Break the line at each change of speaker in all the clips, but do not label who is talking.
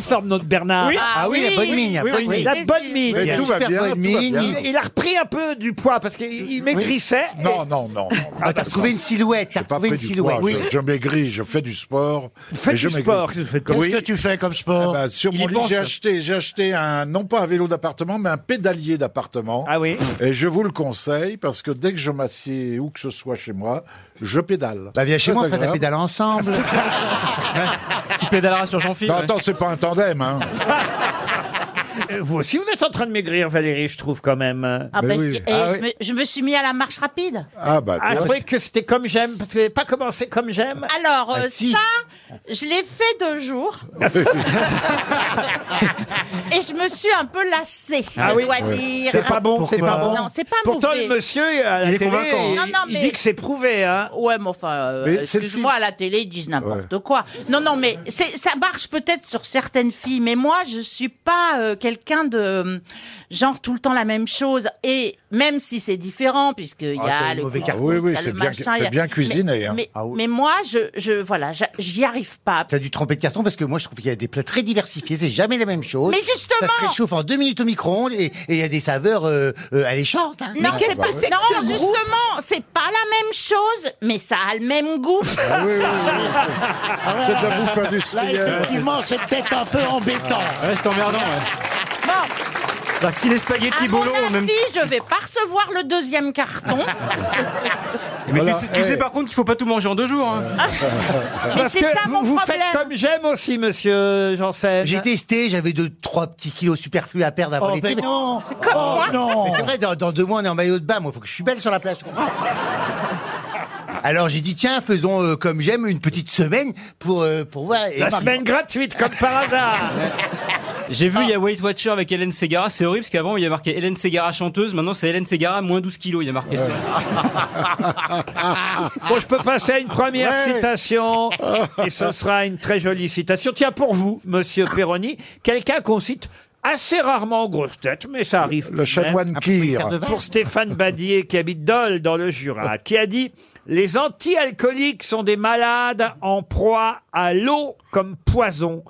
forme, notre Bernard.
Oui.
Ah oui, la bonne mine, la
Oui,
bonne
oui,
mine.
Il a bonne mine.
Oui,
Il a-
tout va bien, tout va bien.
Il, il a repris un peu du poids parce qu'il il maigrissait. et-
Non, non, non. non.
Ah, t'as retrouvé une silhouette, t'as
J'ai pas
retrouvé
fait
une
du
silhouette.
poids, je, je maigris, je fais du sport.
Vous faites
mais je
du
maigris.
sport. qu'est-ce que vous faites comme-
Qu'est-ce
Oui.
que tu fais comme
Ah
sport
bah, sur
Il
mon
y
lit,
pense.
j'ai acheté, j'ai acheté un, non pas un vélo d'appartement, mais un pédalier d'appartement.
Ah oui.
Et je vous le conseille parce que dès que je m'assieds où que ce soit chez moi, je pédale.
Bah viens chez
Très
moi, on fait la
agréable.
pédale ensemble. Ah,
Tu pédaleras sur son fils.
Non, attends, c'est pas un tandem, hein.
Euh, Vous aussi, vous êtes en train de maigrir, Valérie, je trouve quand même.
Ah
Mais
ben,
oui.
eh,
et je, me, je me suis mis à la marche rapide.
Ah bah.
Ah, je
toi,
croyais que c'était comme j'aime, parce que vous n'avez pas commencé comme j'aime.
Alors,
Ah,
euh,
si.
ça, je l'ai fait deux jours. et je me suis un peu lassée,
Ah
je
oui.
dois dire. Ah,
C'est pas bon, c'est pas bon.
Non, c'est pas
Pourtant,
mauvais.
le monsieur, euh, à la
Il est
télé,
convaincant, hein.
il,
Non, non,
il
mais-
dit que c'est prouvé, hein.
Ouais, mais enfin, euh,
Mais c'est le
excuse-moi,
film.
à la télé, ils disent n'importe quoi. Non, non, mais c'est, ça marche peut-être sur certaines filles, mais moi, je suis pas euh, quelqu'un de euh, genre tout le temps la même chose. Et même si c'est différent, puisque il y
Ah, t'as
a
le
le
mauvais
couscous,
carton. Oui, oui,
il y a le
c'est bien-
machin,
c'est
il y a-
bien
Mais-
cuisiné, hein.
Mais,
Ah oui.
mais moi, je, je, voilà, j'a- j'y arrive pas.
T'as dû tromper de carton parce que moi je trouve qu'il y a des plats très diversifiés, c'est jamais la même chose.
Mais justement
Ça se réchauffe en deux minutes au micro-ondes et et il y a des saveurs euh, euh, alléchantes. hein.
Non,
qu'est-ce
c'est
que
pas-
c'est
non, justement, c'est pas la même chose, mais ça a le même goût. Ah
Ah oui, oui, oui. C'est de la bouffe industrielle.
Effectivement, c'est peut-être un peu embêtant.
Ah, Ouais, c'est emmerdant, ouais.
Bon,
Bah, si les
À
spaghettis
Ah, mon
bolo en même
avis, je vais pas recevoir le deuxième carton.
Mais
Voilà,
tu, sais, tu
eh.
sais par contre qu'il faut pas tout manger en deux jours. hein.
mais
Parce
c'est
que
ça
vous,
mon
vous
problème.
faites comme j'aime aussi, monsieur Janssen.
J'ai testé, j'avais deux, trois petits kilos superflus à perdre
Oh,
avant
ben
l'été. mais-
Oh, non
Comme
Oh,
moi.
Mais c'est vrai, dans, dans deux mois, on est en maillot de bain. Moi, faut que je suis belle sur la plage. Alors j'ai dit tiens faisons euh, comme j'aime une petite semaine pour euh, pour voir et
La
Marie-
semaine gratuite, comme par hasard.
J'ai vu, il y a Weight Watcher avec Hélène Segara. C'est horrible parce qu'avant, il y a marqué Hélène Segara chanteuse. Maintenant, c'est Hélène Segara moins 12 kilos. Il y a marqué ça.
Bon, je peux passer à une première
Ouais.
citation. Et ce sera une très jolie citation. Tiens, pour vous, monsieur Perroni, quelqu'un qu'on cite assez rarement en grosse tête, mais ça arrive. tout de
Le chanoine Kyr.
Pour Stéphane Badier, qui habite Dole, dans le Jura, qui a dit « Les anti-alcooliques sont des malades en proie à l'eau comme poison,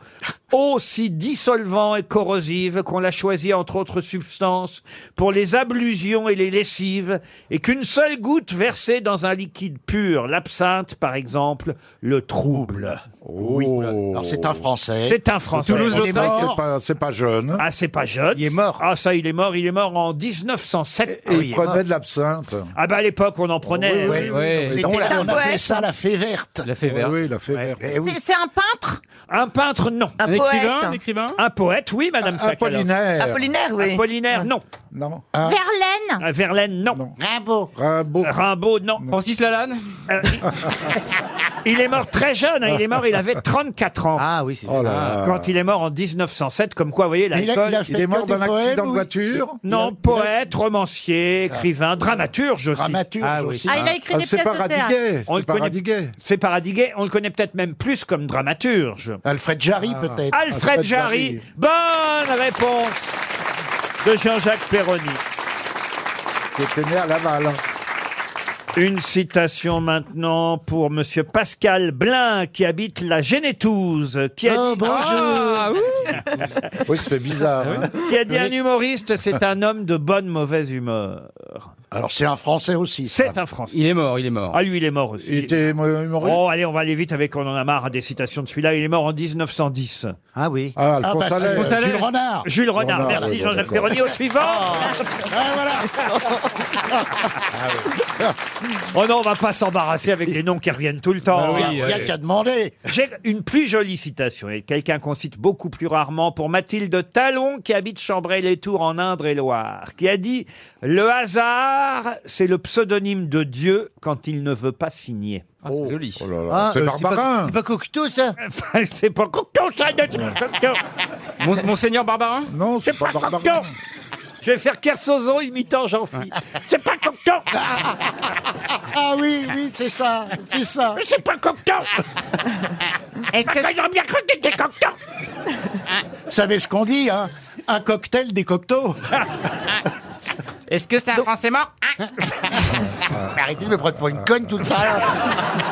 aussi dissolvant et corrosive qu'on l'a choisie entre autres substances pour les ablutions et les lessives, et qu'une seule goutte versée dans un liquide pur, l'absinthe par exemple, le trouble.
Oui.
Alors c'est un français.
C'est un Français.
Toulouse,
C'est
le
pas,
mort.
c'est pas- c'est pas jeune.
Ah, c'est pas jeune.
Il est mort.
Ah, ça, il est mort. Il est mort en 1907.
Et
oui,
il
il est mort.
prenait de l'absinthe.
Ah bah à l'époque, on en prenait. hein.
Oui,
Ouais,
C'était
On
un
l'a- on appelait
poète.
ça la fée verte.
la fait
Oui,
vert.
oui, il a fait vert.
Eh oui.
C'est- C'est un peintre,
Un peintre, non.
Un
poète.
écrivain, un écrivain.
Un poète, oui, Madame Sakharov.
Apollinaire.
Apollinaire, oui.
Apollinaire, Ah. non.
Non.
Ah. Verlaine.
Un Euh, Verlaine, non.
Rimbaud.
Rimbaud.
Rimbaud, non.
Francis Lalanne.
Euh, il- il est mort très jeune. hein. Il est mort, il avait 34 ans.
ah oui c'est
Oh là là.
Quand il est mort en 1907, comme quoi, vous voyez,
Il, a, il,
l'alcool...
a fait
Il est mort
que des
d'un accident
poèmes,
de
oui.
voiture.
Non, poète, romancier, écrivain, dramaturge aussi.
Ah. Dramaturge
Ah oui.
aussi.
Ah, il a écrit
Ah,
des
c'est
pièces de théâtre.
On
Paradiguet. C'est
le connaît-
Paradiguet.
C'est Paradiguet, on le connaît peut-être même plus comme dramaturge. Ah.
Alfred Jarry peut-être.
Alfred
Alfred
Jarry.
Jarry.
Bonne réponse de Jean-Jacques Perroni.
Qui était né à Laval.
Une citation maintenant pour Monsieur Pascal Blin qui habite la Génétouse, qui a, Ah
Oh, bonjour.
Oui, ça fait bizarre. hein.
qui a dit un humoriste, c'est un homme de bonne mauvaise humeur.
Alors c'est un français aussi. ça.
C'est un Français.
Il est mort, il est mort.
Ah lui, il est mort aussi.
Il était humoriste.
Oh, allez, on va aller vite avec on en a marre des citations de celui-là. Il est mort en 1910.
ah oui
Ah,
Ah,
Alphonse
bah, c'est
Allais.
Allais.
Jules Renard.
Jules Renard.
Renard,
Merci
oui, bon,
Jean-Jacques
d'accord.
Perroni. Au suivant.
Ah, voilà.
Oh non, on va pas s'embarrasser avec les noms qui reviennent tout le temps.
Bah oui.
Il y a
ouais.
qu'à demander.
J'ai une plus jolie citation et quelqu'un qu'on cite beaucoup plus rarement pour Mathilde Talon qui habite Chambray-les-Tours en Indre-et-Loire qui a dit le hasard c'est le pseudonyme de Dieu quand il ne veut pas signer.
Ah, c'est joli.
Oh là là,
Ah,
c'est
euh, pas-
Barbarin.
c'est pas Cocteau ça
Enfin, c'est pas Cocteau, ça, de- Cocteau.
Mon- Monseigneur Barbarin.
Non, c'est
C'est
pas
pas
Barbarin.
Cocteau. Je vais faire Kersozon imitant Jean-Philippe. C'est pas Cocteau.
Ah oui, oui, c'est ça. C'est ça.
Mais c'est pas Cocteau.
Est-ce que-
Parce que j'aurais bien cru que c'était Cocteau.
Vous savez ce qu'on dit, hein Un cocktail des cocteaux. Hein
Est-ce que c'est un français mort
Ah.
Mais arrêtez de me prendre pour une conne tout le temps.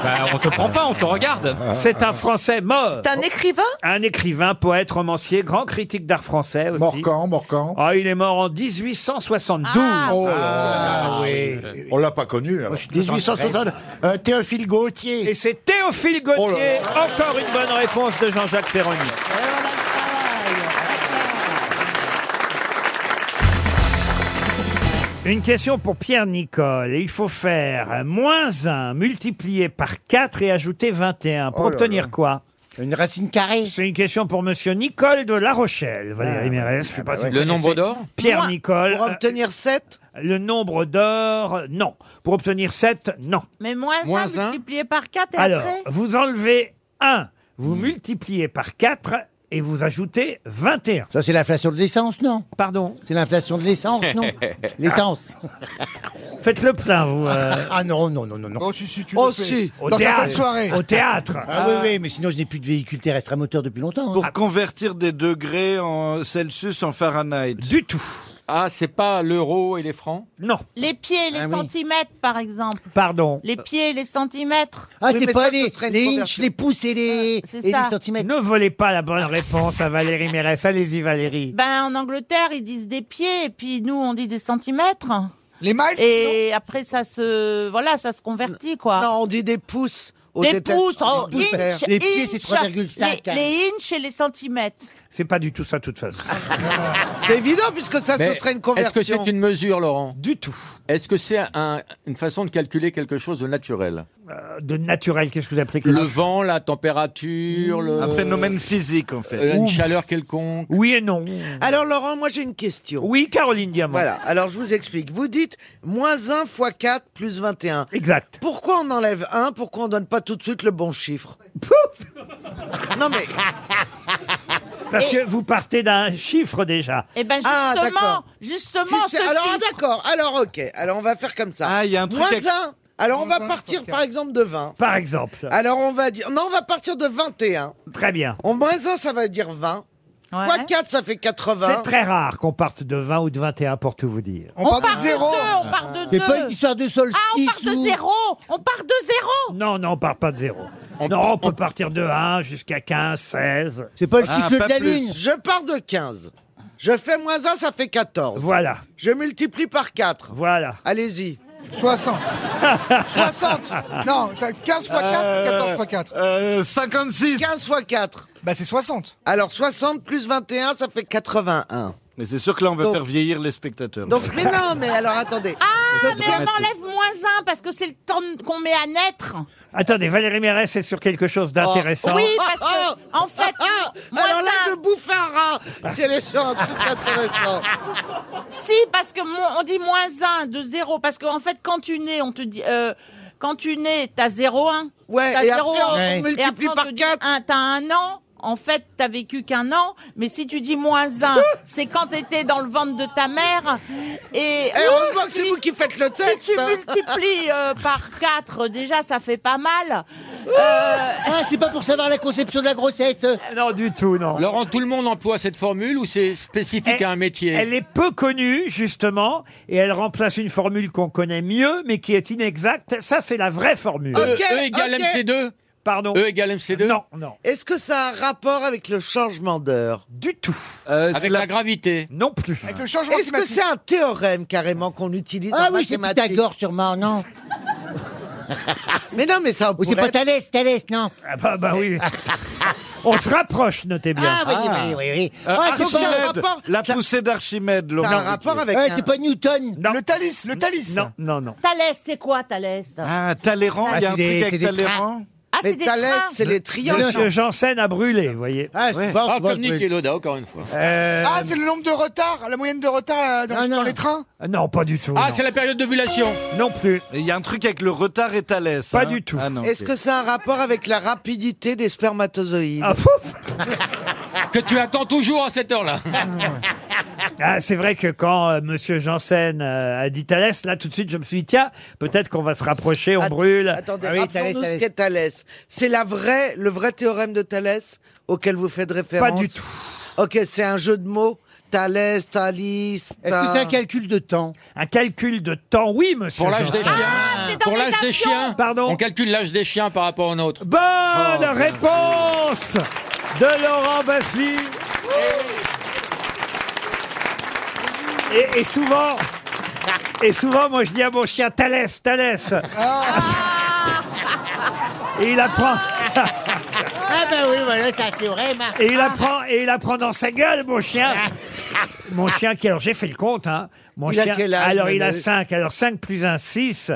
Bah, on te prend pas, on te regarde.
Ah,
C'est un Français mort.
T'es un écrivain
Un écrivain, poète, romancier, grand critique d'art français aussi.
Morcan, Morcan.
Ah, il est mort en 1872.
Oh,
Ah oui.
on l'a pas connu. alors.
1860, euh, Théophile Oh Gautier.
Et c'est Théophile Gauthier. Encore une bonne réponse de Jean-Jacques Perroni. Une question pour Pierre Nicole. Il faut faire moins 1 multiplié par 4 et ajouter 21. Pour
Oh là
obtenir
là.
quoi
Une racine carrée. Ah.
C'est une question pour monsieur Nicole de La Rochelle. Valérie Mérès, je sais pas si vous
Le nombre
Bah connaissez.
d'or
Pierre
Moi,
Nicole.
Pour obtenir 7
euh, Le nombre d'or, non. Pour obtenir 7, non.
Mais moins, ça,
Moins un.
multiplié par 4 et
Alors,
après
vous enlevez 1, vous multipliez par 4 et vous ajoutez 21.
Ça, c'est l'inflation de l'essence, non
Pardon.
C'est l'inflation de l'essence, non L'essence.
Faites le plein, vous, euh,
Ah non, non, non, non, non.
Oh si, si, tu
Oh
le fais.
si
au
Dans
théâtre.
certaines soirées.
Au théâtre.
Ah, oui, oui, mais sinon je n'ai plus de véhicule terrestre à moteur depuis longtemps. hein.
Pour convertir des degrés en Celsius en Fahrenheit.
Du tout.
Ah, c'est pas l'euro et les francs
Non,
Les pieds et les
Ah oui.
centimètres, par exemple.
pardon.
Les pieds et les centimètres.
Ah,
Oui,
c'est
mais
pas
ça,
les,
ce serait une
les
conversion.
inches, les pouces et les,
c'est
et
ça.
les centimètres. Ah.
Ne volez pas la bonne réponse à Valérie Mérès. Allez-y, Valérie.
Bah.
Ben, en Angleterre, ils disent des pieds, et puis nous, on dit des centimètres.
Les miles
Et après, ça se, voilà, ça se convertit, quoi.
Non, on dit des pouces. aux
Des
États-
pouces, oh,
des pouces.
inch,
Les pieds,
inch,
c'est 3,5,
les,
hein.
les inches et les centimètres.
C'est pas du tout ça, de toute façon.
C'est évident, puisque ça,
Mais
ce serait une
Est-ce que
conversion.
c'est une mesure, Laurent
Du tout.
Est-ce que c'est un- une façon de calculer quelque chose de naturel
Euh, De naturel, qu'est-ce que vous appelez que-
Le vent, la température, le...
Un phénomène physique, en fait.
euh, une
Ouf.
chaleur quelconque
Oui et non.
Alors, Laurent, moi, j'ai une question.
Oui, Caroline Diamant.
Voilà, alors je vous explique. Vous dites moins 1 fois 4 plus 21.
Exact.
Pourquoi on enlève 1 Pourquoi on donne pas tout de suite le bon chiffre Non mais
Parce que vous partez d'un chiffre déjà.
Et ben,
Ah,
justement,
d'accord.
justement,
si
ce
c'est- alors ah,
chiffre-
d'accord. Alors OK. Alors on va faire comme ça.
Ah, il y a un truc
moins
avec-
1. Alors on va
Moins un
partir
fois
par exemple de 20.
Par exemple.
Alors on va dire non, on va partir de 21.
Très bien.
On moins 1 ça va dire 20.
Ouais.
Fois 4 ça fait 80.
C'est très rare qu'on parte de 20 ou de 21 pour tout vous dire.
On, part de zéro. on part de
C'est pas une
deux.
histoire de solstice
Ah, on part
ou-
de zéro. On part de zéro.
Non, non, on part pas de zéro. non, on peut partir de 1 jusqu'à 15, 16.
C'est pas le
Ah,
cycle
pas
de la
plus.
lune.
Je pars de 15. Je fais moins 1 ça fait 14.
Voilà,
Je multiplie par 4.
voilà.
Allez-y.
60. 60 Non, t'as 15 fois 4, 14 fois 4. Euh, 56
15 fois 4.
Bah c'est 60.
Alors 60 plus 21, ça fait 81.
Mais c'est sûr que là, on va
Donc-
faire vieillir les spectateurs.
Donc, mais non, mais alors attendez.
Ah, mais on enlève moins un parce que c'est le temps qu'on met à naître.
Attendez, Valérie Mérès est sur quelque chose d'intéressant.
Oh, Oui, parce
Ah,
que, en fait,
Ah,
moins
alors là,
un-
je bouffe un rat. C'est les gens, tout ça, intéressant.
Si, parce que mon- on dit moins 1 de 0, parce qu'en fait, quand tu nais, on te dit. euh, quand tu nais, t'as 0,1.
Ouais,
t'as
et après,
0,1,
on multiplie
après, on
par
te dit
quatre.
un, T'as un an. En fait, t'as vécu qu'un an, mais si tu dis moins 1, c'est quand t'étais dans le ventre de ta mère. Et
Eh, heureusement que c'est
si-
vous qui faites le
Si
texte.
tu
hein.
multiplies euh, par 4, déjà, ça fait pas mal.
Euh,
Ah, c'est pas pour savoir la conception de la grossesse.
Euh, Non, du tout, non.
Laurent, tout le monde emploie cette formule ou c'est spécifique
Elle-
à un métier
Elle est peu connue, justement, et elle remplace une formule qu'on connaît mieux, mais qui est inexacte. Ça, c'est la vraie formule.
E,
Ok,
E égale
ok.
MC2
Pardon.
E égale MC2
Non, non,
Est-ce que ça a un rapport avec le changement d'heure
du tout.
Euh, c'est
Avec
la-
la gravité
Non plus.
Avec le changement
Est-ce que
climatique.
c'est un théorème carrément qu'on utilise
Ah
en
oui, c'est
mathématiques
Pythagore sûrement, non
Mais non, mais ça on
Ou c'est
pourrait
pas Thalès, Thalès, non
Ah bah, bah oui. On se rapproche, notez bien.
Ah oui, oui, oui, oui.
Euh,
Ah, c'est pas-
Archimède,
rapport-
la
ça-
poussée d'Archimède,
ça
Laurent.
a un rapport avec
Ouais,
un-
c'est pas Newton.
Non,
Le Thalys, le Thalys.
non, non, non.
Thalès, c'est quoi Thalès Ah,
Ah, Talleyrand, il y a un
c'est des-
truc
c'est
avec
des
Talleyrand.
Mais
c'est des
Thalès,
trains.
c'est les triangles.
Monsieur Janssen a brûlé, vous voyez.
Ah, c'est pas-
Ah,
pas-
comme Nick et Loda, encore une fois.
Euh.
Ah, c'est le nombre de retards, la moyenne de retard euh, dans,
Non,
dans
non.
les trains.
Non, pas du tout.
Ah,
non.
c'est la période d'ovulation
non plus.
Il y a un truc avec le retard et Thalès.
Pas
hein.
du tout.
Ah, non,
Est-ce
ok.
que ça a un rapport avec la rapidité des spermatozoïdes
Ah, fouf
Que tu attends toujours à cette heure-là
Ah, c'est vrai que quand euh, Monsieur Janssen euh, a dit Thalès, là tout de suite je me suis dit tiens, peut-être qu'on va se rapprocher, on
Att-
brûle.
Attendez,
Ah oui, Thalès,
rappelons-nous ce
Thalès.
qu'est Thalès. C'est la vraie, le vrai théorème de Thalès auquel vous faites référence
Pas du tout.
Ok, c'est un jeu de mots. Thalès, Thalys.
Est-ce que c'est un
calcul de temps
Un calcul de temps, oui, monsieur.
Pour l'âge des
Janssen.
chiens.
Ah,
Ah,
pour l'âge des chiens.
Pardon
On calcule l'âge des chiens par rapport au nôtre.
Bonne
Oh.
réponse de Laurent Baffy. Et, et souvent, et souvent, moi je dis à mon chien Thalès, Thalès. Ah. Et il apprend,
Ah
bah
ben oui, voilà, ça c'est vrai, Marc.
et il apprend, et il apprend dans sa gueule, mon chien. Mon chien qui, alors j'ai fait le compte, hein. Mon
Il a
chien,
quel âge,
alors il a
Manu
5, alors 5 plus 1, 6.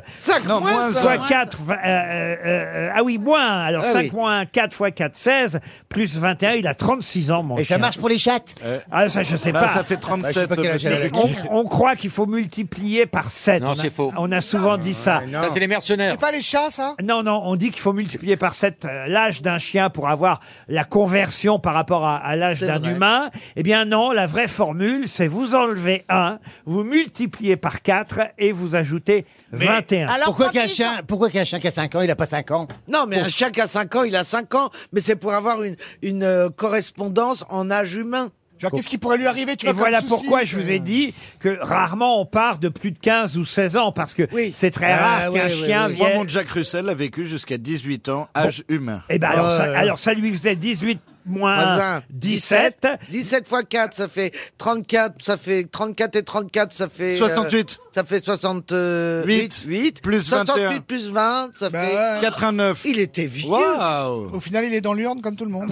Non, moins
Soit 4, ah oui, moins. Alors
Ah
5
oui.
moins 4 fois 4, 16. Plus 21, il a 36 ans, mon
Et
chien.
ça marche pour les chattes.
Ah, ça, je sais
Bah,
pas.
ça fait 37.
Ah, pas quel âge elle a.
monsieur
on,
Ruquier.
on croit qu'il faut multiplier par 7.
Non,
on a-
c'est faux.
On a souvent dit ça.
Ça, c'est les mercenaires.
C'est pas les chats, ça
Non, non, on dit qu'il faut multiplier par 7 l'âge d'un chien pour avoir la conversion par rapport à, à l'âge
C'est
d'un
vrai.
humain. Eh bien non, la vraie formule, c'est vous enlevez 1, vous multipliez par 4 et vous ajoutez 21.
Alors,
Pourquoi
quand
qu'un
ils
chien, pourquoi qu'un chien qui a 5 ans, il a pas 5 ans
Non, mais un chien qui a 5 ans, il a 5 ans, mais c'est pour avoir une, une euh, correspondance en âge humain.
Genre, qu'est-ce qui pourrait lui arriver tu
Et
vois, comme
voilà
euh, souci,
pourquoi je vous ai dit que rarement on part de plus de 15 ou 16 ans, parce que
Oui.
c'est très
Euh,
Ah,
rare
oui,
qu'un
oui,
chien
oui.
vienne...
Jacques Russell a vécu jusqu'à 18 ans, âge humain.
Eh ben alors, ça,
Ouais.
alors ça lui faisait 18 moins
Moins
1, 17.
17 fois 4, ça fait 34, ça fait 34 et 34, ça fait... euh,
68.
ça fait 68.
Huit.
8.
Plus
68
21.
plus 20, ça
Bah
fait...
ouais.
89.
Il était vieux.
Waouh
Au final, il est dans l'urne comme tout le monde.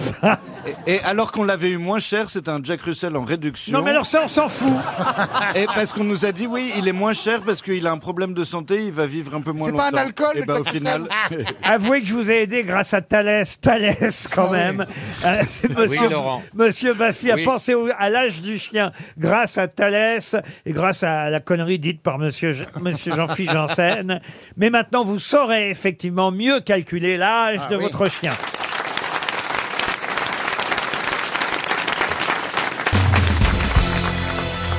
Et alors qu'on l'avait eu moins cher, c'est un Jack Russell en réduction.
Non mais alors ça on s'en fout.
Et parce qu'on nous a dit oui, il est moins cher parce qu'il a un problème de santé, il va vivre un peu moins
C'est
longtemps.
pas un alcool,
Et
le
ben, au
Jack
final,
Avouez que je vous ai aidé grâce à Thalès, Thalès quand
Ah oui.
même. Euh, c'est monsieur,
Laurent.
monsieur Baffy a
Oui.
pensé au- à l'âge du chien grâce à Thalès et grâce à la connerie dite par monsieur, Je- monsieur Jean-Philippe Janssen. Mais maintenant vous saurez effectivement mieux calculer l'âge de votre chien.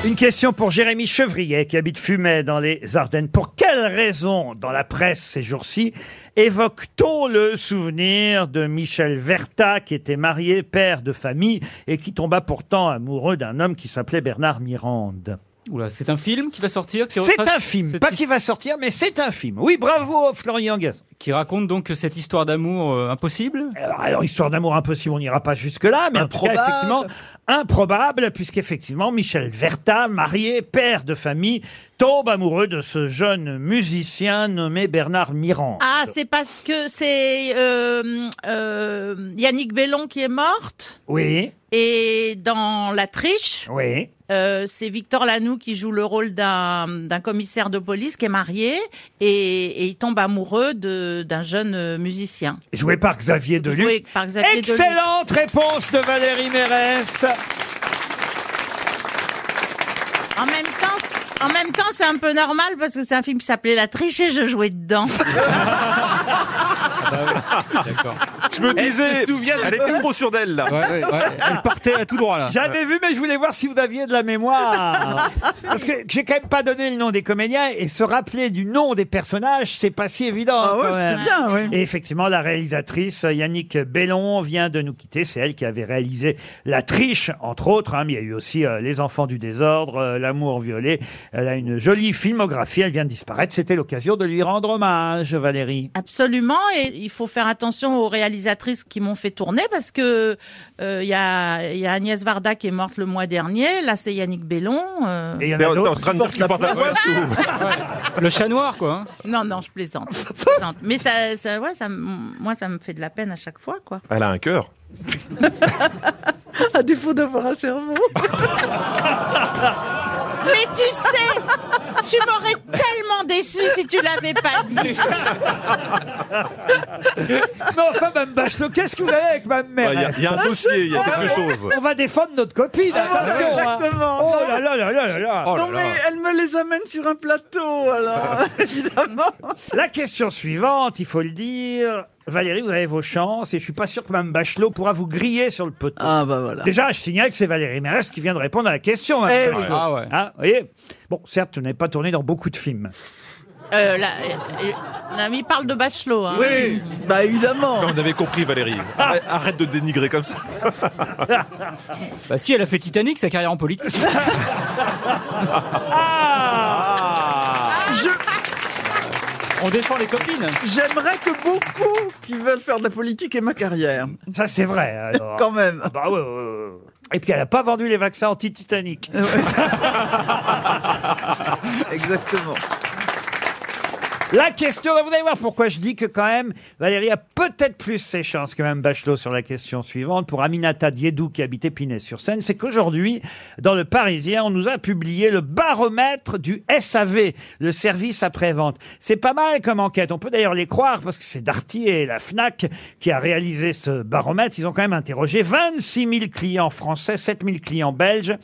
Une question pour Jérémy Chevrier qui habite Fumet dans les Ardennes. Pour quelle raison, dans la presse ces jours-ci, évoque-t-on le souvenir de Michel Verta qui était marié, père de famille et qui tomba pourtant amoureux d'un homme qui s'appelait Bernard Mirande
Oula, c'est un film qui va sortir qui
C'est
retrace
un film,
cette
pas qui va sortir, mais c'est un film. Oui, bravo Florian Gazan.
qui raconte donc cette histoire d'amour euh, impossible.
Alors, alors, histoire d'amour impossible, on n'ira pas jusque-là, mais en tout cas,
Improbable.
effectivement, improbable, puisqu'effectivement, Michel Verta, marié, père de famille, tombe amoureux de ce jeune musicien nommé Bernard Mirand.
Ah, c'est parce que c'est euh, euh, Yannick Bellon qui est morte.
Oui,
Et dans La Triche,
oui.
euh, c'est Victor Lanoux qui joue le rôle d'un d'un commissaire de police qui est marié et, et il tombe amoureux de- d'un jeune euh, musicien.
Joué par Xavier Deluc.
Joué par Xavier Deluc.
Excellente réponse de Valérie Mérès.
En même temps, en même temps, c'est un peu normal parce que c'est un film qui s'appelait La Triche et je jouais dedans.
Ah bah
je me disais, elle était trop sûre d'elle là.
Ouais, ouais, elle partait à tout droit là.
J'avais vu, mais je voulais voir si vous aviez de la mémoire. Parce que j'ai quand même pas donné le nom des comédiens et se rappeler du nom des personnages, c'est pas si évident. quand même.
bien, Ah ouais.
Et effectivement, la réalisatrice euh, Yannick Bellon vient de nous quitter. C'est elle qui avait réalisé La Triche, entre autres. hein, mais il y a eu aussi euh, Les Enfants du désordre, euh, L'amour violet. Elle a une jolie filmographie. Elle vient de disparaître. C'était l'occasion de lui rendre hommage, Valérie.
Absolument, et il faut faire attention aux réalisatrices qui m'ont fait tourner parce que euh, il y, a, il y a Agnès Varda qui est morte le mois dernier. Là, c'est Yannick Bellon. euh.
Et il y en a d'autres.
Le chat noir quoi. hein.
Non, non, je plaisante. je plaisante. Mais ça, ça, ouais, ça, m- moi, ça me fait de la peine à chaque fois, quoi.
Elle a un cœur.
À défaut d'avoir un cerveau.
Mais tu sais, tu m'aurais tellement déçu si tu l'avais pas dit.
Non, enfin, Mme Bachelot, qu'est-ce que vous avez avec ma mère
Bah,
Ah
y, a un dossier, il y a quelque chose.
On va défendre notre copine. attention, hein.
exactement.
Oh là là là là là là.
Oh là
non,
là.
mais elle me les amène sur un plateau, alors, évidemment.
La question suivante, il faut le dire. Valérie, vous avez vos chances et je suis pas sûr que Mme Bachelot pourra vous griller sur le poteau.
Ah, bah voilà.
Déjà, je signale que c'est Valérie Mérès qui vient de répondre à la question. Mme
Eh
Bachelot.
oui. Ah ouais.
Hein, vous voyez Bon, certes, vous n'avez pas tourné dans beaucoup de films.
Euh, là, euh, euh, non, mais il parle de bachelot. Hein.
Oui, bah évidemment. On avait compris, Valérie. Arrête, arrête de dénigrer comme ça.
Bah si, elle a fait Titanic, sa carrière en politique.
Ah.
On défend les copines.
J'aimerais que beaucoup qui veulent faire de la politique aient ma carrière.
Ça, c'est vrai. alors.
Quand même.
Ah bah ouais, ouais, ouais. Et puis elle n'a pas vendu les vaccins anti-Titanic.
Euh.
Ah.
Exactement.
La question, vous allez voir pourquoi je dis que quand même, Valérie a peut-être plus ses chances que même Bachelot sur la question suivante. Pour Aminata Diédou qui habitait Pinay-sur-Seine, c'est qu'aujourd'hui, dans le Parisien, on nous a publié le baromètre du SAV, le service après-vente. C'est pas mal comme enquête. On peut d'ailleurs les croire parce que c'est Darty et la FNAC qui a réalisé ce baromètre. Ils ont quand même interrogé 26 000 clients français, 7 000 clients belges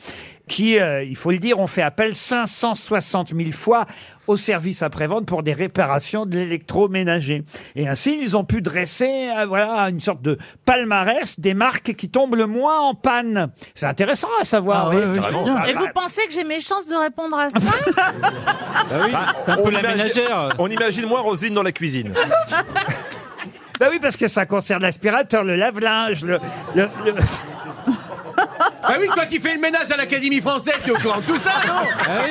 qui, euh, il faut le dire, ont fait appel 560 000 fois au service après-vente pour des réparations de l'électroménager. Et ainsi, ils ont pu dresser euh, voilà, une sorte de palmarès des marques qui tombent le moins en panne. C'est intéressant à savoir. oui.
Et
Ah, bah,
vous pensez que j'ai mes chances de répondre à ça
Ah
un peu
la
euh,
Bah,
ménagère.
on imagine moins Roselyne dans la cuisine.
bah oui, parce que ça concerne l'aspirateur, le lave-linge, le... le- le-
Ah oui, quand il fait le ménage à l'Académie française, tu es au courant de tout ça, non
Ah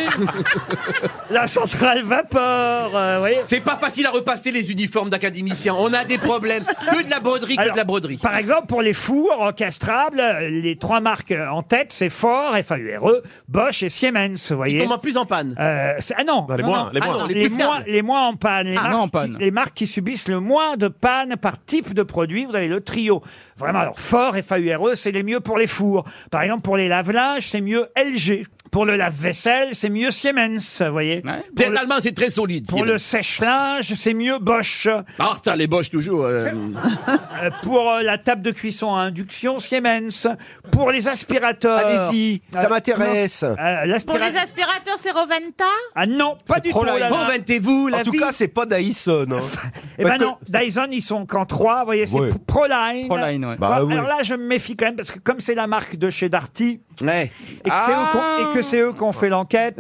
La centrale vapeur, euh,
C'est pas facile à repasser les uniformes d'académiciens. On a des problèmes. Que de la broderie, que
Alors,
de la broderie.
Par exemple, pour les fours encastrables, euh, les trois marques euh, en tête, c'est Ford, FAURE, E, Bosch et Siemens, vous voyez.
Ils tombent en plus en panne.
Euh, c'est- ah non,
Non, les
non,
moins,
non.
les moins. Ah non, les
les,
plus
moins
fiables.
les moins en panne, les,
Ah,
marques
moins en
Qui,
panne.
les marques qui subissent le moins de panne par type de produit. Vous avez le trio. Vraiment, alors fort FAURE, E, c'est les mieux pour les fours. Par exemple, pour les lave-linges, c'est mieux LG. Pour le lave-vaisselle, c'est mieux Siemens, vous voyez. Pour le-
Finalement, c'est très solide.
pour le sèche-linge, c'est mieux Bosch.
Ah, ça, les boches toujours. euh.
Euh, pour euh, la table de cuisson à induction, Siemens. Pour les aspirateurs. Euh,
Allez-y, ça m'intéresse.
non, euh,
Pour
l'aspira-
les aspirateurs, c'est Roventa
Ah non, pas du tout. là, là.
En tout cas, c'est pas Dyson. hein.
Eh ben
Parce que-
non, Dyson, ils sont qu'en 3, vous voyez, c'est
Ouais.
Proline.
Proline, ouais.
Bon,
Bah oui.
Alors là, je me méfie quand même, parce que comme c'est la marque de chez Darty, et que c'est eux
Ah.
qu'on- et que c'est eux qui ont fait l'enquête,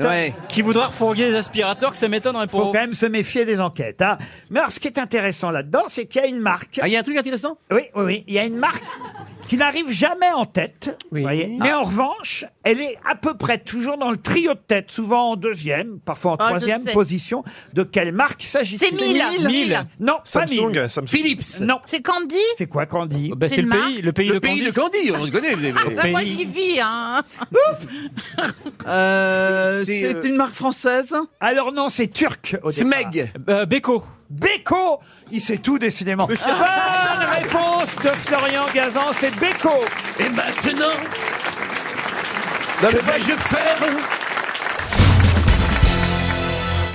Qui voudra refourguer les aspirateurs, que ça m'étonnerait
faut
pour.
quand même se méfier des enquêtes. hein. Mais alors, ce qui est intéressant là-dedans, c'est qu'il y a une marque.
Ah, il y a un truc intéressant
Oui, oui, oui. Il y a une marque qui n'arrive jamais en tête, vous voyez. mais
Ah.
en revanche, elle est à peu près toujours dans le trio de tête, souvent en deuxième, parfois en
Ah, je
troisième
sais.
position. De quelle marque s'agit-il
C'est Miele. Miele. Miele.
Non,
Samsung,
pas Mille.
Samsung.
Philips.
Non.
C'est Candy
C'est quoi Candy
Bah, c'est
C'est
le
une
pays,
marque
le pays
le
de
pays
Candy.
de Candy, on le connaît. vous avez-
Bah, Moi, j'y vis. Hein.
Euh,
C'est,
c'est
euh,
une marque française
Alors non, c'est turc au
C'est
départ.
Meg.
Beko.
Beko Il sait tout, décidément. Bonne réponse de Florian Gazan, c'est Beko.
Et maintenant, que vais-je faire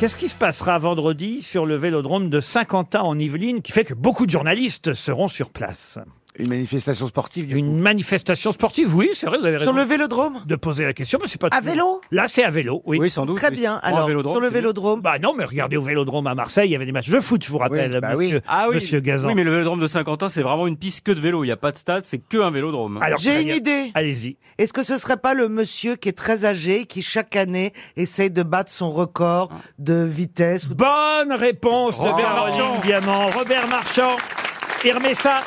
Qu'est-ce qui se passera vendredi sur le vélodrome de Saint-Quentin en Yvelines qui fait que beaucoup de journalistes seront sur place
Une manifestation sportive du
Une manifestation sportive, oui, c'est vrai, vous avez raison.
Sur le vélodrome
de poser la question, mais c'est pas
À
tout.
vélo
Là, c'est à vélo, oui.
Oui, sans doute.
Très bien. Alors, sur le vélodrome.
Bah non, mais regardez au vélodrome à Marseille, il y avait des matchs de foot, je vous rappelle,
Oui, bah oui.
monsieur,
Ah oui.
monsieur Gazan.
Oui, mais le vélodrome de Saint-Quentin, c'est vraiment une piste que de vélo. Il n'y a pas de stade, c'est que un vélodrome. hein.
Alors,
J'ai
très
une
bien.
idée.
Allez-y.
Est-ce que ce serait pas le monsieur qui est très âgé, qui chaque année essaye de battre son record de vitesse ou de-
Bonne réponse de
Oh.
Caroline Diamant. Robert Marchand, il remet ça.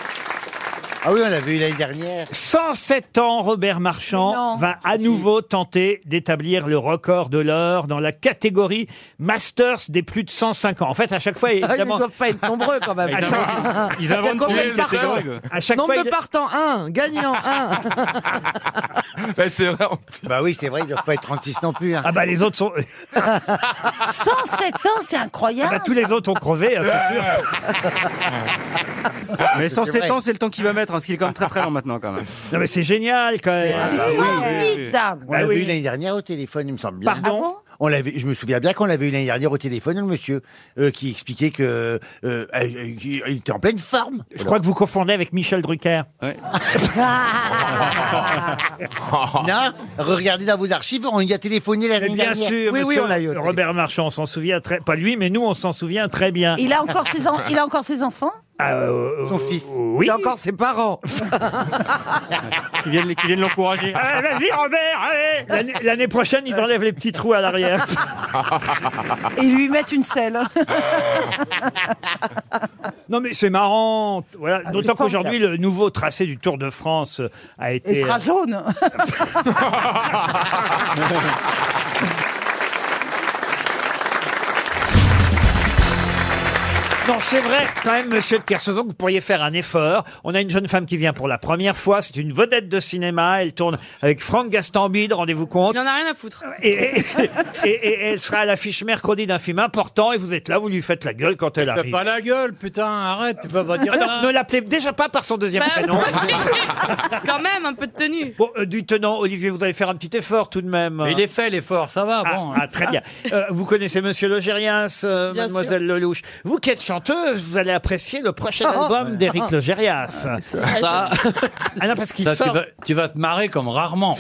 Ah oui, on l'a vu l'année dernière.
107 ans, Robert
Mais non.
Marchand va à nouveau tenter d'établir le record de l'or dans la catégorie Masters des plus de 105 ans. En fait, à chaque fois,
Ah, Ils ne
évidemment...
doivent pas être nombreux quand même.
Ils inventent- ils
Il y a
inventent
combien
des
de
nouvelles
partants
catégories, ouais. À chaque
Nombre
fois,
de
ils-
partants, un. Gagnant, un.
Ben, C'est vrai.
Bah oui, c'est vrai, il ne doit pas être 36 non plus. hein.
Ah bah les autres sont...
107 ans, c'est
Ah
incroyable.
bah, tous les autres ont crevé, hein,
Euh,
c'est sûr.
Mais
c'est
107
vrai.
ans, c'est le temps qu'il va mettre, hein, parce qu'il est quand même très très long maintenant, quand même.
Non mais c'est génial quand même.
Ah, bah oui, oui, oui.
On l'a
Ah oui.
vu l'année dernière au téléphone, il me semble bien. Ah
Pardon
on l'avait, je me souviens bien qu'on l'avait eu l'année dernière au téléphone, le monsieur euh, qui expliquait que euh, euh, euh, il était en pleine forme.
Je crois que vous confondez avec Michel Drucker.
Non, regardez dans vos archives, on y a téléphoné
Mais
l'année
bien
dernière.
sûr,
oui, oui,
monsieur
on l'a eu. au téléphone.
Robert Marchand, on s'en souvient très, pas lui, mais nous, on s'en souvient très bien.
Il a encore ses, en- il a encore ses enfants
Son fils. Oui. Et encore ses parents.
qui viennent, qui viennent l'encourager.
Ah, vas-y, Robert, allez L'année- L'année prochaine, ils enlèvent les petits trous à l'arrière.
Et lui mettre une selle.
Non, mais c'est marrant. Voilà.
Ah,
D'autant
c'est formidable.
qu'aujourd'hui, le nouveau tracé du Tour de France a été.
Et sera jaune.
Non, c'est vrai, quand même, monsieur de Kersauzon, que vous pourriez faire un effort. On a une jeune femme qui vient pour la première fois. C'est une vedette de cinéma. Elle tourne avec Franck Gastambide, rendez-vous compte.
Il en a rien à foutre.
Et, et- et- et elle sera à l'affiche mercredi d'un film important et vous êtes là, vous lui faites la gueule quand elle
T'as
arrive.
pas la gueule, putain, arrête, tu peux pas dire
Ah non,
ça.
ne l'appelez déjà pas par son deuxième
Bah,
prénom.
Quand même, un peu de tenue.
Bon, euh, du tenant, Olivier, vous allez faire un petit effort tout de même.
Mais il est fait l'effort, ça va,
Ah,
bon.
ah, très bien. Euh, vous connaissez Monsieur Logérias, euh,
Bien
Mademoiselle Lelouch. Vous qui êtes chanteuse, vous allez apprécier le prochain
Oh.
album d'Éric Logérias.
Ça-
Ah non, parce qu'il
Ça, tu,
sort,
vas, tu vas te marrer comme rarement.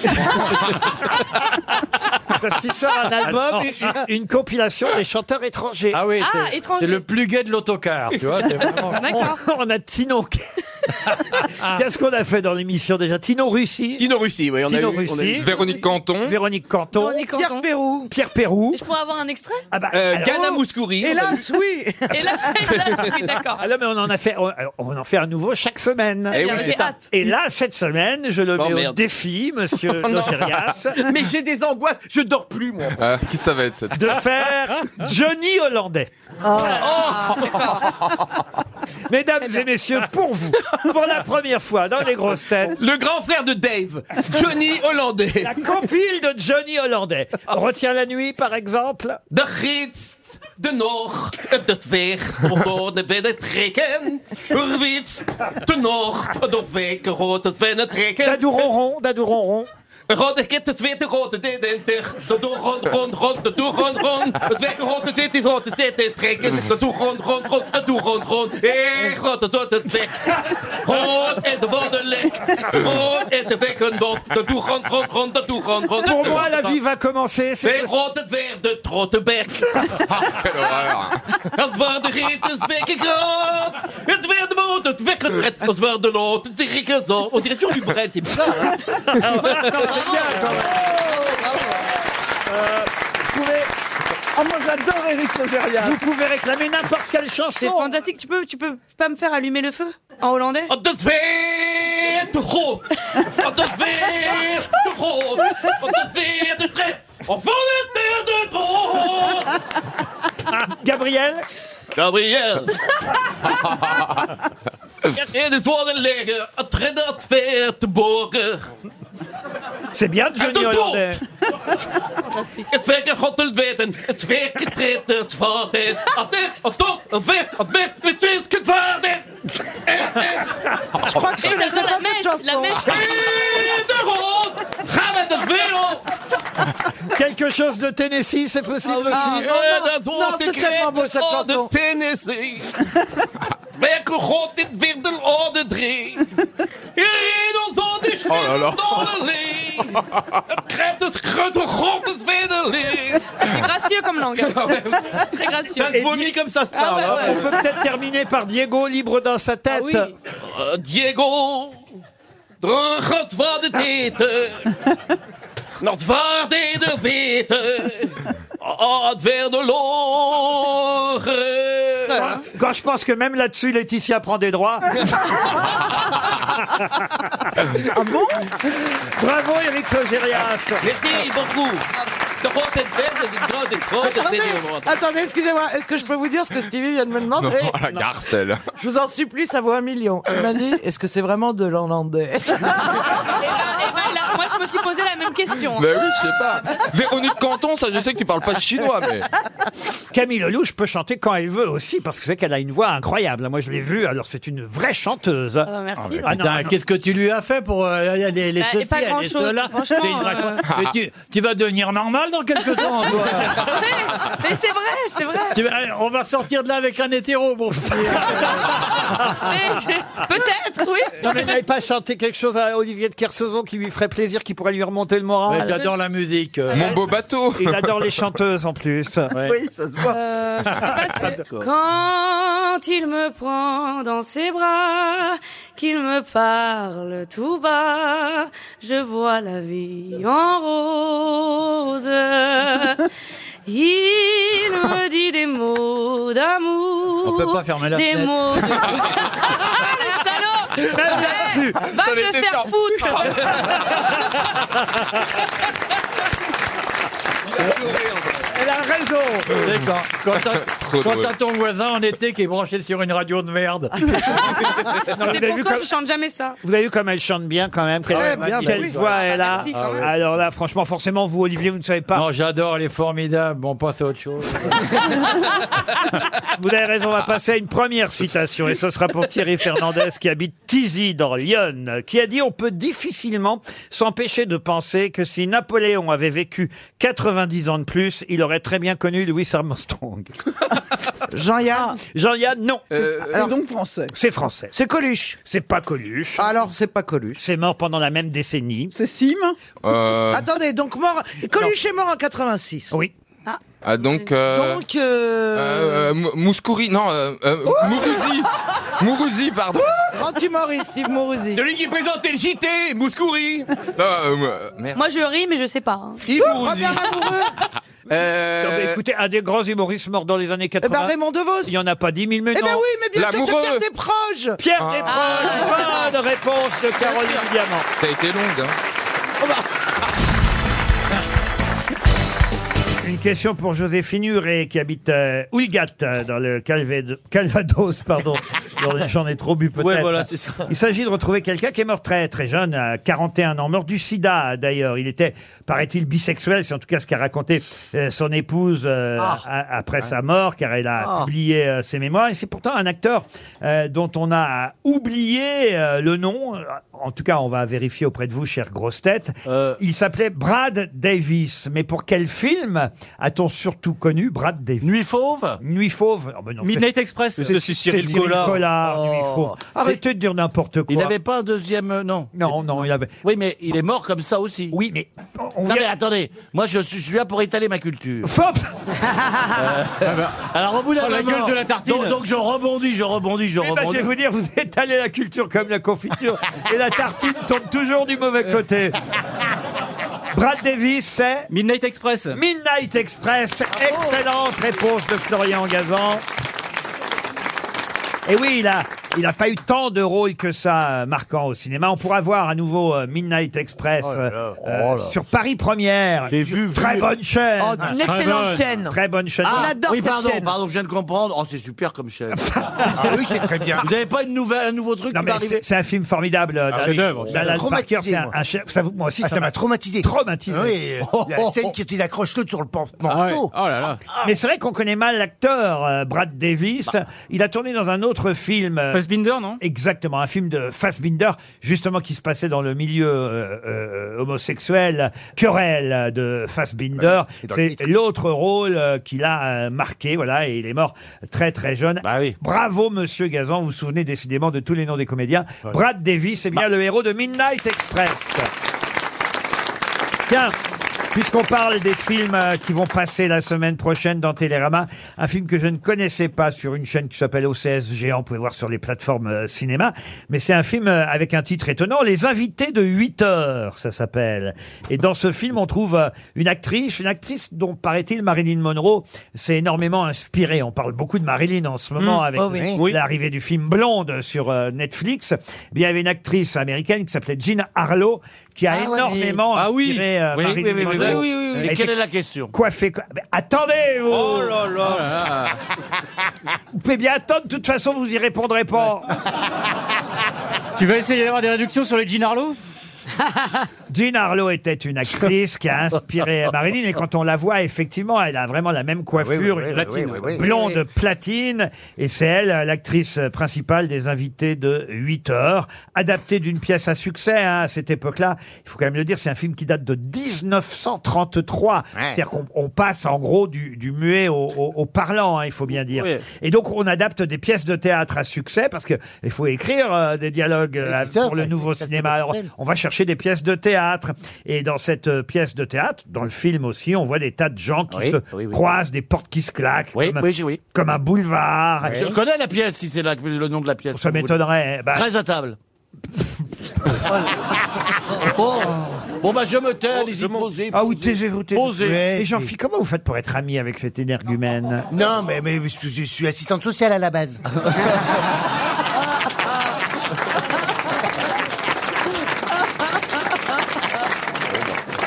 parce qu'il sort un
Ah,
album,
Alors.
une, une compilation des chanteurs étrangers.
Ah oui,
Ah,
t'es-
étranger.
t'es le plus gay de l'autocar, tu vois. t'es vraiment-
D'accord.
On a Tino. Qu'est-ce qu'on a fait dans l'émission déjà Tino Russie. Tino Russie, oui.
on a eu- on a eu Véronique
Canton. Véronique Canton.
Véronique Canton. Pierre
Pérou. Pierre Pérou.
Je pourrais avoir un extrait
Ah bah,
Euh,
alors-
Gana Mouskouri.
Hélas,
oui.
Hélas, hélas, oui, d'accord.
Ah là, mais on en a fait, on, alors, on en fait un nouveau chaque semaine.
Eh oui, c'est ça.
Et là, cette semaine, je le
Oh,
mets au
merde.
défi, monsieur
Oh, non.
Logérias,
Mais j'ai des angoisses, je dors plus, moi.
Ah,
qui ça va être cette
de faire Johnny Hollandais. Oh.
Ah,
Mesdames et messieurs, pour vous, pour la première fois dans les grosses têtes,
Le grand frère de Dave, Johnny Hollandais.
la compile de Johnny Hollandais. Retiens la nuit, par exemple.
De gids, de nog, op de weg, rode binnen trekken. Er wits, de nog, de weg, rode binnen trekken.
Dadouronron, dadouronron.
Rode kit, de witte, rode dit en tig. De doe rond, rond, rond, de doe rond, rond. Het weg, rond, het wit, is rond, het zit in trekken. De doe rond, rond, rond, de doe rond, rond. Hé, rode, zo, het weg. Rond en de woorden lek. Rond en de weg, een bond. De doe rond, rond, rond, de doe rond, rond.
Pour moi, la vie va commencer.
Wij
C'est
rood het weer de trottenberg. Het waar de geet is wekken groot. Het weer de moot, het weggetred. Als waar de lood, het rikken zo. Oh, dit is jullie bereid, c'est bizar. hè?
Ah, moi j'adore Eric Logérias. Vous pouvez réclamer n'importe quelle
C'est
chanson.
fantastique. Tu peux, tu peux pas me faire allumer le feu en hollandais
Oh, dat weer te groot. Oh, dat weer te groot. Oh, dat weer de tred. Oh, van het weer de groot.
Gabriel
Gabriel. Kijk, in de zwoorden liggen. Het tred dat weer te boren.
C'est bien
Ah,
Johnny
Attends,
Hollandais.
Het werken God wil weten, het werken treedt het vader. At er, at toch, at weg, at weg, het werkt het vader.
Je crois que je connais pas cette chanson.
In de grond, ga met het wereld.
Quelque chose de Tennessee, c'est possible
Ah,
aussi.
non,
nou,
Oh, de Tennessee. Het werken God, dit weer de orde drie. Hier in ons land is weer
Oh là
de
là.
donderling. Het krijgt het grote God, het weer de leer.
C'est gracieux comme langue. C'est Très gracieux.
Ça se vomit comme
Ah,
ça se parle.
bah
hein.
On peut peut-être terminer par Diego, libre dans sa tête.
Eh, Diego, terug het wat het eten. Nog waarde de witte. Oh, het weer de loge.
Quand je pense que même là-dessus, Laetitia prend des droits. ah bon Bravo, Eric Logérias.
Merci beaucoup. De grote het beste, de grote, de grote het
Attendez,
beste, hoor.
attendez, excusez-moi, est-ce que je peux vous dire ce que Stevie vient de me demander
la garcelle.
Je vous en supplie, ça vaut un million. Il m'a dit, est-ce que c'est vraiment de l'hollandais
Eh ben- eh ben, là, moi, je me suis posé la même question.
Bah oui, je sais pas. Euh. Véronique Canton, ça je sais que tu parles pas chinois, mais.
Camille Lelouch peut chanter quand elle veut aussi, parce que c'est qu'elle a une voix incroyable. Moi, je l'ai vue, alors c'est une vraie chanteuse.
bah, merci, Ah ouais. Laurent.
Putain, qu'est-ce que tu lui as fait pour euh, les, les
Bah, et
ceci,
pas
les
grand-chose,
cela
franchement,
Et il raconte-
euh.
Mais tu, tu vas devenir normal mal dans quelques temps, toi.
Mais c'est vrai, c'est vrai.
Tu vas- allez, on va sortir de là avec un hétéro, mon fils.
Mais- Peut-être, oui.
Non, mais n'avez pas chanté quelque chose à Olivier de Kersauzon qui lui ferait plaisir, qui pourrait lui remonter le moral.
Ah,
Ouais, il adore la musique. euh.
bah,
Il adore les chanteuses en
Oui,
plus. ça se
Euh, je sais pas si- Quand il me prend dans ses bras, qu'il me parle tout bas, je vois la vie en rose. Il me dit des mots d'amour.
On peut pas fermer la
Des
fenêtre.
mots de... Ah, le salaud
Même là-dessus.
Ouais, Va
T'en
te
étais
faire
sûr.
foutre
Elle a
Euh,
raison.
Tu sais, Quand, quand t'as- quand t'as ton voisin en été qui est branché sur une radio de merde.
Non, mais vous
C'était
avez vu
pourquoi
comme-
je chante jamais ça
Vous avez vu comme elle chante bien quand même.
Très
Quelle-
bien,
quelle
bah oui.
voix elle a.
Merci, quand même.
Alors là, franchement, forcément, vous, Olivier, vous ne savez pas.
Non, j'adore, elle est formidable. Bon, on passe à autre chose.
Vous avez raison, on va passer à une première citation et ce sera pour Thierry Fernandez qui habite Tizy dans Lyon, qui a dit on peut difficilement s'empêcher de penser que si Napoléon avait vécu 90 ans de plus, il aurait très bien connu Louis Armstrong.
Jean-Yann Euh,
Jean-Yann, non.
Alors-
donc français. C'est français.
C'est Coluche.
C'est pas Coluche.
Alors, c'est pas Coluche.
C'est mort pendant la même décennie.
C'est Sim
Euh,
Attendez, donc mort. Coluche est mort en 86.
Oui.
Ah, donc. euh,
Donc. euh,
euh, Mou- Mouskouri, non, euh, euh, Mourouzi. Mourouzi, pardon.
Grand humoriste, Yves Mourouzi.
Celui qui présentait le JT, Mouskouri.
Non, euh, merde.
Moi je ris, mais je sais pas. hein.
Euh,
Non, mais écoutez, un des grands humoristes morts dans les années 80.
ben, Raymond Devos.
Il n'y en a pas 10 000, mais
Eh
non.
ben oui, mais bien sûr, c'est Pierre Desproges
Pierre
Ah.
Desproges, bonne réponse de Caroline Diamant.
Ça a été longue, hein.
Une question pour Joséphine Huré qui habite euh, Oulgat euh, dans le Calved- Calvados, pardon. Dans le- J'en ai trop bu peut-être.
Ouais, voilà, c'est ça.
Il s'agit de retrouver quelqu'un qui est mort très très jeune, à 41 ans, mort du sida d'ailleurs. Il était, paraît-il, bisexuel, c'est en tout cas ce qu'a raconté euh, son épouse euh, a- après sa mort, car elle a
Ah.
publié euh, ses mémoires. Et c'est pourtant un acteur euh, dont on a oublié euh, le nom. En tout cas, on va vérifier auprès de vous, chère grosse tête.
Euh.
Il s'appelait Brad Davis. Mais pour quel film a-t-on surtout connu Brad Davis Nuit fauve Nuit fauve. Oh, ben non,
Midnight
peut-
Express.
C'est
C'est
c'est
Cyril
Cyril
Collard.
Collard,
Oh.
Nuit fauve. Arrêtez de dire n'importe quoi.
Il n'avait pas un deuxième. euh, non.
Non, non, il avait.
Oui, mais il est mort comme ça aussi.
Oui, mais.
non, mais attendez, moi je suis, je suis là pour étaler ma culture. Euh, alors au bout d'un
Oh, la
moment-
gueule de la tartine.
Donc, donc, je rebondis, je rebondis, je
Oui, bah,
rebondis.
je vais vous dire, vous étalez la culture comme la confiture et la tartine tombe toujours du mauvais côté. Brad Davis, c'est
Midnight Express.
Midnight Express. Excellente réponse de Florian Gazan. Et oui, il a, il a pas eu tant de rôles que ça euh, marquant au cinéma. On pourra voir à nouveau euh, Midnight Express
Oh là là,
euh,
oh
euh,
là.
sur Paris Première.
J'ai vu,
Très
vu.
bonne chaîne.
Oh, une Très excellente bonne. chaîne.
Très bonne chaîne.
Ah, oui, pardon, pardon, je viens de comprendre. Oh, c'est super comme chaîne. ah oui, c'est très bien. Vous n'avez pas une nouvelle, un nouveau truc
Non,
qui
mais
va arriver
c'est c'est un film formidable. euh,
Ah,
Dal-
chef-d'œuvre.
Dal-
Ça m'a
Dal-
traumatisé,
Parker, c'est un-
moi.
un chef- Ça, vous- moi aussi,
Ah, ça m'a
traumatisé. Traumatisé. Oh,
Oui, euh, la scène
qui il accroche l'autre sur le porte-manteau.
Oh là là.
Ah. Mais c'est vrai qu'on connaît mal l'acteur euh, Brad Davis.
Bah.
Il a tourné dans un autre film. euh,
Fassbinder, non
Exactement, un film de Fassbinder, justement qui se passait dans le milieu euh, euh, homosexuel, querelle euh, de Fassbinder.
c'est Bah dans le
C'est
titre.
l'autre rôle euh, qu'il a euh, marqué, voilà, et il est mort très très jeune. Bravo, monsieur Gazan, vous vous souvenez décidément de tous les noms des comédiens. Brad Davis, c'est bien le héros de Midnight Express. Tiens, puisqu'on parle des films euh, qui vont passer la semaine prochaine dans Télérama, un film que je ne connaissais pas sur une chaîne qui s'appelle OCS Géant, vous pouvez voir sur les plateformes euh, cinéma, mais c'est un film euh, avec un titre étonnant, Les Invités de 8 heures, ça s'appelle. Et dans ce film, on trouve euh, une actrice, une actrice dont, paraît-il, Marilyn Monroe s'est énormément inspirée. On parle beaucoup de Marilyn en ce moment
Mmh.
avec
Oh oui.
la- l'arrivée du film Blonde sur euh, Netflix. Eh Bien, il y avait une actrice américaine qui s'appelait Jean Harlow, qui a
Ah ouais,
énormément
mais- Ah oui.
inspiré euh,
Oui,
Marilyn
oui, oui, oui,
Monroe.
oui, oui, oui.
Elle
Et quelle
était
est la question
Coiffée. co- Mais attendez, vous
Oh là là.
Ah.
Vous pouvez bien attendre, de toute façon, vous y répondrez pas.
Tu vas essayer d'avoir des réductions sur les Jean Harlow
Jean Harlow était une actrice qui a inspiré Marilyn et quand on la voit, effectivement, elle a vraiment la même coiffure,
Ah oui, oui,
une
oui,
platine,
oui, oui, oui.
blonde platine. Et c'est elle, l'actrice principale des invités de 8 heures, adaptée d'une pièce à succès hein, à cette époque-là. Il faut quand même le dire, c'est un film qui date de 1933. C'est-à-dire qu'on on passe en gros du, du muet au, au- au parlant, hein, il faut bien dire. Et donc on adapte des pièces de théâtre à succès parce que il faut écrire euh, des dialogues euh, pour le nouveau cinéma. Alors, on va chercher des pièces de théâtre. Et dans cette euh, pièce de théâtre, dans le film aussi, on voit des tas de gens qui
Oui,
se
oui, oui.
croisent, des portes qui se claquent, comme,
oui, oui.
comme un boulevard.
Je connais la pièce, si c'est là que- le nom de la pièce.
Ça m'étonnerait. bah-
Très à table. bon, bon, bah je me tais, allez-y, posez.
Ah oui, taisez-vous, taisez-vous.
Posez.
Et Jean-Philippe, comment vous faites pour être ami avec cet énergumène
Non, mais, mais je, je suis assistante sociale à la base.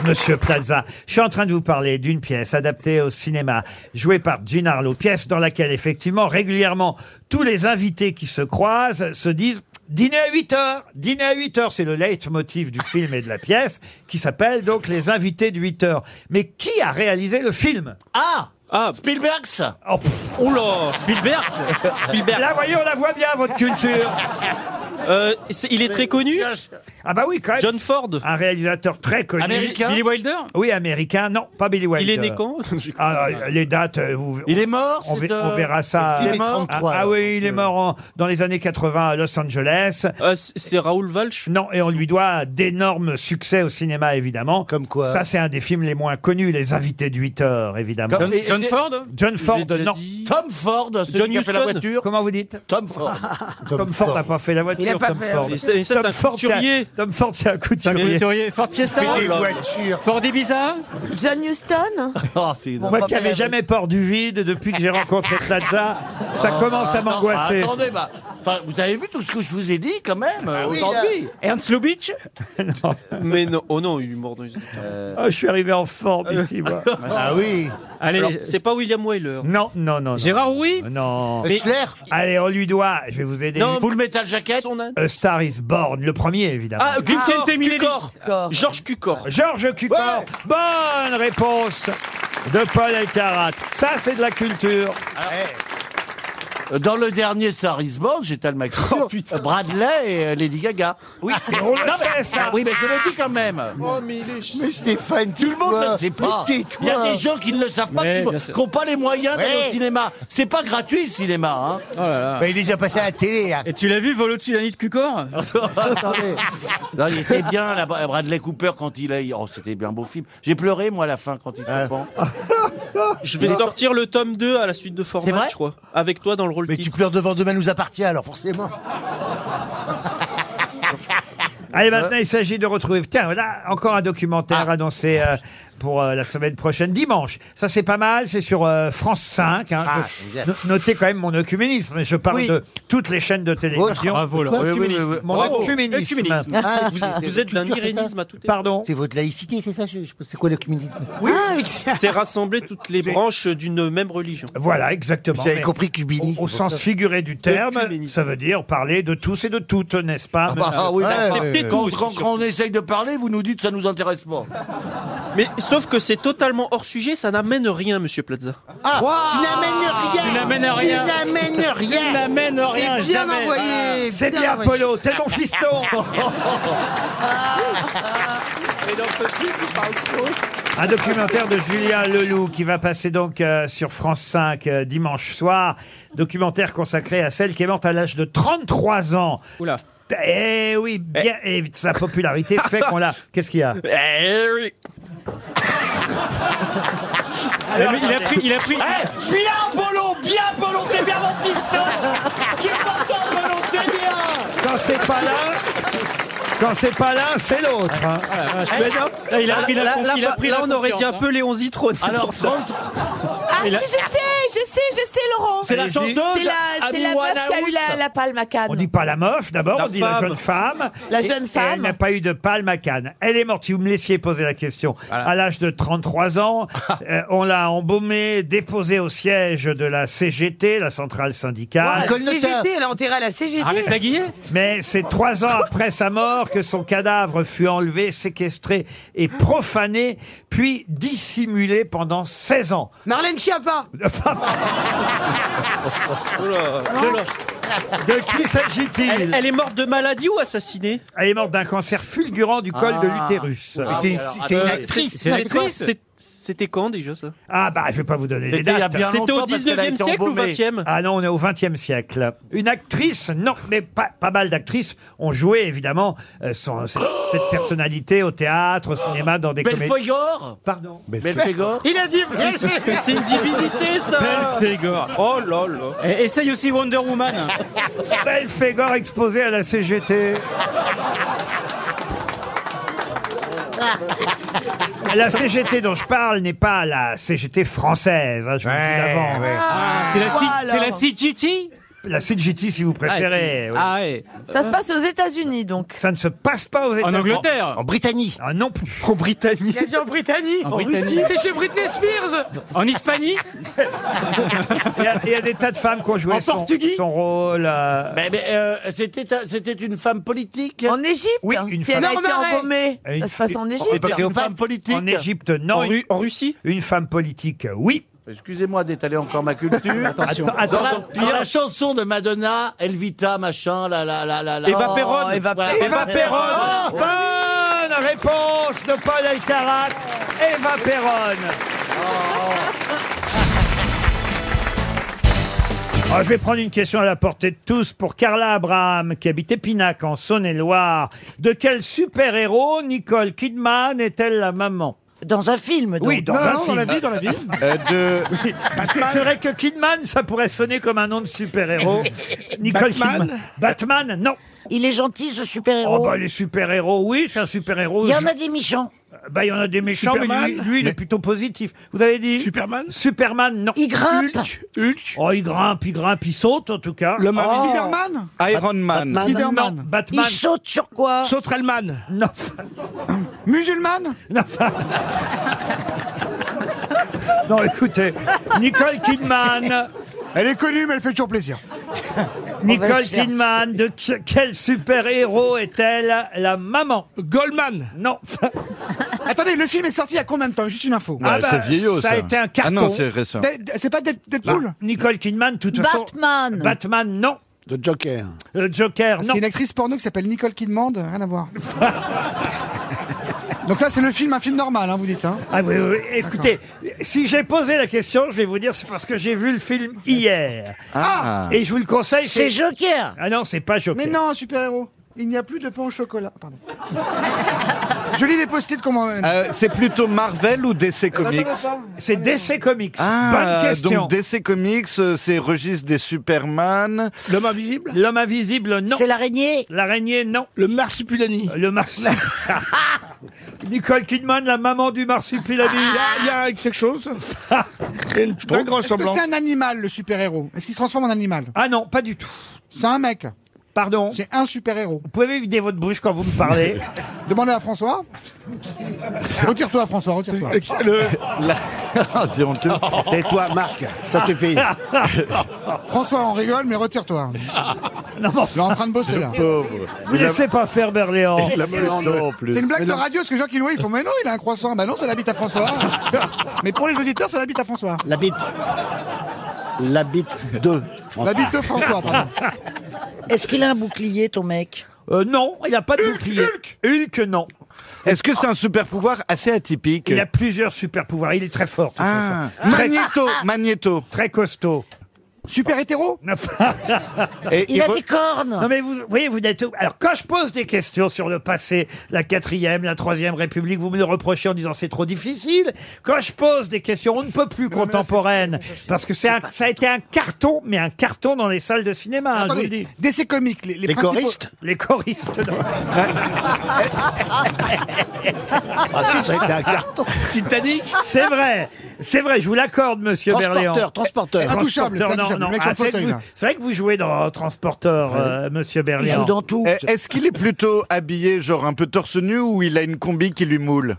Monsieur Plaza, je suis en train de vous parler d'une pièce adaptée au cinéma, jouée par Jean Harlow, pièce dans laquelle effectivement régulièrement tous les invités qui se croisent se disent dîner à 8 heures, dîner à 8 heures, c'est le leitmotiv du film et de la pièce qui s'appelle donc Les invités de 8 heures. Mais qui a réalisé le film
Ah Spielberg ça Oula Spielberg
Spielberg. Oh, Là, voyez, on la voit bien, votre culture.
Euh, il est très connu
Ah bah oui, quand même.
John Ford.
Un réalisateur très connu.
Américain Billy Wilder
Oui, américain. Non, pas Billy Wilder.
Il est né quand
Ah, Les dates, euh, vous... Il est mort On,
c'est
ve-
de-
on verra ça.
Il est mort
ah, ah oui, il est mort en- dans les années 80 à Los Angeles.
Euh, c'est Raoul Walsh
Non, et on lui doit d'énormes succès au cinéma, évidemment. Comme quoi Ça, c'est un des films les moins connus, Les Invités de 8 heures, évidemment.
Comme- John- John Ford
John Ford,
J'ai déjà
non.
Tom Ford, celui
John
qui a fait la
Huston.
voiture.
Comment vous dites Ah,
Tom Ford.
Tom, Ford n'a pas fait la voiture.
Il a pas
Tom
fait-
Ford.
Et ça- et ça, c'est
Tom
un
Ford, c'est un-
couturier.
Tom Ford, c'est un
Ford
couturier. Oh.
Fiesta Ford Fiesta
Des
Ford Ibiza
John Huston
Oh, Moi qui n'avais jamais peur du vide depuis que j'ai rencontré Plaza, ça
Ah,
commence à
non,
m'angoisser.
Attendez, bah, enfin, vous avez vu tout ce que je vous ai dit quand même euh,
oui, là.
Aujourd'hui.
Ernst Lubitsch
Mais non, oh non, il est mort dans les
Euh,
Ah, je suis arrivé en forme ici, moi.
Ah oui.
Allez,
Alors,
je-
c'est pas William Wyler.
Non, non, non. Gérard, oui Non.
Mais-
Schler
Allez, on lui doit, je vais vous aider.
Non, vous le mettez à la jaquette
A Star is Born, le premier, évidemment.
Ah, Vincent Cucor.
Georges Cucor. Georges Cucor. Bonne réponse de Paul Alcarat. Ça, c'est de la culture.
Euh, Dans le dernier Star is Born, j'étais le max. Bradley et euh, Lady Gaga.
Oui,
mais
on le sait, ça.
Oui, mais je le dis quand même.
Oh, mais il est chiant. Mais Stéphane,
Tout le monde ne le sait pas.
Mais
Il
tais-toi.
y a des gens qui ne le savent pas,
Mais,
qui
bien
n'ont
sûr.
pas les moyens d'aller
Ouais.
au cinéma. C'est pas gratuit le cinéma. Hein.
Mais il est déjà passé à la télé. hein.
Oh Et tu l'as vu voler au-dessus d'un nid de Cucor
Attendez. Non, il était bien, là, Bradley Cooper, quand il a. Oh, c'était bien beau film. J'ai pleuré, moi, à la fin, quand il
Ah.
se pend.
Je vais
Mais-
sortir le tome 2 à la suite de
C'est vrai
Format, je crois. Avec toi dans le rôle
Mais tu pleures devant Demain nous appartient, alors forcément.
Allez,
euh,
maintenant, il s'agit de retrouver. Tiens, voilà, encore un documentaire
Ah.
annoncé euh, pour euh, la semaine prochaine, dimanche. Ça, c'est pas mal, c'est sur euh, France 5. hein.
Ah,
No- Notez quand même mon ocuménisme. Je parle
Oui.
de toutes les chaînes de télévision.
Bravo, là.
Mon
Oui, oui, oui, oui.
ocuménisme. Mon
Bravo.
ocuménisme.
Ocuménisme. Ah, vous- vous êtes d'un irénisme à tout état.
Pardon
C'est votre laïcité, c'est ça je- je- C'est quoi le communisme
Ah, C'est rassembler toutes les branches d'une même religion.
Voilà, exactement.
J'avais
Mais
compris cubinisme.
Au, au sens figuré du terme, ça veut dire parler de tous et de toutes, n'est-ce pas
Ah, bah, ah oui, mais enfin, quand, quand-
surtout.
quand on essaye de parler, vous nous dites ça nous intéresse pas.
Mais sauf que c'est totalement hors sujet, ça n'amène rien, monsieur Plaza.
Ah, Tu n'amènes rien.
Tu n'amènes rien.
Tu n'amènes rien. Ah.
Tu n'amènes rien, C'est bien jamais. envoyé,
Voilà.
Ah. C'est bien, Polo, c'est mon fiston Un documentaire de Julien Leloup qui va passer donc euh, sur France 5 euh, dimanche soir. Documentaire consacré à celle qui est morte à l'âge de 33 ans.
Oula.
Eh oui, bien, et sa popularité fait qu'on l'a. Qu'est-ce qu'il y a
Eh oui.
Alors,
il a pris, il a pris.
Eh, bien, Polo, bien, Polo, t'es bien mon fiston. Tu es content, Polo, t'es bien.
Quand c'est pas l'un, quand c'est pas l'un, c'est l'autre. hein.
Mais non.
Là, Eh, il a pris la
Là, là,
il a pris
là,
la
on aurait
confiance,
dit un
hein.
peu Léon Zitrone. c'est
Alors,
pour ça.
30
Ah, si, je sais, je sais, je sais, Laurent.
C'est la chanteuse
C'est la, c'est la
Abou
meuf qui a eu la,
Anaous.
la palme à Cannes.
On dit pas la meuf d'abord,
La
on dit la
femme.
jeune femme.
La
Et-
jeune
et
femme.
elle n'a pas eu de palme à Cannes. Elle est morte. Si vous me laissiez poser la question, à l'âge de 33 ans, euh, on l'a embaumée, déposée au siège de la CGT, la centrale syndicale.
la CGT, elle a enterré à la CGT.
Mais c'est trois ans après sa mort que son cadavre fut enlevé, séquestré et profané, puis dissimulé pendant 16 ans.
Marlène Schiappa.
De qui s'agit-il elle, est morte de maladie ou assassinée Elle est morte d'un cancer fulgurant du col de
Ah.
l'utérus.
Mais c'est une- Ah oui, c'est une alors, actrice. c'est- c'est une actrice. C'est-
C'était quand déjà ça Ah bah je vais pas vous donner les
C'était il y a
dates.
bien C'était au longtemps parce qu'elle a 19e été siècle ou embaumée. 20e?
Ah non, on est au 20e siècle. Une actrice Non, mais pas, pas mal d'actrices ont joué évidemment euh, son- cette cette personnalité au théâtre, au cinéma, dans des comédies. Pardon. Belphégor.
Il a dit.
C'est- c'est une divinité, ça.
Belphégor.
Oh là là.
Et- Essaye aussi Wonder Woman.
Belphégor exposé à la CGT. La CGT dont je parle n'est pas la CGT française, hein, je vous le dis d'avant.
Ah, c'est la
Quoi
C- c'est la
alors
CGT
La CGT si vous préférez. oui.
Ah ouais.
Ça se passe aux États-Unis, donc.
Ça ne se passe pas aux États-Unis.
Angleterre.
En, Britannique. Ah non plus. En Britannique.
Il a dit en Britannie.
En Britannie.
C'est chez Britney Spears.
En Hispanie
Il y, a, il y a des tas de femmes qui ont joué son, son rôle. euh,
C'était c'était une femme politique
En Égypte
Oui, une
Si
femme.
elle a été embaumée,
Une-
ça se passe en Égypte.
Une, femme politique. En Égypte, non.
En Ru-
Russie Une femme politique, oui.
Excusez-moi d'étaler encore ma culture.
Attention.
Dans la-
Attention.
dans la, chanson de Madonna, Elvita, machin, la la la la. la.
Eva
Oh,
Perron.
Oh, Eva, Oh.
Eva Perron. Bonne réponse de Paul Alcarat. Eva Perron. Ah, je vais prendre une question à la portée de tous pour Carla Abraham, qui habite Épinac, en Saône-et-Loire. De quel super-héros Nicole Kidman est-elle la maman
Dans un film,
Oui, dans
Non,
un
non, dans
film. Euh,
la vie, dans la vie.
de... C'est vrai que Kidman, ça pourrait sonner comme un nom de super-héros. Nicole
Batman
Kidman. Batman, non.
Il est gentil, ce super-héros.
Oh bah les super-héros, oui, c'est un super-héros.
Il y en
Je-
a des méchants.
Bah il y en a des méchants, mais lui,
Superman
lui, il est plutôt positif. Vous avez dit Superman Superman, non. Il
grimpe.
Hulk, Oh, il grimpe, il grimpe, il saute en tout cas.
Le mari- Oh. Spider-Man
Iron Man.
Batman. Spider-Man.
Non, Batman.
Il saute
sur quoi
Sauterelman. Non.
Musulmane
Non. non, écoutez, Nicole Kidman.
Elle est connue, mais elle fait toujours plaisir.
Nicole Kidman, de que- quel super-héros est-elle la maman Goldman Non.
Attendez, le film est sorti il y a combien de temps Juste une info.
Ah bah, Ça a été un carton.
Dead- C'est pas Dead- Deadpool
Nicole Kidman, de toute façon.
Batman.
Batman, non.
De Joker.
Le Joker,
Parce
non.
qu'il y a une actrice porno qui s'appelle Nicole Kidman, rien à voir. Donc là, c'est le film, un film normal, hein, vous dites. Hein.
Ah oui, oui, oui. Écoutez, si j'ai posé la question, je vais vous dire, c'est parce que j'ai vu le film hier.
Ah.
Et je vous le conseille.
C'est Joker.
Ah non, c'est pas Joker.
Mais non, super-héros. Il n'y a plus de pain au chocolat. Pardon. Je lis les post-it Euh, comment.
Ah,
c'est plutôt Marvel ou
Eh
DC
ben,
Comics
C'est DC Comics.
Ah,
Bonne question.
Donc DC Comics, euh, c'est registre des Superman.
L'homme invisible L'homme invisible, non. C'est l'araignée L'araignée, non. Le marsupilami Le marsupilami. Nicole Kidman, la maman du marsupilami. Oh. Il y, a quelque chose
Est-ce que C'est un animal, le super-héros. Est-ce qu'il se transforme en animal
Ah non, pas du tout.
C'est un mec.
Pardon
C'est un super-héros. Vous
pouvez vider votre bouche quand vous me parlez.
Demandez à François. Retire-toi, François, retire-toi.
Ah, c'est honteux.
Tais-toi, Marc, ça suffit. François, on rigole, mais retire-toi.
Non,
Il est en train de bosser, là.
Vous laissez pas faire Berléand.
C'est une blague de radio, parce que Jacques Louis, il faut, mais non, il a un croissant. Bah non, ça l'habite à François. mais pour les auditeurs, ça l'habite à François.
L'habite. L'habite de.
L'habite de François, pardon.
Est-ce qu'il a un bouclier, ton mec
Euh, non, il n'a pas de bouclier. Hulk, non.
Est-ce que c'est un super pouvoir assez atypique
Il a plusieurs super pouvoirs. Il est très fort. de toute
Ah.
façon. Très-
Magnéto, Magnéto.
Très costaud. Super hétéro
Et Il il a re- des cornes
Non mais vous vous voyez, vous êtes... Alors quand je pose des questions sur le passé, la quatrième, la troisième République, vous me le reprochez en disant c'est trop difficile. Quand je pose des questions, on ne peut plus contemporaines, parce que c'est un- ça a été un carton, mais un carton dans les salles de cinéma, hein, je vous le dis.
Attendez, d'essais comiques, les, les,
Les
principaux- Hein
choristes Les choristes, non. Ah,
Ah,
Titanic C'est vrai, c'est vrai, je vous l'accorde, monsieur
Transporteur,
Berléand.
transporteur.
Eh,
Intouchable, c'est
non,
intouchable,
non.
le mec
Ah,
sur
c'est que
le fauteuil,
vous-
là.
c'est vrai que vous jouez dans Transporteur, euh, monsieur Berléand.
Eh, Est-ce qu'il est plutôt habillé, genre un peu torse nu, ou il a une combi qui lui moule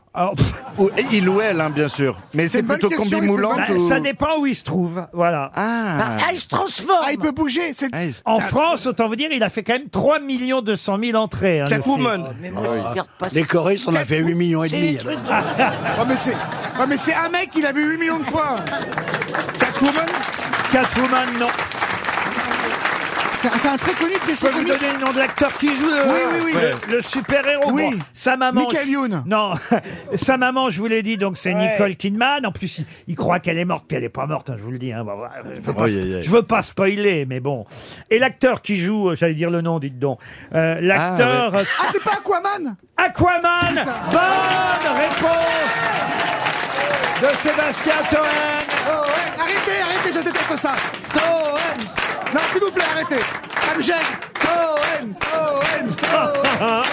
Ou- et Il ou elle, hein, bien sûr. Mais c'est plutôt combi moulante
Bah,
ou...
Ça dépend où il se trouve, voilà.
Ah.
Ah, il se transforme. Ah, il peut bouger. C'est...
En France, autant vous dire, il a fait quand même 3 millions 200 000 entrées. hein, le
Catwoman.
film.
Oh, mais moi,
Ah
je regarde pas ça.
Les choristes, on a fait 8 millions et
C'est les trucs de- Ouais, mais c'est... ouais, mais c'est un mec, il a vu 8 millions de fois. Catwoman
Catwoman, non.
C'est, c'est un très connu de
Je peux vous donner le nom de l'acteur qui joue le,
Oui, oui, oui.
le, le super-héros.
Oui.
Bon, sa maman.
Michael
je- Non, sa maman, je vous l'ai dit, donc c'est
Ouais.
Nicole Kidman. En plus, il, il croit qu'elle est morte, puis elle n'est pas morte, hein, je vous le dis. hein. Bon, voilà, je veux pas,
Aïe, aïe, aïe.
je veux pas spoiler, mais bon. Et l'acteur qui joue, euh, j'allais dire le nom, dites donc. Euh, l'acteur. euh,
Ah, c'est pas Aquaman
Aquaman Bonne réponse de Sébastien Toen
Oh, Arrêtez, arrêtez, je déteste ça Toen Non, s'il vous plaît, arrêtez Ça me gêne Toen Toen Toen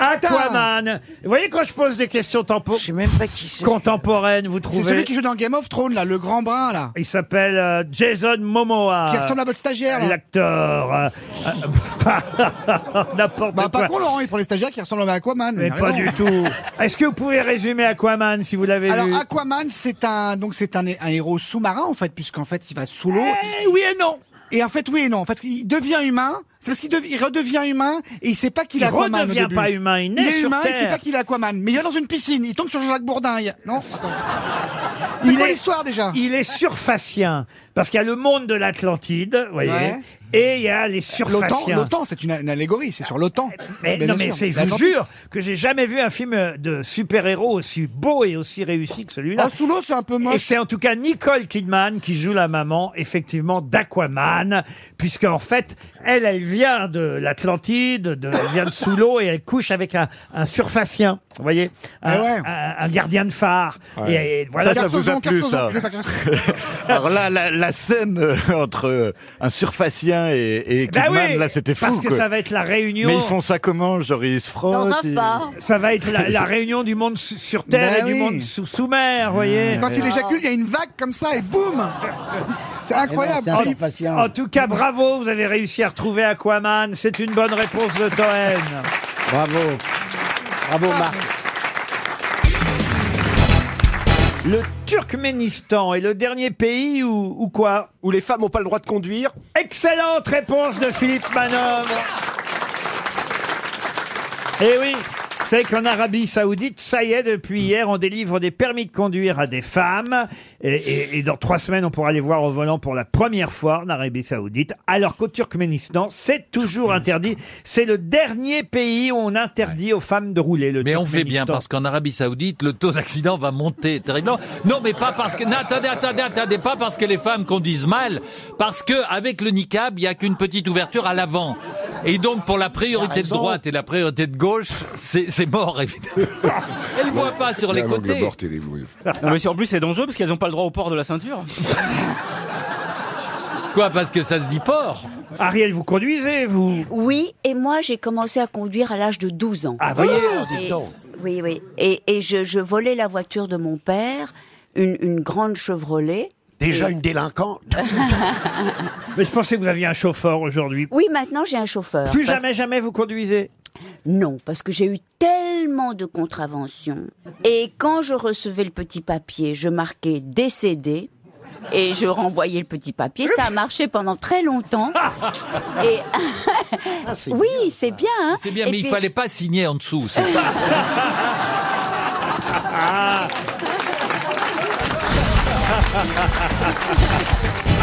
Aquaman. Vous voyez quand je pose des questions tempo... contemporaines, vous trouvez
C'est celui qui joue dans Game of Thrones, là, le grand brun, là.
Il s'appelle euh, Jason Momoa.
Qui ressemble à votre stagiaire, là.
L'acteur. euh, euh, N'importe
Bah,
quoi.
pas con, Laurent, il prend les stagiaires qui ressemblent à Aquaman.
Mais
il a
pas
raison.
du tout. Est-ce que vous pouvez résumer Aquaman si vous l'avez
Alors
vu
Aquaman, c'est un donc c'est un, un héros sous-marin en fait, puisqu'en fait il va sous l'eau.
Eh oui et non.
Et en fait oui et non. En fait il devient humain. C'est parce qu'il dev- il redevient humain et il sait pas qu'il
Il
est Aquaman. au
redevient
début.
pas humain, il naît
est
sur
humain, il sait
Terre.
pas qu'il est Aquaman. Mais il va dans une piscine, il tombe sur Jacques Bourdin. il- Non. Attends. C'est
Il
quoi
est-
l'histoire déjà
Il est surfacien. Parce qu'il y a le monde de l'Atlantide, vous voyez.
Ouais.
Et il y a les
L'OTAN,
surfaciens.
l'OTAN, c'est une, une allégorie, c'est sur l'OTAN.
Mais,
Bien
non,
sûr.
mais c'est, je vous
L'Atlantique.
jure que j'ai jamais vu un film euh, de super-héros aussi beau et aussi réussi que celui-là.
Oh, sous l'eau, c'est un peu moche.
Et c'est en tout cas Nicole Kidman qui joue la maman, effectivement, d'Aquaman, puisque en fait, elle, elle vient de l'Atlantide, de, elle vient de sous l'eau et elle couche avec un, un surfacien, vous voyez, un,
Ah ouais.
un- un gardien de phare.
Ouais.
Et, et voilà.
Ça, ça vous a plu, ça Alors là, la, la scène euh, entre euh, un surfacien et, et
Bah
Kidman,
oui,
là, c'était fou.
parce que
quoi.
ça va être la réunion.
Mais ils font ça comment Genre, ils se frottent ils-
Ça va être la, la réunion du monde su- sur Terre
Bah
et du
oui.
monde sous, sous mer, vous
Ah,
voyez.
Ah,
Quand il éjacule, il y a une vague comme ça et boum
Eh
C'est
ben,
incroyable.
Ah,
En-
C'est-
En, tout cas, bravo, vous avez réussi à retrouver Aquaman. C'est une bonne réponse de Toen. Bravo. Bravo, Marc. Le Turkménistan est le dernier pays où, où quoi Où les femmes n'ont pas le droit de conduire. Excellente réponse de Philippe Manœuvre. Eh oui vous savez qu'en Arabie Saoudite, ça y est, depuis hier, on délivre des permis de conduire à des femmes. Et, et- et dans trois semaines, on pourra les voir au volant pour la première fois en Arabie Saoudite. Alors qu'au Turkménistan, c'est toujours interdit. C'est le dernier pays où on interdit aux femmes de rouler. Le
Mais on fait bien parce qu'en Arabie Saoudite, le taux d'accident va monter terriblement. Non, mais pas parce que. Non, attendez, attendez, attendez, pas parce que les femmes conduisent mal, parce que avec le niqab, il y a qu'une petite ouverture à l'avant. Et donc pour la
Ah,
priorité de
raison.
droite et la priorité de gauche, c'est c'est mort évidemment. Elles voient pas sur les côtés.
Non, mais c'est- en plus, c'est dangereux parce qu'elles n'ont pas le droit au port de la ceinture.
Quoi Parce que ça se dit port.
Ariel, vous conduisez, vous
Oui, et moi j'ai commencé à conduire à l'âge de 12 ans.
Ah, voyez,
Et-
dis donc.
Oui, oui. Et, et je, je volais la voiture de mon père, une, une grande Chevrolet.
Déjà
Et-
une délinquante. Mais je pensais que vous aviez un chauffeur aujourd'hui.
Oui, maintenant j'ai un chauffeur.
Plus
Parce-
jamais, jamais vous conduisez
Non, parce que j'ai eu tellement de contraventions. Et quand je recevais le petit papier, je marquais décédé. Et je renvoyais le petit papier. Ça a marché pendant très longtemps. Et... oui, c'est bien. hein.
C'est bien,
Et
mais il
puis-
fallait pas signer en dessous. C'est ça.
Ah.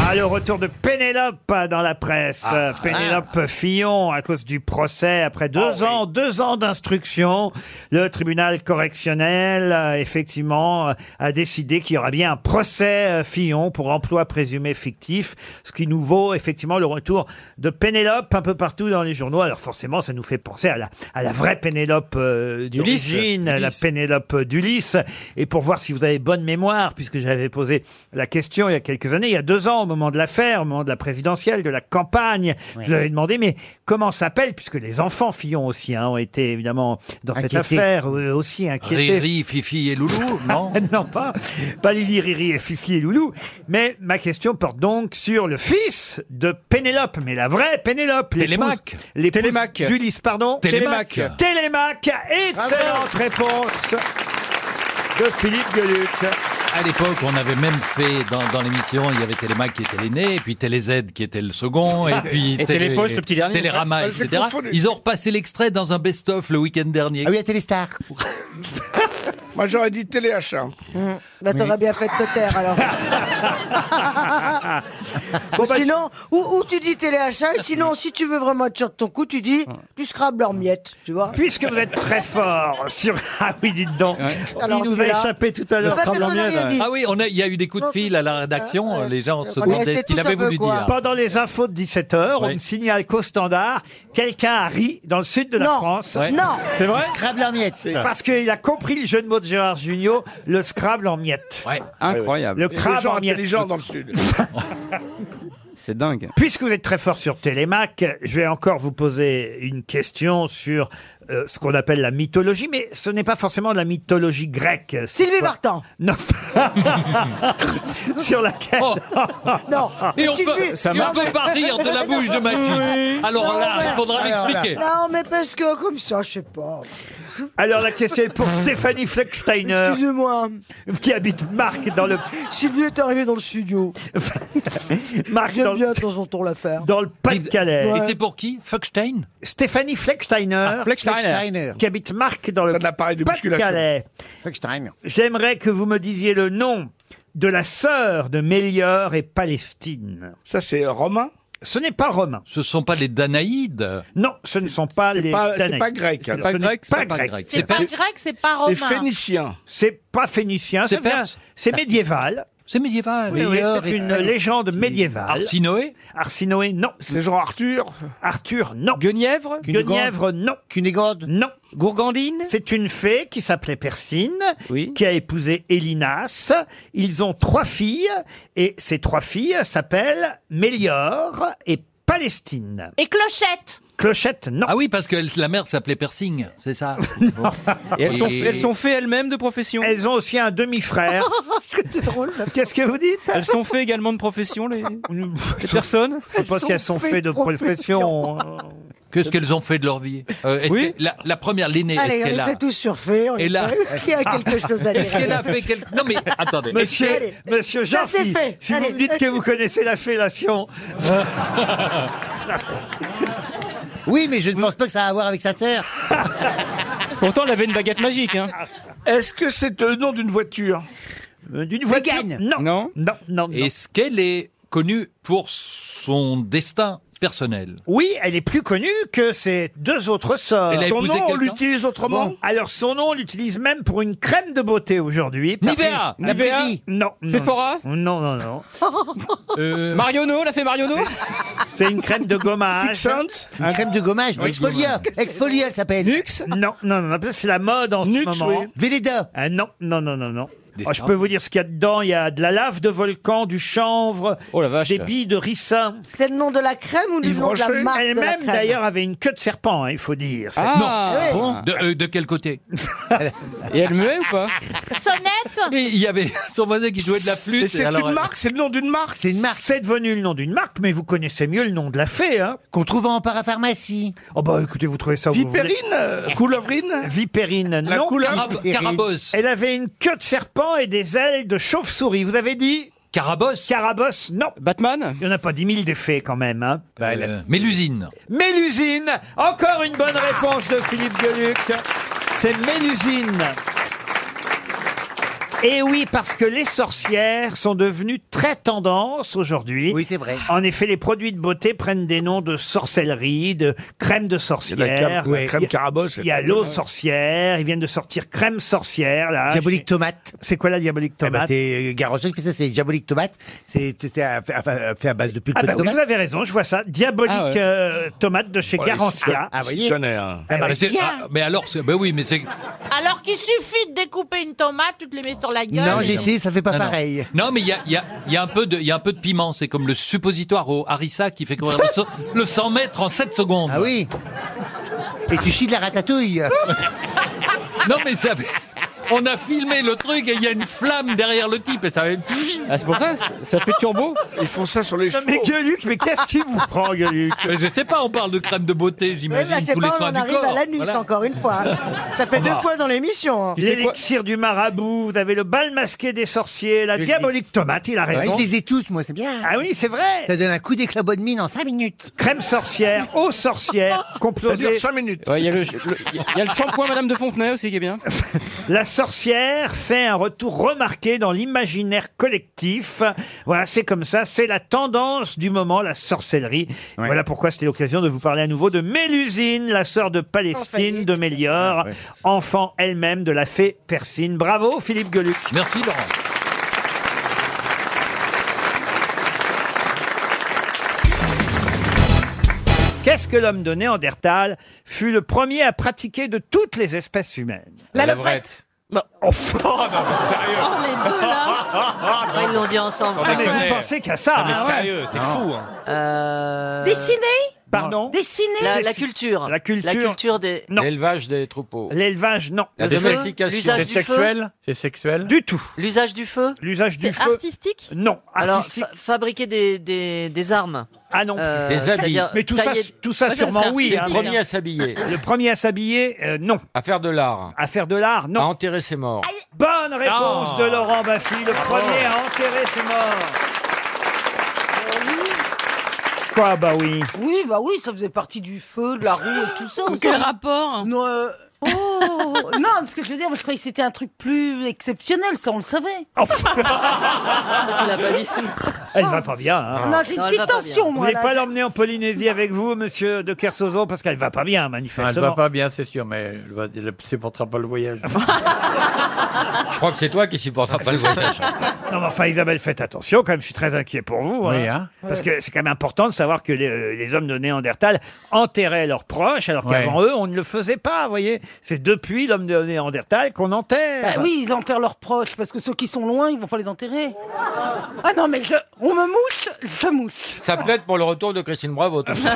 Ah, le retour de Pénélope dans la presse.
Ah.
Pénélope Fillon, à cause du procès, après deux ans, deux ans d'instruction, le tribunal correctionnel, euh, effectivement, euh, a décidé qu'il y aura bien un procès euh, Fillon pour emploi présumé fictif, ce qui nous vaut effectivement le retour de Pénélope un peu partout dans les journaux. Alors forcément, ça nous fait penser à la, à la vraie Pénélope euh,
D'Ulysse.
d'origine, à la
Ulysse.
Pénélope d'Ulysse. Et pour voir si vous avez bonne mémoire, puisque j'avais posé la question il y a quelques années, il y a deux ans, au moment de l'affaire, au moment de la présidentielle, de la campagne,
Oui.
je vous avais demandé, mais comment s'appelle, puisque les enfants Fillon aussi hein, ont été évidemment dans cette
Inquiétés.
affaire euh, aussi inquiétés.
Riri, Fifi et Loulou, non
non, pas, pas Lili, Riri et Fifi et Loulou. Mais ma question porte donc sur le fils de Pénélope, mais la vraie Pénélope. l'épouse-
Télémaque.
l'épouse
Télémaque.
D'Ulysse, pardon.
Télémaque.
Télémaque. Excellente réponse de Philippe Gueluc.
À l'époque, on avait même fait dans, dans l'émission, il y avait Télémac qui était l'aîné, et puis Télé Z qui était le second, et puis
Ah, Et Télépoche, le petit dernier.
Télérama,
Ah, je l'ai
etc.
confondu.
Ils ont repassé l'extrait dans un best-of le week-end dernier. Ah oui, à Téléstar.
Moi, j'aurais dit téléachat.
Bah, t'aurais bien fait de
Ah.
te taire alors.
Ah.
Ou
bah,
sinon, ou, ou tu dis téléachat, et sinon, si tu veux vraiment être sûr de ton coup, tu dis du scrabble en miettes, tu vois.
Puisque vous êtes très fort sur... Ah oui, dites donc.
Alors,
Il nous a
celui-là.
échappé tout à
Le
l'heure.
Scrabble en miettes, ouais.
Ah oui, on a, il y a eu des coups de fil à la rédaction, les gens se demandaient ce qu'il avait voulu dire.
Pendant les infos de 17h, on me signale qu'au standard, quelqu'un a ri dans le sud de la France.
Ouais. Non.
C'est vrai
Scrabble en miettes.
Parce qu'il a compris le jeu de mots de Gérard Junior, le Scrabble en miettes.
incroyable.
Le
Les
crabe
gens
en miettes.
intelligents
dans le sud.
C'est dingue.
Puisque vous êtes très fort sur Télémac, je vais encore vous poser une question sur euh, ce qu'on appelle la mythologie, mais ce n'est pas forcément de la mythologie grecque.
Sylvie Vartan.
Non. sur laquelle.
non.
Oh. Et on peut, et on peut pas rire de la bouche de ma fille. bah, Alors
Non,
là,
mais-
il faudra l'expliquer.
Non, mais parce que comme ça, je sais pas.
Alors la question est pour Stéphanie Flecksteiner,
Excusez-moi.
qui habite Marc dans le
Sylvie est arrivée dans le studio.
Marc
J'aime
dans le-
bien de temps en temps la faire.
dans le Pas-de-Calais.
Ouais.
Et c'est pour qui Fuckstein
Stéphanie Flecksteiner,
Ah, Flecksteiner. Flecksteiner.
qui habite Marc dans le Pas-de-Calais. J'aimerais que vous me disiez le nom de la sœur de Mélior et Palestine.
Ça, c'est euh, romain
Ce n'est pas romain.
Ce sont pas les Danaïdes.
Non, ce ne sont pas les
pas- c'est
Danaïdes.
pas grec,
Ce
alors.
n'est
C'est pas grec,
pas
c'est pas
grec.
grec.
C'est pas grec, c'est pas romain.
C'est pas phénicien.
C'est
ça vient-
perse.
C'est médiéval.
C'est médiéval.
Oui, oui, c'est une légende médiévale.
Arsinoé
Arsinoé, non.
C'est genre Arthur
Arthur, non. Guenièvre Guenièvre, non. Cunégonde Non. Gourgandine C'est une fée qui s'appelait Persine, qui a épousé Élinas. Ils ont trois filles, et ces trois filles s'appellent Mélior et Palestine.
Et Clochette
Clochette, non.
Ah oui, parce que elle- la mère s'appelait Persing, c'est ça.
Et elles sont, elles sont fées elles-mêmes de profession.
Elles ont aussi un demi-frère.
Oh, C'est drôle.
Qu'est-ce que vous dites
Elles sont fées également de profession, les, les personnes
Je sais pas si elles sont fées de profession.
Qu'est-ce qu'elles ont fait de leur vie Euh, est-ce que la, la première, l'aînée,
Allez,
est-ce
on
qu'elle
les
a...
fait tous surfer. On
Et
les
là-
fait- Qui a quelque chose à dire
Est-ce qu'elle a fait quelque... Non mais, attendez.
Monsieur,
Allez.
monsieur
Ça,
jean
c'est fait.
si
Allez.
vous me dites que vous connaissez la fellation...
Oui, mais je ne pense pas que ça a à voir avec sa sœur.
Pourtant, elle avait une baguette magique. Hein.
Est-ce que c'est le nom d'une voiture
Euh, D'une voiture Non. Non, non, non.
Est-ce qu'elle est connue pour son destin personnel
Oui, elle est plus connue que ses deux autres sœurs.
Elle a Son épousé nom, on quelqu'un
l'utilise autrement
Alors son nom, on l'utilise même pour une crème de beauté aujourd'hui.
Nivea
Parce-
Nivea
Non. non,
Sephora Euh,
Non, non, non.
Mariono, la fée Mariono
C'est une crème de gommage.
Une crème de gommage.
Oui,
Exfolia. Exfolia, elle s'appelle.
Nux
Non, non, non, parce que c'est la mode en
Nux,
ce moment.
oui.
Véleda Non, non, non, non, non.
Des
Oh, je peux vous dire ce qu'il y a dedans. Il y a de la lave de volcan, du chanvre,
Oh,
des billes de ricin.
C'est le nom de la crème ou le nom de la marque de la
Elle-même,
crème
d'ailleurs, avait une queue de serpent, hein, il faut dire.
Ah,
Non.
bon. de, euh, de quel côté
Et elle muait ou pas
Sonnette
Et il y avait son voisin qui jouait de la flûte.
Et c'est
et alors euh,
une
elle-
marque
C'est le nom d'une marque
C'est devenu le nom d'une marque, mais vous connaissez mieux le nom de la fée, hein
Qu'on trouve en parapharmacie.
Oh bah écoutez, vous trouvez ça où vous voulez.
Vipérine euh, Coulevrine
Vipérine,
La
non. Ah,
couleur
Carab- Vipérine. Carabosse.
Elle avait une queue de serpent et des ailes de chauve-souris. Vous avez dit
Carabosse
Carabosse, non.
Batman
Il n'y en a pas dix mille des fées quand même, hein
Euh, Mélusine.
Mélusine Encore une bonne réponse de Philippe Gueluc. C'est Mélusine. Et Eh oui, parce que les sorcières sont devenues très tendance aujourd'hui. Oui, c'est vrai. En effet, les produits de beauté prennent des noms de sorcellerie, de crème de sorcière.
Il y a la crème- la crème
Il y a-
Carabosse,
Il y a
elle-
l'eau sorcière. Ils viennent de sortir crème sorcière, là.
Diabolique tomate.
C'est quoi la diabolique tomate
C'est euh, Garrosson qui fait ça, c'est diabolique tomate. C'est c'est- c'est à- à- à- fait à base de pulpe
Ah
de
bah oui,
tomate.
vous avez raison, je vois ça. Diabolique
Ah ouais.
euh, tomate de
Oh,
chez
Ouais,
Garancia. bah,
Ah, voyez.
Ça marche
mais, c'est-
bien.
ah, mais alors, c'est- ben oui, mais c'est.
Alors qu'il suffit de découper une tomate, tu te les mets sur la gueule.
Non,
et-
j'ai essayé,
ça fait
Non, non. Non, mais il y a, il y a- il y a un peu de, il y a un peu de piment. C'est comme le suppositoire au harissa qui fait courir le, so- le 100 mètres en 7 secondes. Ah
oui. Et tu chies de la ratatouille.
non, mais ça. On a filmé le truc et il y a une flamme derrière le type et ça.
Ah, c'est pour ça Ça fait turbo
Ils font ça sur les
cheveux. Mais Gueuluc, mais qu'est-ce qui vous prend, Gueuluc
Je sais pas, on parle de crème de beauté,
Oui, bah,
j'imagine,
je sais
tous les
pas, on
soins
en
du
arrive
corps.
à l'anus
Voilà.
encore une fois. hein. Ça
Ah
fait
bah.
deux fois dans
hein.
l'émission.
L'élixir du marabout, vous avez le bal masqué des sorciers, la diabolique tomate, il a
Ouais,
raison.
je les ai tous, moi, c'est bien.
Ah oui, c'est vrai.
Ça donne un coup d'éclat de mine en 5 minutes.
Crème sorcière, eau sorcière, complotée.
Ça dure cinq minutes. Ouais, il y a le- le- il y a le shampoing Madame de Fontenay aussi qui est bien.
La sorcière fait un retour remarqué dans l'imaginaire collectif. Voilà, c'est comme ça, c'est la tendance du moment, la sorcellerie. Voilà pourquoi c'était l'occasion de vous parler à nouveau de Mélusine, la sœur de Palestine, de Mélior, enfant elle-même de la fée Persine. Bravo Philippe Gueluc.
Merci Laurent.
Qu'est-ce que l'homme de Néandertal fut le premier à pratiquer de toutes les espèces humaines
La La levrette.
Non. bah,
non, mais sérieux. Oh, les deux, là. Après, ils l'ont dit ensemble. Sans
Ah, mais
déconner.
vous pensez qu'à ça
Ah, mais
hein,
sérieux,
ouais.
c'est fou, hein. Euh,
Dessiner
Pardon
Dessiner
La, la
Dessi-
culture.
La culture.
des.
L'élevage des troupeaux. L'élevage, non.
La Le feu domestication. L'usage du feu
C'est sexuel Du tout.
L'usage du feu
L'usage du
C'est
feu.
artistique
Non,
Alors,
artistique.
fa- fabriquer des, des, des armes.
Ah non, plus.
Euh, Des habits. c'est-à-dire
Mais tout ça,
tailler-
tout ça
Ouais, ça
sûrement
serait
oui. hein.
artistique. Le premier à
s'habiller. Le premier à s'habiller, euh, non. À faire de l'art. À faire de l'art, non. À enterrer ses morts. Bonne réponse
Ah.
de Laurent Baffy, le premier à enterrer ses morts. Quoi, bah oui.
Oui, bah oui, ça faisait partie du feu, de la rue et tout ça.
Quel
rapport non, euh, oh, non, ce que je veux dire, moi, je croyais que c'était un truc plus exceptionnel, ça on le savait.
Oh,
tu l'as pas dit.
Elle va pas bien. hein.
Ah. Non, j'ai une Non, elle petite va pas tension, bien.
Vous
moi,
voulez
là.
pas l'emmener en Polynésie avec vous, monsieur de Kersozo, parce qu'elle va pas bien,
Ah,
manifestement.
Elle va pas bien, c'est sûr, mais elle va- elle ne supportera pas le voyage.
Je crois que c'est toi qui supporteras pas le voyage.
Non, mais enfin, Isabelle, faites attention quand même, je suis très inquiet pour vous.
Oui, hein.
Parce que c'est quand même important de savoir que les, euh, les hommes de Néandertal enterraient leurs proches, alors qu'avant eux, on ne le faisait pas, vous voyez. C'est depuis l'homme de Néandertal qu'on enterre.
Bah oui, ils enterrent leurs proches, parce que ceux qui sont loin, ils vont pas les enterrer. Ah non, mais je, on me mouche, je mouche.
Ça plaide pour le retour de Christine Bravo. tout ça.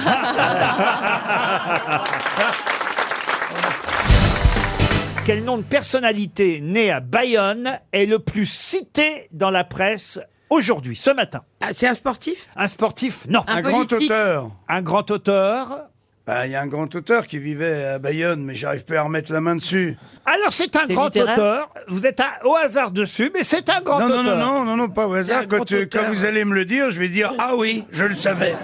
Quel nom de personnalité née à Bayonne est le plus cité dans la presse aujourd'hui, ce matin Ah, C'est un sportif Un sportif, non.
Un Un grand politique auteur.
Un grand auteur
Bah, Il y a un grand auteur qui vivait à Bayonne, mais j'arrive pas à remettre la main dessus.
Alors c'est un grand auteur, vous êtes à- au hasard dessus, mais c'est un grand
non,
auteur.
Non, non, non, non, non, pas au
C'est un
hasard.
grand
Quand, euh, quand
auteur.
vous allez me le dire, je vais dire Ah oui, je le savais.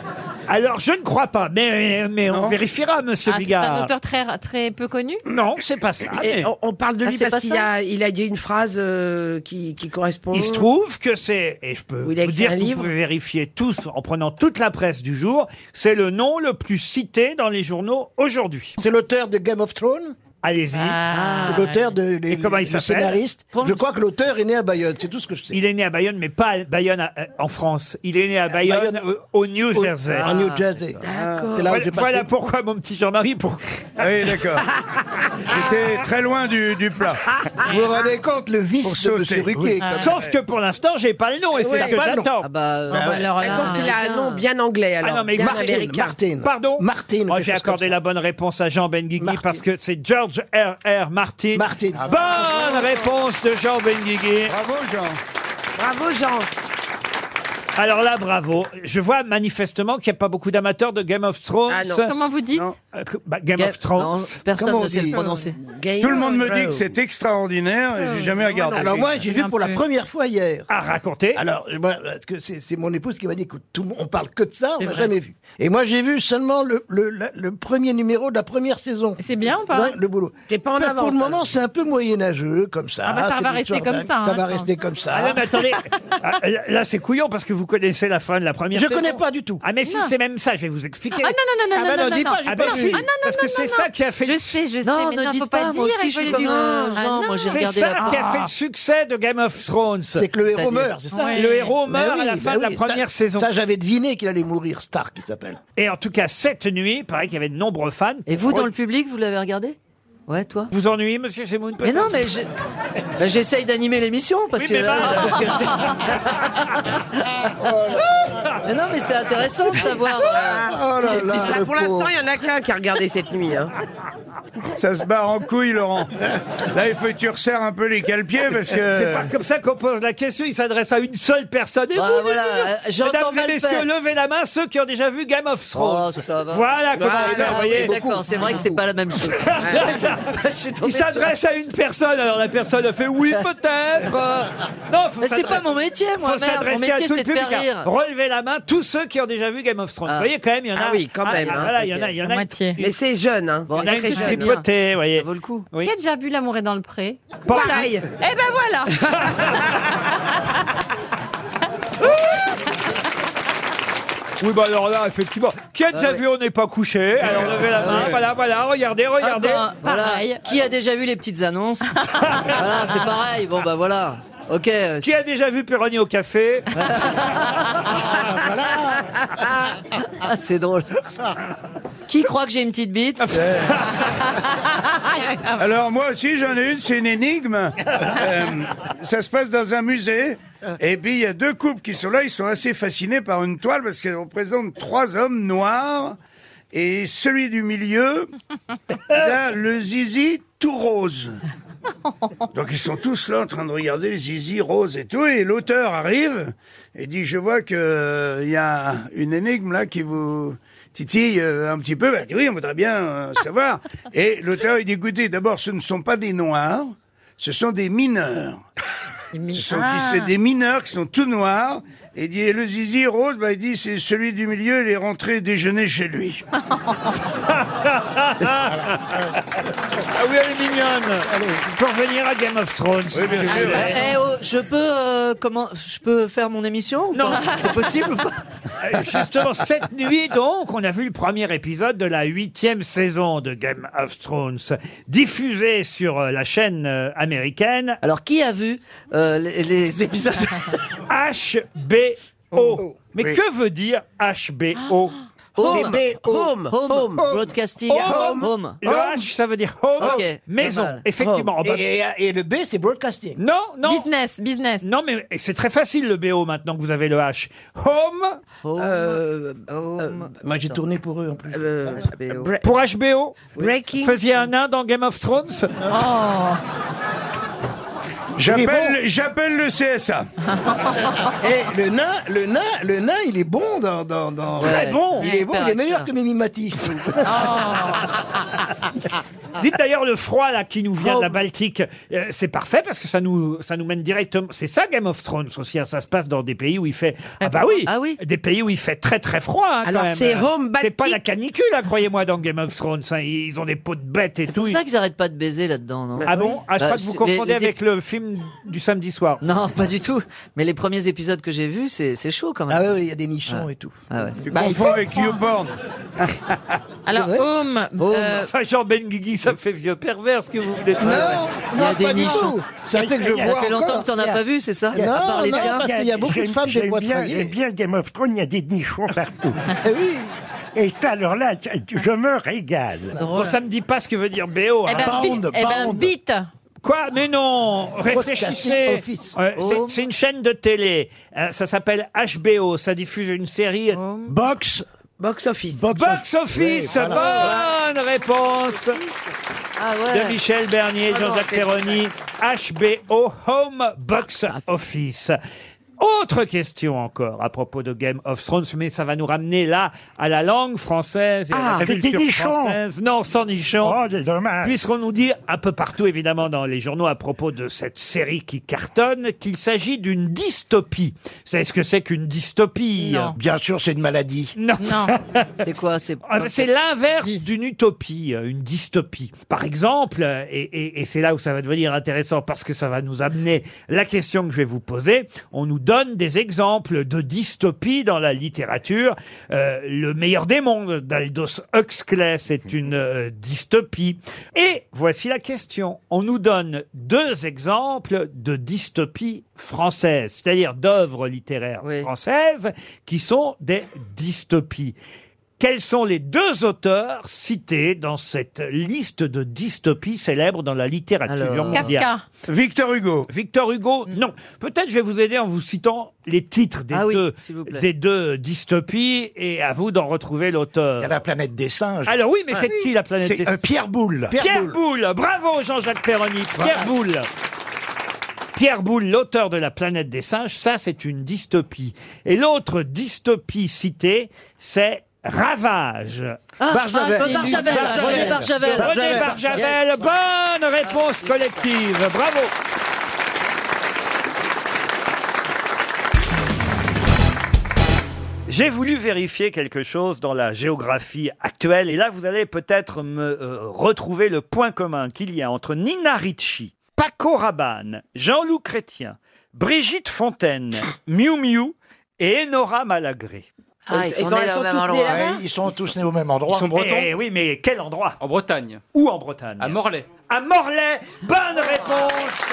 Alors, je ne crois pas, mais, mais on vérifiera, monsieur
Ah, c'est
Bigard.
un auteur très, très peu connu
Non, c'est pas ça.
Et
mais-
on- on parle de Ah, lui c'est parce pas qu'il ça a, il a dit une phrase euh, qui, qui correspond.
Il se trouve que c'est, et je peux vous
il a écrit
dire
un
que vous
livre.
pouvez vérifier tous en prenant toute la presse du jour, c'est le nom le plus cité dans les journaux aujourd'hui. C'est l'auteur de Game of Thrones Allez-y.
Ah.
C'est l'auteur de les-
Et comment il
le
s'appelle
scénariste. Je crois que l'auteur est né à Bayonne, c'est tout ce que je sais.
Il est né à Bayonne, mais pas à Bayonne à- euh, en France. Il est né à Bayonne,
Bayonne, euh,
au New
au-
Jersey.
en New Jersey. Ah, c'est là où
voilà,
j'ai passé-
voilà pourquoi mon petit Jean-Marie. Pour...
Ah Oui, d'accord. J'étais très loin du, du plat.
Vous vous rendez compte, le vice
Pour
de M.
sauter,
Ruquier,
oui.
quand même.
Ah. Sauf que pour l'instant, j'ai pas le nom et c'est
Oui,
ce que
bah non.
j'attends.
Ah bah, euh,
Eh Bah
bah
ouais.
alors
là, Donc, il a un nom bien anglais, alors,
Ah non, mais
euh, bien
Martin,
américain.
Martin. Pardon
Martin.
Moi,
quelque
j'ai
chose
accordé
comme ça.
la bonne réponse à Jean Benguigui parce que c'est George R.R. Martin. Martin. Bonne réponse de Jean Benguigui.
Bravo, Jean.
Bravo Jean.
Alors là, bravo. Je vois manifestement qu'il n'y a pas beaucoup d'amateurs de Game of Thrones.
Ah non. Comment vous dites
Euh, que- bah, Game
Ga-
of Thrones.
non, personne
Comment
ne
on
sait le
dit
prononcer.
Game
Tout le monde me dit
Road.
que c'est extraordinaire et j'ai jamais regardé.
Alors Ah, moi, j'ai vu pour la première fois hier.
Ah, racontez.
Alors, moi, parce que c'est c'est mon épouse qui m'a dit, écoute, tout, le monde- on parle que de ça, on
C'est
n'a
vrai.
jamais vu. Et moi, j'ai vu seulement le, le, la- le premier numéro de la première saison. C'est bien ou
pas
Le boulot.
J'ai pas en
Pour- Pour
avance,
le moment, c'est un peu moyenâgeux, comme ça.
Ah bah, ça
c'est
va
l'histoire
rester comme
d'un-
ça, hein,
Ça
je
va
pense.
rester comme ça.
Ah non, mais attendez. Ah, Là, c'est couillon parce que vous connaissez la fin de la première
Je
saison.
connais pas du tout.
Ah, mais si,
Non.
c'est même ça, je vais vous expliquer.
Ah non, non,
Ah
non, non,
bah
non,
non,
non,
dis
non.
pas, j'ai
Ah
pas
bah
vu.
si,
Ah non, non,
parce que c'est ça qui a fait.
Je sais, je sais,
Non,
mais
ne
non,
dites
faut pas,
pas,
dire.
moi aussi,
il
je suis
faut
comme
le dire.
un
Ah
Jean,
non,
moi, j'ai
c'est
regardé
ça
la-
qui a fait
le succès de Game of Thrones.
C'est que le héros
C'est-à-dire-
meurt, c'est ça
Ouais. Le héros
Bah
meurt à
oui,
la fin
bah
de la
oui,
première
ça-
saison.
Ça, j'avais deviné qu'il allait mourir, Stark, il s'appelle.
Et en tout cas, cette nuit, il paraît qu'il y avait de nombreux fans. Et
vous, dans le public, vous l'avez regardé Ouais, toi
Vous ennuyez, monsieur Semoun
Mais non, mais je- bah, j'essaye d'animer l'émission parce
Oui,
que. euh,
mais bah,
Mais non, mais c'est intéressant de
ah,
savoir. euh,
Oh là là,
c'est-
le
pour l'instant,
pauvre.
il y en a qu'un qui a regardé cette nuit. hein.
Ça se barre en couille, Laurent. E Là, il faut que tu resserres un peu les cale-pieds parce que.
C'est pas comme ça qu'on pose la question, il s'adresse à une seule personne. Et
Bah,
vous,
voilà,
mesdames,
euh, j'entends
mesdames
mal
et messieurs,
faire.
levez la main ceux qui ont déjà vu Game of Thrones.
ça va.
Voilà comment
Ah,
il est,
ah,
vous
oui,
voyez.
D'accord, c'est vrai que c'est pas la même chose. Je suis tombé
Il
sur-
s'adresse à une personne, alors la personne a fait oui, peut-être. euh, Non, faut
Mais c'est
s'adresser-
pas mon métier, moi,
Faut
merde. Mon
s'adresser à
métier,
tout
c'est
le
de
public.
faire
hein.
rire.
Relevez la main, tous ceux qui ont déjà vu Game of Thrones. Vous voyez, quand même, il y en a.
Ah oui, quand même, hein,
voilà, il y en a,
ok.
Ah, il y en a.
La
moitié.
Mais c'est jeune, hein.
Il y en a
Très
une
jeune.
tripotée, vous voyez. Ça vaut le
coup.
Oui.
Qui a déjà vu L'amour est dans le pré
Pas-
Pareil.
Eh ben voilà
Oui, bah alors là, effectivement. Qui
Bah
a déjà vu On n'est pas couché Alors levez la main,
ouais.
voilà, voilà, regardez, regardez.
Ah ben, voilà. Qui a déjà vu les petites annonces Voilà,
Ah.
c'est pareil. Bon bah voilà. Ok. euh,
Qui a déjà vu Perroni au café
Ah, c'est drôle. Qui croit que j'ai une
Ah,
petite bite
Euh,
Ah
Alors moi aussi j'en ai une, c'est une énigme. Euh, ça se passe dans un musée. Et puis il y a deux couples qui sont là, ils sont assez fascinés par une toile parce qu'elle représente trois hommes noirs. Et celui du milieu, il a le zizi tout rose. Donc ils sont tous là en train de regarder les zizi roses et tout. Et l'auteur arrive et dit Je vois que euh, il y a une énigme là qui vous titille euh, un petit peu. Bah, oui, on voudrait bien euh, savoir. Et l'auteur il dit Écoutez, d'abord, ce ne sont pas des noirs, ce sont des mineurs. Ce sont
Ah.
qui- c'est des mineurs qui sont tout noirs. Et il dit Et le zizi rose, bah, il dit C'est celui du milieu, il est rentré déjeuner chez lui.
Ah oui, elle est mignonne. Pour venir à Game of Thrones.
Oui, bien sûr.
Eh, eh, oh, je peux euh, comment Je peux faire mon émission ou
Non.
pas C'est possible ou pas
Euh, Justement, cette nuit, donc, on a vu le premier épisode de la huitième saison de Game of Thrones, diffusée sur euh, la chaîne euh, américaine
Alors qui a vu euh, les, les épisodes
Oh.
HBO. Mais
Oui.
que veut dire HBO
Home,
B- O-
home, home,
Home.
broadcasting,
Home.
home, home.
Le H, ça veut dire home,
Ok, pas
maison,
mal.
effectivement. Oh, bah.
Et, et- et le B, c'est broadcasting.
Non, non.
Business, business.
Non, mais et c'est très facile le BO maintenant que vous avez le H. Home
Euh, euh, moi, j'ai tourné pour eux en plus.
Bre-
pour HBO.
Breaking.
Faisiez un nain dans Game of Thrones.
J'appelle j'appelle le CSA.
Et le nain, le nain, le nain, il est bon dans. dans, dans-
Très bon.
Oh, Il est bon, il est meilleur que Mimimati.
Dites d'ailleurs le froid là qui nous vient
Oh.
de la Baltique, euh, c'est parfait parce que ça nous ça nous mène directement. C'est ça Game of Thrones aussi, hein, ça se passe dans des pays où il fait ah bah oui,
Ah oui.
des pays où il fait très très froid. hein, quand
Alors,
même.
c'est home
C'est pas
Baltique.
la canicule, hein, croyez-moi dans Game of Thrones. hein. Ils ont des peaux de bêtes et tout.
C'est pour ça qu'ils arrêtent pas de baiser là-dedans, non
Ah bon Ah, je
Bah,
crois que vous
c'est-
confondez
les- les
avec le film du samedi soir.
Non, pas du tout. Mais les premiers épisodes que j'ai vus, c'est c'est chaud quand même.
Ah oui, oui, il y a des nichons
Ouais.
et tout.
Ah ouais.
Tu
Bah, il
confonds
faut
avec YouPorn.
Alors, home. euh,
Enfin, Jean Benguigui, ça me fait vieux pervers ce que vous voulez
Non,
dire.
Il y a
non,
des
pas du
nichons.
tout. Ça fait que je
Ça fait
vois
longtemps
encore.
que t'en as pas vu, c'est ça
Non,
À part les
non,
tiens.
parce qu'il y a beaucoup de
J'aime-
femmes des
j'aime
boîtes
bien, J'aime
fringuées.
bien Game of Thrones, il y a des nichons partout.
Eh oui.
Et ça, alors là, ça, je me régale.
Bon, ça me dit pas ce que veut dire BO.
eh
hein.
ben, bi- eh ben, bite.
Quoi Mais non Réfléchissez
Office.
Euh, c'est- C'est une chaîne de télé. Euh, ça s'appelle HBO. Ça diffuse une série.
Box
Box office.
Box,
Box Office
Oui,
Bonne réponse
Ah
de
ouais.
Michel Bernier,
Ah non,
Jean-Jacques
c'est pas
Perroni. HBO Home Box Office. Autre question encore à propos de Game of Thrones, mais ça va nous ramener là à la langue française et
Ah,
à la
c'était
culture
Nichon.
française. Non, sans nichon.
Oh, c'est dommage.
Puisqu'on nous dit un peu partout, évidemment, dans les journaux à propos de cette série qui cartonne, qu'il s'agit d'une dystopie. C'est ce que c'est qu'une dystopie
Non.
Bien sûr, c'est une maladie. Non.
C'est quoi C'est
Ah, mais C'est l'inverse d'une utopie, euh, une dystopie. Par exemple, euh, et, et- et c'est là où ça va devenir intéressant parce que ça va nous amener la question que je vais vous poser. On nous donne des exemples de dystopie dans la littérature. Euh, le meilleur des mondes d'Aldous Huxley, c'est une euh, dystopie. Et voici la question. On nous donne deux exemples de dystopie française, c'est-à-dire d'œuvres littéraires françaises qui sont des dystopies. Quels sont les deux auteurs cités dans cette liste de dystopies célèbres dans la littérature
Alors-
mondiale
Kafka. Mm.
Victor Hugo. Victor Hugo, non. Peut-être je vais vous aider en vous citant les titres des,
Ah oui,
deux,
s'il vous plaît.
des deux dystopies et à vous d'en retrouver l'auteur. Il y a la planète des singes. Alors oui, mais c'est
Ouais.
qui la planète
C'est,
des
euh, Pierre Boulle.
Pierre,
Pierre
Boulle. Bravo Jean-Jacques Perroni. Pierre Boulle. Pierre Boulle, l'auteur de La planète des singes, ça c'est une dystopie. Et l'autre dystopie citée, c'est Ravage.
Ah, Barjavel. ah, René Barjavel. René Barjavel.
René Barjavel. Bonne réponse collective. Bravo. J'ai voulu vérifier quelque chose dans la géographie actuelle, et là vous allez peut-être me euh, retrouver le point commun qu'il y a entre Nina Ricci, Paco Rabanne, Jean-Loup Chrétien, Brigitte Fontaine, Miu Miu et Enora Malagré.
Ah, ils Ils sont sont- nés elles au sont même toutes endroit. nées là-bas Ouais, ils sont Ils tous sont- nés au même endroit.
Ils sont bretons Eh Oui, mais quel endroit En Bretagne. Où en Bretagne À Morlaix. À Morlaix Bonne réponse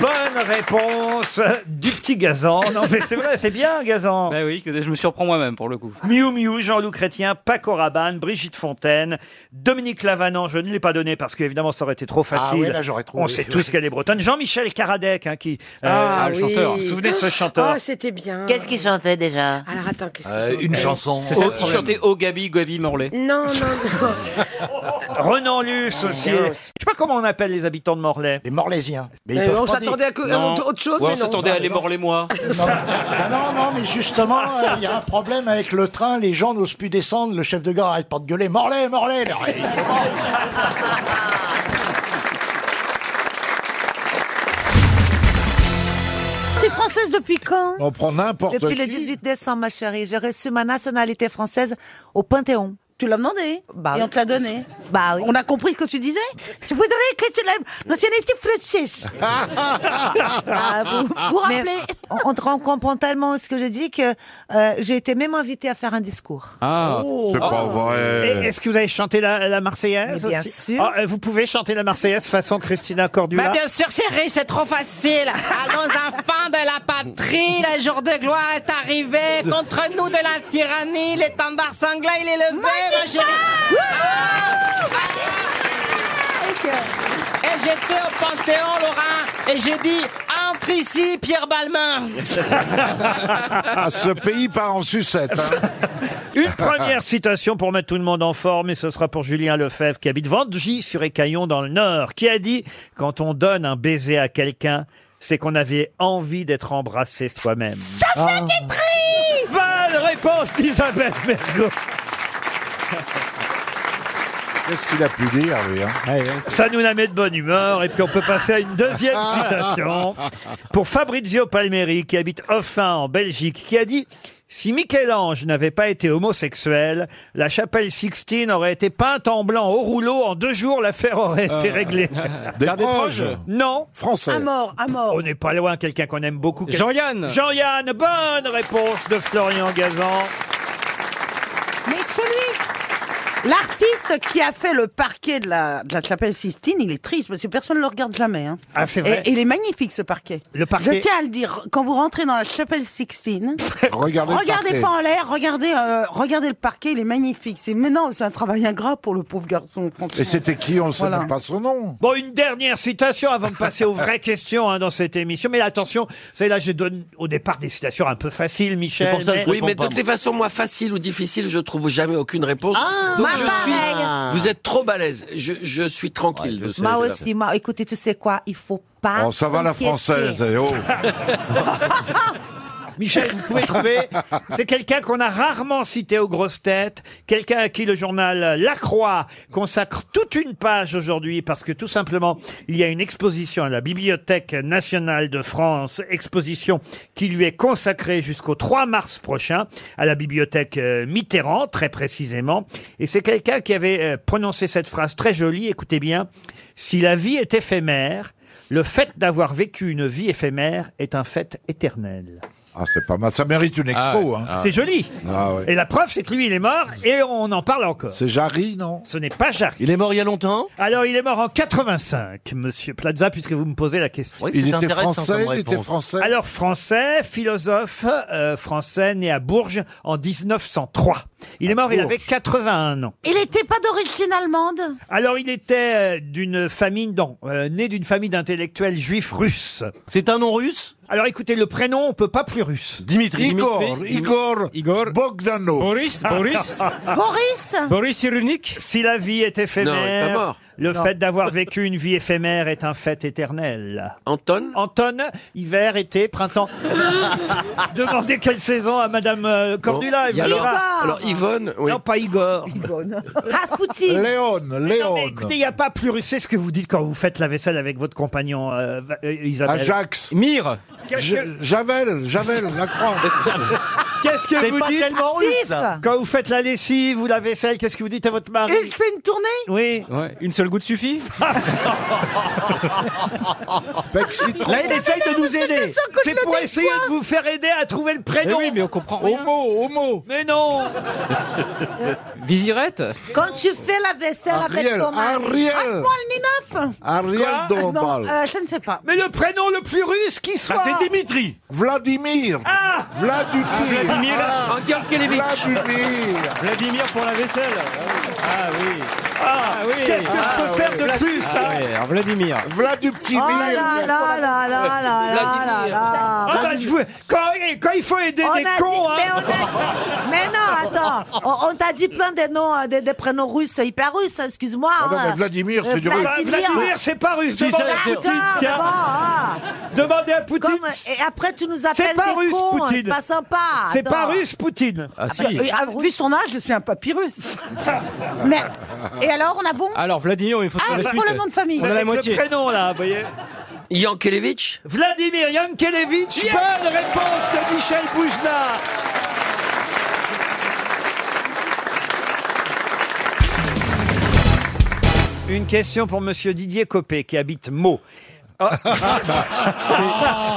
Bonne réponse du petit Gazan. Non, mais c'est vrai, c'est bien, Gazan.
Ben oui, que je me surprends moi-même pour le coup.
Miu Miu, Jean-Loup Chrétien, Paco Rabanne, Brigitte Fontaine, Dominique Lavanant, je ne l'ai pas donné parce qu'évidemment ça aurait été trop facile.
Ah oui, là, j'aurais trouvé.
On sait tous qu'elle est bretonne. Jean-Michel Karadec, hein, qui. euh,
Ah,
le
oui.
chanteur. Vous vous souvenez de ce chanteur
Oh, c'était bien.
Qu'est-ce qu'il chantait déjà
Alors attends, qu'est-ce que
Euh,
c'est
une
ça
chanson.
C'est celle qui
Oh,
chantait Oh Gabi, Gabi Morlaix.
Non, non, non.
Renan
Ah,
Luce aussi. Je
Dios.
sais pas comment on appelle les habitants de Morlaix. Les Morlaisiens.
Mais ils Mais peuvent on pas s'attendait dire. à que- à
Non.
autre- autre chose,
Ouais,
mais
on
non.
s'attendait à les morts les mois.
Ah non, non, mais justement, euh, il y a un problème avec le train, les gens n'osent plus descendre, le chef de gare arrête pas de gueuler, Morlaix, Morlaix Alors, il fait mort.
T'es française depuis quand
On prend n'importe
Depuis le
qui.
18 décembre, ma chérie. J'ai reçu ma nationalité française au Panthéon.
Tu l'as demandé
Bah
et
oui.
on te l'a donné.
Bah oui.
On a compris ce que tu disais
Je voudrais que tu l'aimes. Nationalité française. Ah, vous vous rappelez
Mais
on, on te comprend tellement ce que je dis que euh, j'ai été même invitée à faire un discours.
Ah,
Oh.
c'est pas
Et
vrai.
Est-ce que vous avez chanté la, la Marseillaise
Mais bien
aussi
sûr.
Ah, euh, vous pouvez chanter la Marseillaise façon Christina Cordula.
Bah bien sûr chérie, c'est trop facile. Allons enfants de la patrie, le jour de gloire est arrivé. Contre nous de la tyrannie, l'étendard sanglant il est levé, ma chérie. Ah Et j'étais au Panthéon, Laurent, et j'ai dit entre ici, Pierre Balmain.
Ah, ce pays part en sucette. hein.
Une première citation pour mettre tout le monde en forme, et ce sera pour Julien Lefebvre qui habite Vengy sur Écaillon dans le Nord, qui a dit Quand on donne un baiser à quelqu'un, c'est qu'on avait envie d'être embrassé soi-même.
Ah.
Bonne réponse d'Isabelle Mergo.
Qu'est-ce qu'il a pu dire, lui hein
Ça nous la met de bonne humeur et puis on peut passer à une deuxième
Ah.
citation pour Fabrizio Palmeri qui habite Offin en Belgique qui a dit si Michel-Ange n'avait pas été homosexuel, la chapelle Sixtine aurait été peinte en blanc au rouleau en deux jours, l'affaire aurait été
Euh,
réglée.
des Faire des proches proches
Non.
Français.
À mort, à mort.
On n'est pas loin, quelqu'un qu'on aime beaucoup. Quel-
Jean-Yann.
Jean-Yann, bonne réponse de Florian Gazan.
Mais celui, l'artiste qui a fait le parquet de la, de la chapelle Sistine, il est triste parce que personne ne le regarde jamais. hein.
Ah, c'est vrai.
Et, et il est magnifique ce parquet.
Le parquet.
Je tiens à le dire, quand vous rentrez dans la chapelle Sixtine,
Regardez, le
regardez
parquet.
pas en l'air, regardez, euh, regardez le parquet, il est magnifique. C'est, mais non, c'est un travail ingrat pour le pauvre garçon. franchement.
Et c'était qui On ne sait
Voilà.
même pas son nom.
Bon, une dernière citation avant de passer aux vraies questions hein, dans cette émission. Mais là, attention, c'est là, je donne au départ des citations un peu faciles, Michel.
oui, mais de toutes les façons, moi, facile ou difficile, je trouve jamais aucune réponse.
Ah,
Donc,
je
pareil.
suis. Vous êtes trop balèze. Je, je suis tranquille. de ce-
Moi
de la-
aussi, moi, écoutez, tu sais quoi, il faut pas.
Oh, ça va, la
s'inquiéter.
française, eh, oh.
Michel, vous pouvez trouver. C'est quelqu'un qu'on a rarement cité aux grosses têtes, quelqu'un à qui le journal La Croix consacre toute une page aujourd'hui parce que tout simplement, il y a une exposition à la Bibliothèque nationale de France, exposition qui lui est consacrée jusqu'au 3 mars prochain à la bibliothèque euh, Mitterrand, très précisément. Et c'est quelqu'un qui avait euh, prononcé cette phrase très jolie, écoutez bien, si la vie est éphémère, le fait d'avoir vécu une vie éphémère est un fait éternel.
Ah, c'est pas mal. Ça mérite une expo.
Ah ouais.
hein.
C'est joli.
Ah ouais.
Et la preuve, c'est que lui, il est mort et on en parle encore.
C'est Jarry, non
Ce n'est pas Jarry. Il est mort il y a longtemps Alors, il est mort en 85, monsieur Plaza, puisque vous me posez la question.
Oui, c'est Il était intéressant français, comme il était réponse. français
Alors, français, philosophe, euh, français, né à Bourges en 1903. Il est mort, il avait 81 ans.
Il n'était pas d'origine allemande
Alors, il était euh, d'une famille, non, euh, né d'une famille d'intellectuels juifs russes. C'est un nom russe Alors, écoutez, le prénom, on peut pas plus russe.
Dimitri.
Igor,
Dimitri.
Igor, Bogdanov.
Boris, Boris.
Boris
Boris Cyrulnik Ah. Si la vie est éphémère,
Non, il est pas mort.
le
Non.
fait d'avoir vécu une vie éphémère est un fait éternel.
Anton
Anton, hiver, été, printemps. Demandez quelle saison à Madame euh, Cordula. elle vous
alors,
dira.
alors, Yvonne, oui.
Non, pas Igor.
Rasputin.
Non, mais écoutez, il n'y a pas plus russe. C'est ce que vous dites quand vous faites la vaisselle avec votre compagnon euh, Va- euh, Isabelle.
Ajax.
Mire.
Je- Javel, Javel, la croix.
Qu'est-ce que
C'est
vous
pas
dites
tellement russe, Actif. ça.
Quand vous faites la lessive ou la vaisselle, qu'est-ce que vous dites à votre mari
Il fait une tournée
Oui.
Une seule goutte suffit
Là, il essaye de nous aider. C'est pour essayer de vous faire aider à trouver le prénom.
Mais oui, mais on comprend rien.
Homo, homo. Mais non.
Visirette
Quand tu fais la vaisselle avec
Ariel,
ton mari.
Ariel.
Raconte-moi le Ninef.
Ariel Dombal.
Euh, je ne sais pas.
Mais le prénom le plus russe qui soit.
Bah,
c'est Dimitri. Vladimir.
Ah
Vladimir.
Vladimir.
Ah.
Encore Kelevitch.
Vladimir.
Vladimir pour la vaisselle. Ah oui.
Ah
oui.
Qu'est-ce que je peux
Ah,
faire
oui.
de plus
Ah,
hein
oui, alors, Vladimir.
Vladimir.
Oh là là là là là là là là.
Ah bah, je vous- quand, quand il faut aider
On
des
a
cons,
dit-
hein.
mais, on a- mais non, attends, on, on t'a dit plein de noms, euh, des, des prénoms russes, hyper russes, excuse-moi.
Ah non,
hein.
mais Vladimir, c'est du
Euh,
russe.
Bah, Vladimir, c'est pas russe.
Si,
Demandez
ça,
à
c'est-
Poutine.
Ah,
tiens.
bon, ah.
Demandez à Poutine.
Comme- et après tu nous appelles
pas
des
russe,
cons,
Poutine.
c'est pas sympa.
C'est
attends.
pas russe, Poutine.
Ah,
Ah, bah, euh, Vu son âge, c'est un papyrus. Mais, et alors, on a bon
Alors, Vladimir, il faut
Ah,
trouver la
c'est pour
suite.
le nom de famille.
On a la
Avec le
moitié.
prénom, là, vous voyez.
Yankelevitch
Vladimir Yankelevitch, bonne réponse de Michel Boujna. Une question pour Monsieur Didier Copé qui habite Meaux. Oh.
Ah,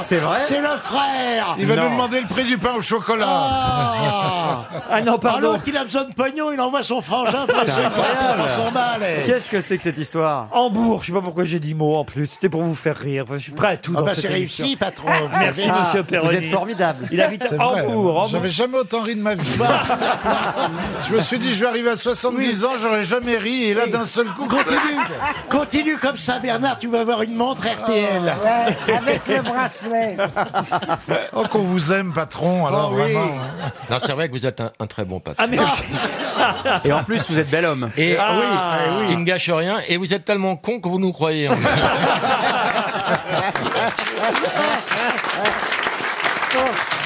C'est- c'est vrai
C'est le frère
Il va
Non.
nous demander le prix du pain au chocolat.
Ah,
Ah non, pardon.
l'autre, il a besoin de pognon, il envoie son frangin pour essayer de prendre 300 balles. eh.
Qu'est-ce que c'est que cette histoire
Hambourg, je sais pas pourquoi j'ai dit mot en plus, c'était pour vous faire rire. Enfin, Je suis prêt à tout
Ah
dans
bah,
cette
c'est réussi,
émission.
patron.
Merci
Ah,
monsieur
vous
Perroni.
êtes formidable.
Il habite
C'est vrai,
Hambourg. Hambourg.
J'avais jamais autant ri de ma vie. je me suis dit, je vais arriver à 70 ans, j'aurais jamais ri, et là, d'un seul coup,
Continue, continue comme ça, Bernard, tu vas avoir une montre RTL.
Ah,
Avec le bracelet.
Oh, qu'on vous aime, patron, alors
Oh,
oui.
vraiment. hein.
Non, c'est vrai que vous êtes un, un très bon patron.
Ah, merci.
Et en plus, vous êtes bel homme.
Et
Ah,
eh
ah oui,
oui.
ce qui ne gâche rien. Et vous êtes tellement con que vous nous croyez. en fait.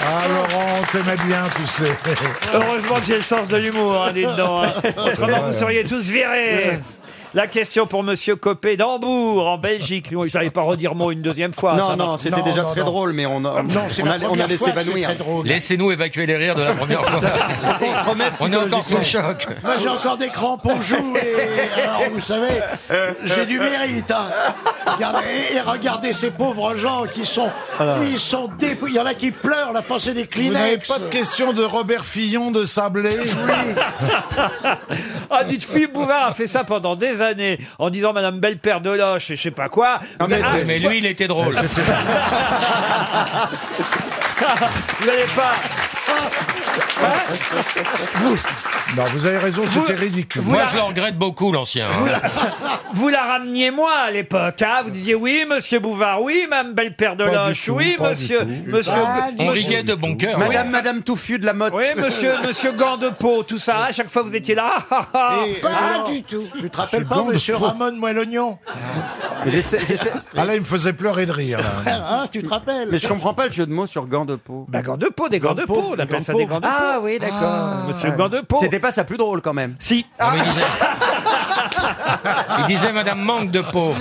Ah, Laurent, on t'aimait bien, tu sais.
Heureusement que j'ai le sens de l'humour, hein, dites donc. hein. Autrement, vous seriez tous virés. La question pour Monsieur Copé d'Hambourg, en Belgique. Non, J'allais pas redire mot une deuxième fois.
Non,
ça
non,
va.
c'était déjà très drôle, mais on a, on a, on a laissé évanouir.
Laissez-nous évacuer les rires de la première fois.
On se remet
On est encore sous le
psychologiquement.
choc.
Moi, j'ai encore des crampons joues et euh, alors, vous savez, j'ai du mérite. hein. Regardez, et- et regardez ces pauvres gens qui sont,
Ah.
ils sont dé- Il y en a qui pleurent, la pensée des
Vous n'avez
Kleenex.
pas de question de Robert Fillon de Sablé
Ah, dites, Philippe Bouvard a fait ça pendant des années en disant Madame Belle-Père de Loche et je sais pas quoi. Vous
mais,
allez- ah,
lui, il était drôle.
vous n'allez pas.
Non, vous avez raison,
Vous-
c'était ridicule.
vous
Moi,
la-
je le regrette beaucoup, l'ancien. hein.
Vous la rameniez moi à l'époque, hein Vous disiez oui, monsieur Bouvard, oui, madame belle père de
Pas
Loche,
du tout,
oui,
pas du
monsieur,
tout.
monsieur,
Pas du On
monsieur-
riguait de bon cœur.
Oui.
Madame-
Madame Touffu de la mode. Oui, monsieur, monsieur Gant de Pau, tout ça, à chaque fois vous étiez là. ah, ah, ah.
tout. Tu te rappelles pas, monsieur Ramon Moellognon
Ah là, il me faisait pleurer de rire.
Ah,
là.
Hein, Tu te rappelles
Mais je comprends pas le jeu de mots sur gants de peau.
Bah, gants de peau, des gants de peau, on appelle ça des gants de peau.
Ah oui, d'accord.
Monsieur gants de peau.
C'était pas ça plus drôle quand même.
Si.
Il disait Madame manque de peau.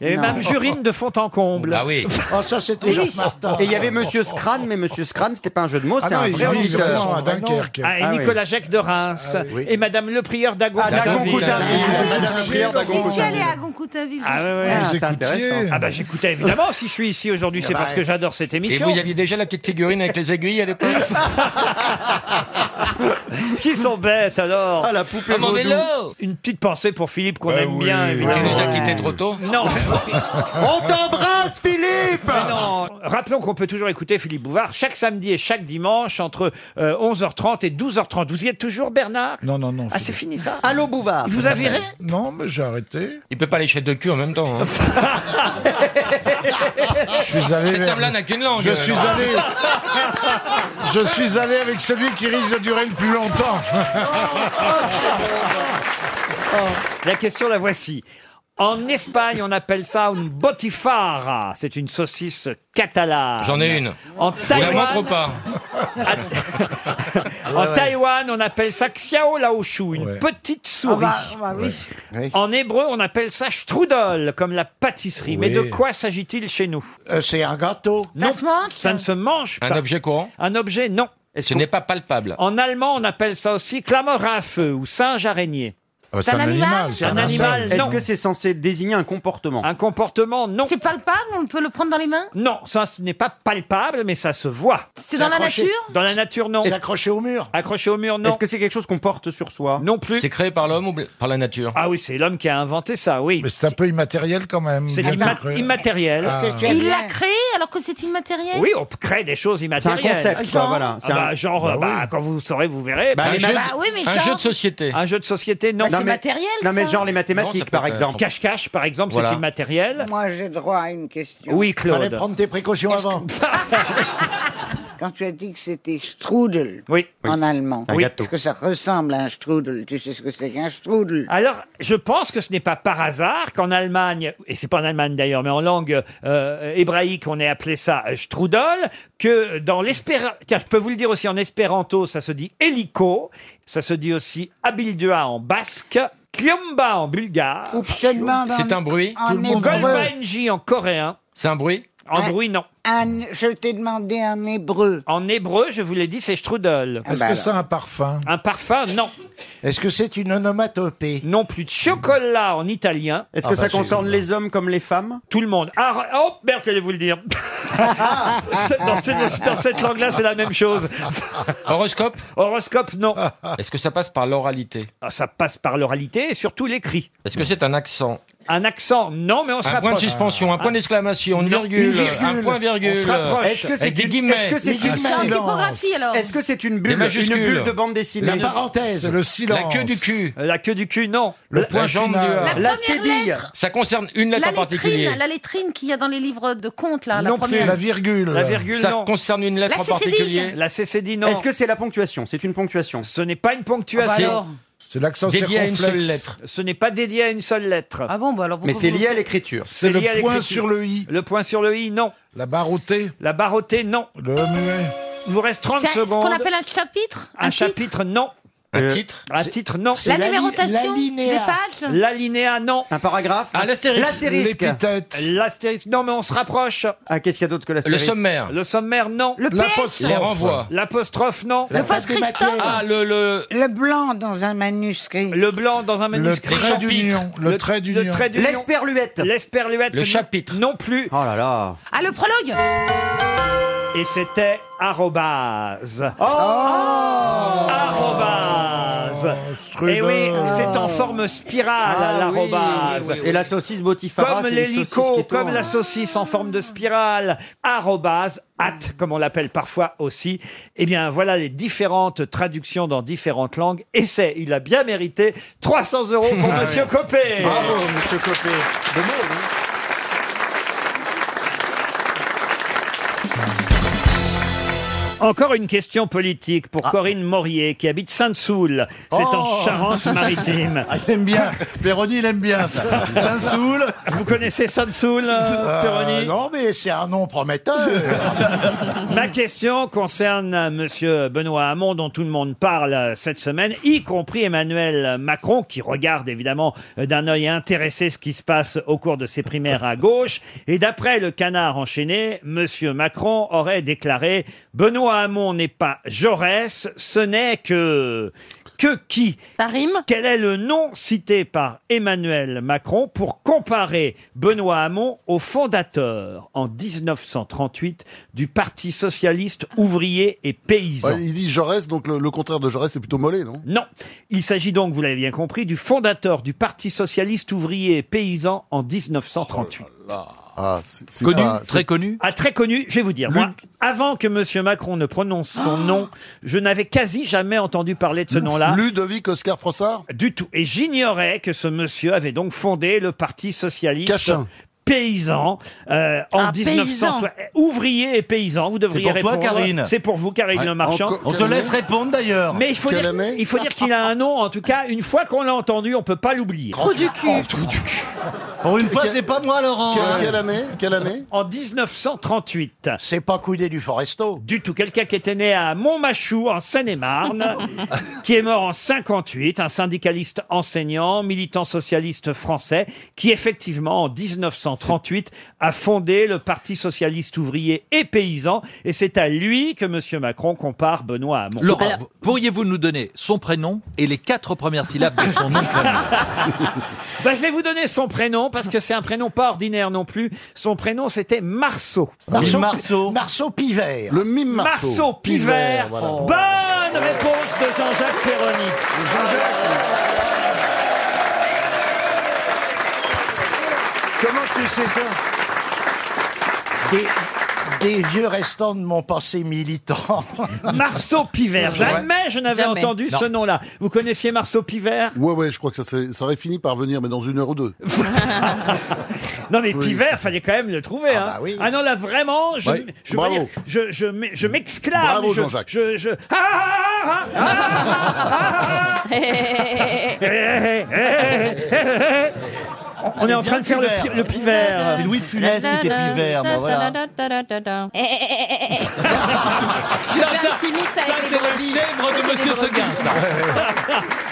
Et
Non.
Madame Jurine de Fontencomble.
Ah oui.
Oh, ça, c'était Georges Martin.
Et il y avait Monsieur Scran, mais Monsieur Scran, c'était pas un jeu de mots, c'était
Ah non,
Oh, un
il-
vrai
non, il est
auditeur.
vraiment à Dunkerque. Ah, et
Ah oui.
Nicolas Jacques de Reims. Et Madame Le Prieur
Ah,
d'Agon-Coutainville.
d'Agon-Coutainville.
Ah,
Madame Le Prieur
J'y suis allée à Goncoutaville.
Ah, ouais, ouais.
Ah, Vous c'est écoutiez. intéressant.
Ah bah j'écoutais évidemment. Si je suis ici aujourd'hui, c'est
bah,
parce que
ouais.
j'adore cette
Et
émission.
vous, il y aviez déjà la petite figurine avec les aiguilles à l'époque
Qui sont bêtes alors Ah la poupée
Ah, mon vaudou. vélo
Une petite pensée pour Philippe qu'on aime bien
Il nous a
évidemment.
quittés trop tôt
Non
On t'embrasse, Philippe
Mais non. Rappelons qu'on peut toujours écouter Philippe Bouvard chaque samedi et chaque dimanche entre euh, 11h30 et 12h30. Vous y êtes toujours Bernard
Non, non, non.
Ah c'est fini ça
Allô Bouvard.
Il Ah, vous a viré
Non, mais j'ai arrêté.
Ah, bah, Il peut pas lécher de cul en même temps. hein.
Je suis allé.
Cet
vers-
homme-là n'a qu'une langue.
Je suis allé. Je suis allé avec celui qui risque de durer le plus longtemps.
La question la voici. En Espagne, on appelle ça une botifara. C'est une saucisse catalane.
J'en ai une.
En
Vous la montre ou
Taïwan,
pas
en
Ouais, ouais.
Taïwan, on appelle ça xiao lao shu, une petite souris. En hébreu, on appelle ça strudel, comme la pâtisserie. Mais de quoi s'agit-il chez nous
Euh, C'est un gâteau.
Non, Ça ne se mange pas.
Un objet courant
Un objet, non.
Ce n'est pas palpable.
En allemand, on appelle ça aussi clameur à feu ou singe araignée.
bah, C'est c'est un un animal, animal,
C'est un animal,
Est-ce
non.
que c'est censé désigner un comportement
Un comportement, non.
C'est palpable, on peut le prendre dans les mains
Non, ça ce n'est pas palpable, mais ça se voit.
C'est dans la
accroché.
nature
Dans la nature, non.
C'est accroché au mur.
Accroché au mur, non.
Est-ce que c'est quelque chose qu'on porte sur soi
Non plus.
C'est créé par l'homme ou bl- par la nature
Ah oui, c'est l'homme qui a inventé ça, oui.
Mais c'est un peu immatériel quand même.
C'est
bien
imma-
concret.
immatériel.
Ah.
Il l'a créé alors que c'est immatériel
Oui, on crée des choses immatérielles.
concept, quoi, Genre voilà.
Ah
C'est un-
bah, genre,
Bah
bah, quand vous saurez, vous verrez.
Bah, les
un, jeu,
maths-
Bah oui, mais
Un
genre-
jeu de société.
un jeu de société, non.
Bah, c'est matériel,
Non mais
ça.
genre les
Non, ça
mathématiques
peut
par
pas être.
exemple.
Cache-cache, par exemple,
Voilà.
c'est immatériel.
Moi, j'ai droit à une question.
Oui,
Fallait
Claude.
prendre tes précautions avant.
Quand tu as dit que c'était Strudel
Oui.
en allemand,
Un gâteau.
parce que ça ressemble à un Strudel, tu sais ce que c'est qu'un Strudel
Alors, je pense que ce n'est pas par hasard qu'en Allemagne, et c'est pas en Allemagne d'ailleurs, mais en langue euh, hébraïque, on ait appelé ça euh, strudel, que dans l'espéranto, tiens, je peux vous le dire aussi en espéranto, ça se dit hélico, ça se dit aussi abildua en basque, kliomba en bulgare,
Ou seulement dans
C'est un bruit
en hébreu.
golbanji en coréen,
C'est un bruit
en
Ah.
bruit non.
Un- je t'ai demandé un hébreu.
En hébreu, je vous l'ai dit, c'est strudel.
Ah
Est-ce
bah
que
alors.
c'est un parfum
Un parfum, non.
Est-ce que c'est une onomatopée
Non plus de chocolat en italien.
Est-ce
Ah
que
bah,
ça
j'ai-
concerne les hommes comme les femmes
Tout le monde. Ah, oh, merde, j'allais vous le dire. C'est- dans, cette- dans cette langue-là, c'est la même chose.
Horoscope
Horoscope, non.
Est-ce que ça passe par l'oralité
Ah, Ça passe par l'oralité et surtout l'écrit.
Est-ce que c'est un accent
Un accent, non, mais on se
Un point de
rapproche.
suspension, un point d'exclamation, une virgule, un point virgule.
On se rapproche.
Est-ce que c'est
Avec des
une-
guillemets.
Est-ce que c'est
Des
une
guillemets.
silence.
Typographie alors
Est-ce que c'est une
Des
bulle, une
majuscules.
bulle de bande
La
dessinée
parenthèse.
C'est le
La
silence.
queue du cul.
La queue du cul, non.
Le
La-
point
la jambe
final.
du-
La
La,
première
cédille.
lettre
Ça concerne une lettre
La
pas
lettrine,
particulier.
la lettrine qu'il y a dans les livres de contes
Non
là, la
plus,
première.
La virgule.
La virgule,
Ça
non.
concerne une lettre
La
en
CCDI.
particulier.
La CCD, non.
Est-ce que c'est la ponctuation C'est une ponctuation.
Ce n'est pas une
Bah
ponctuation.
alors
C'est l'accent
Dédié à une
circonflexe.
seule lettre.
Ce n'est pas dédié à une seule lettre.
Ah bon, bah alors
Mais
pourquoi
c'est
vous-
lié à l'écriture.
C'est
lié à
le point
l'écriture.
sur le i.
Le point sur le i, non.
La barre au T.
La barottée, non.
Le muet.
Il vous reste 30
C'est ce qu'on
secondes.
appelle un chapitre
Un chapitre, non.
Un
Euh,
titre
Un titre, non.
La
la li-
numérotation des
l'alinéa.
pages
L'alinéa, non.
Un paragraphe
Un l'astérix.
L'astérisque.
L'épithète.
L'astérisque, non, mais on se rapproche.
Ah, qu'est-ce qu'il y a d'autre que
Le
l'astérisque
sommaire.
Le sommaire, non.
Le PS
L'apostrophe.
Les renvois.
L'apostrophe, non.
La pâte
poste
des
Christophe.
matières.
Ah, le. le...
Le blanc dans un manuscrit.
Le blanc dans un
Le
manuscrit.
trait
chapitres.
d'union. Le trait d'union.
Le trait d'union.
L'esperluette.
L'esperluette.
Le
non-
chapitre.
Non plus.
Oh là là.
Ah, le prologue
Et c'était arrobase.
Oh
Ah,
Arrobase. Eh oui, c'est en forme spirale
Ah
à
oui,
l'arrobase.
oui, oui, oui. Et la saucisse Botifara,
Comme
c'est les saucisses
l'hélico,
qui tournent. hein.
comme la saucisse en forme de spirale, arrobase, at, comme on l'appelle parfois aussi. Eh bien, voilà les différentes traductions dans différentes langues. Et c'est, il a bien mérité 300 euros pour
Ah
Monsieur
oui.
Copé.
Bravo, monsieur Copé. De mots, hein.
Encore une question politique
Ah.
pour Corinne Maurier qui habite Sainte-Soule. C'est en
Oh.
Charente-Maritime.
Ah, j'aime bien. Véronique, il aime bien ça. Saint-Soul.
Vous connaissez Sainte-Soul,
Ah,
Euh,
Véronique
Non, mais c'est un nom prometteur.
Ma question concerne euh, Monsieur Benoît Hamon, dont tout le monde parle euh, cette semaine, y compris Emmanuel Macron, qui regarde évidemment euh, d'un œil intéressé ce qui se passe au cours de ses primaires à gauche. Et d'après le canard enchaîné, Monsieur Macron aurait déclaré Benoît Hamon n'est pas Jaurès, ce n'est que que qui
Ça rime
Quel est le nom cité par Emmanuel Macron pour comparer Benoît Hamon au fondateur en 1938 du Parti socialiste ouvrier et paysan
Ouais, il dit Jaurès, donc le, le contraire de Jaurès, c'est plutôt Mollet, non
Non. Il s'agit donc, vous l'avez bien compris, du fondateur du Parti socialiste ouvrier et paysan en
Oh
1938.
Ah, c'est c'est
Connu,
pas-
très
c'est-
connu. Ah, très connu, je vais vous dire. Moi, avant que Monsieur Macron ne prononce son nom, je n'avais quasi jamais entendu parler de ce nom-là.
Ludovic Oscar Frossard
Du tout. Et j'ignorais que ce monsieur avait donc fondé le Parti Socialiste.
Cachin.
Paysan euh, en
Ah,
1960.
paysan.
Ouvrier et paysan, vous devriez
pour toi,
répondre.
Karine.
C'est pour vous, Karine
Ouais.
Le Marchand.
Encore- On te Karine. laisse
répondre d'ailleurs. Mais il faut
Quelle
dire,
année
il faut dire qu'il a un nom. En tout cas, une fois qu'on l'a entendu, on peut pas l'oublier.
Trou du cul.
Oh, trou du cul.
Pour une fois, Quelle- c'est pas moi, Laurent.
hein.
quelle- quelle année Quelle année
En 1938.
C'est pas Coudé du Foresto.
Du tout. Quelqu'un qui était né à Montmachou, en Seine-et-Marne, qui est mort en 58, un syndicaliste enseignant, militant socialiste français, qui effectivement, en 1938, a fondé le Parti socialiste ouvrier et paysan. Et c'est à lui que M. Macron compare Benoît Hamon.
Laurent, vous- pourriez-vous nous donner son prénom et les quatre premières syllabes de son nom de famille
Bah, je vais vous donner son prénom parce que c'est un prénom pas ordinaire non plus. Son prénom c'était Marceau.
Marceau, Marceau. Pivert. Le mime
Marceau, Pivert. Bonne réponse de Jean-Jacques Perroni.
Comment tu sais ça des, des vieux restants de mon passé militant.
Marceau Pivert.
Ouais.
Jamais je n'avais
Jamais.
entendu ce
Non.
nom-là. Vous connaissiez Marceau Pivert
Ouais, ouais, je crois que ça, serait- ça aurait fini par venir, mais dans une heure ou deux.
Non mais Pivert, fallait quand même le trouver. hein. Ah, non là vraiment, je,
Oui.
je,
Bravo.
voyais- je, je m'é- je m'exclame.
Bravo,
je-
Jean-Jacques.
Je, je- Ah, ah, ah, ah, ah, ah,
Eh,
ah. On- On est en train de faire le, pi- le Pivert.
C'est
Louis
Funès
qui était Pivert, moi, voilà.
Je vais un petit mix
Ça,
avec
c'est
les
le
brebis.
chèvre de Monsieur Seguin, ça.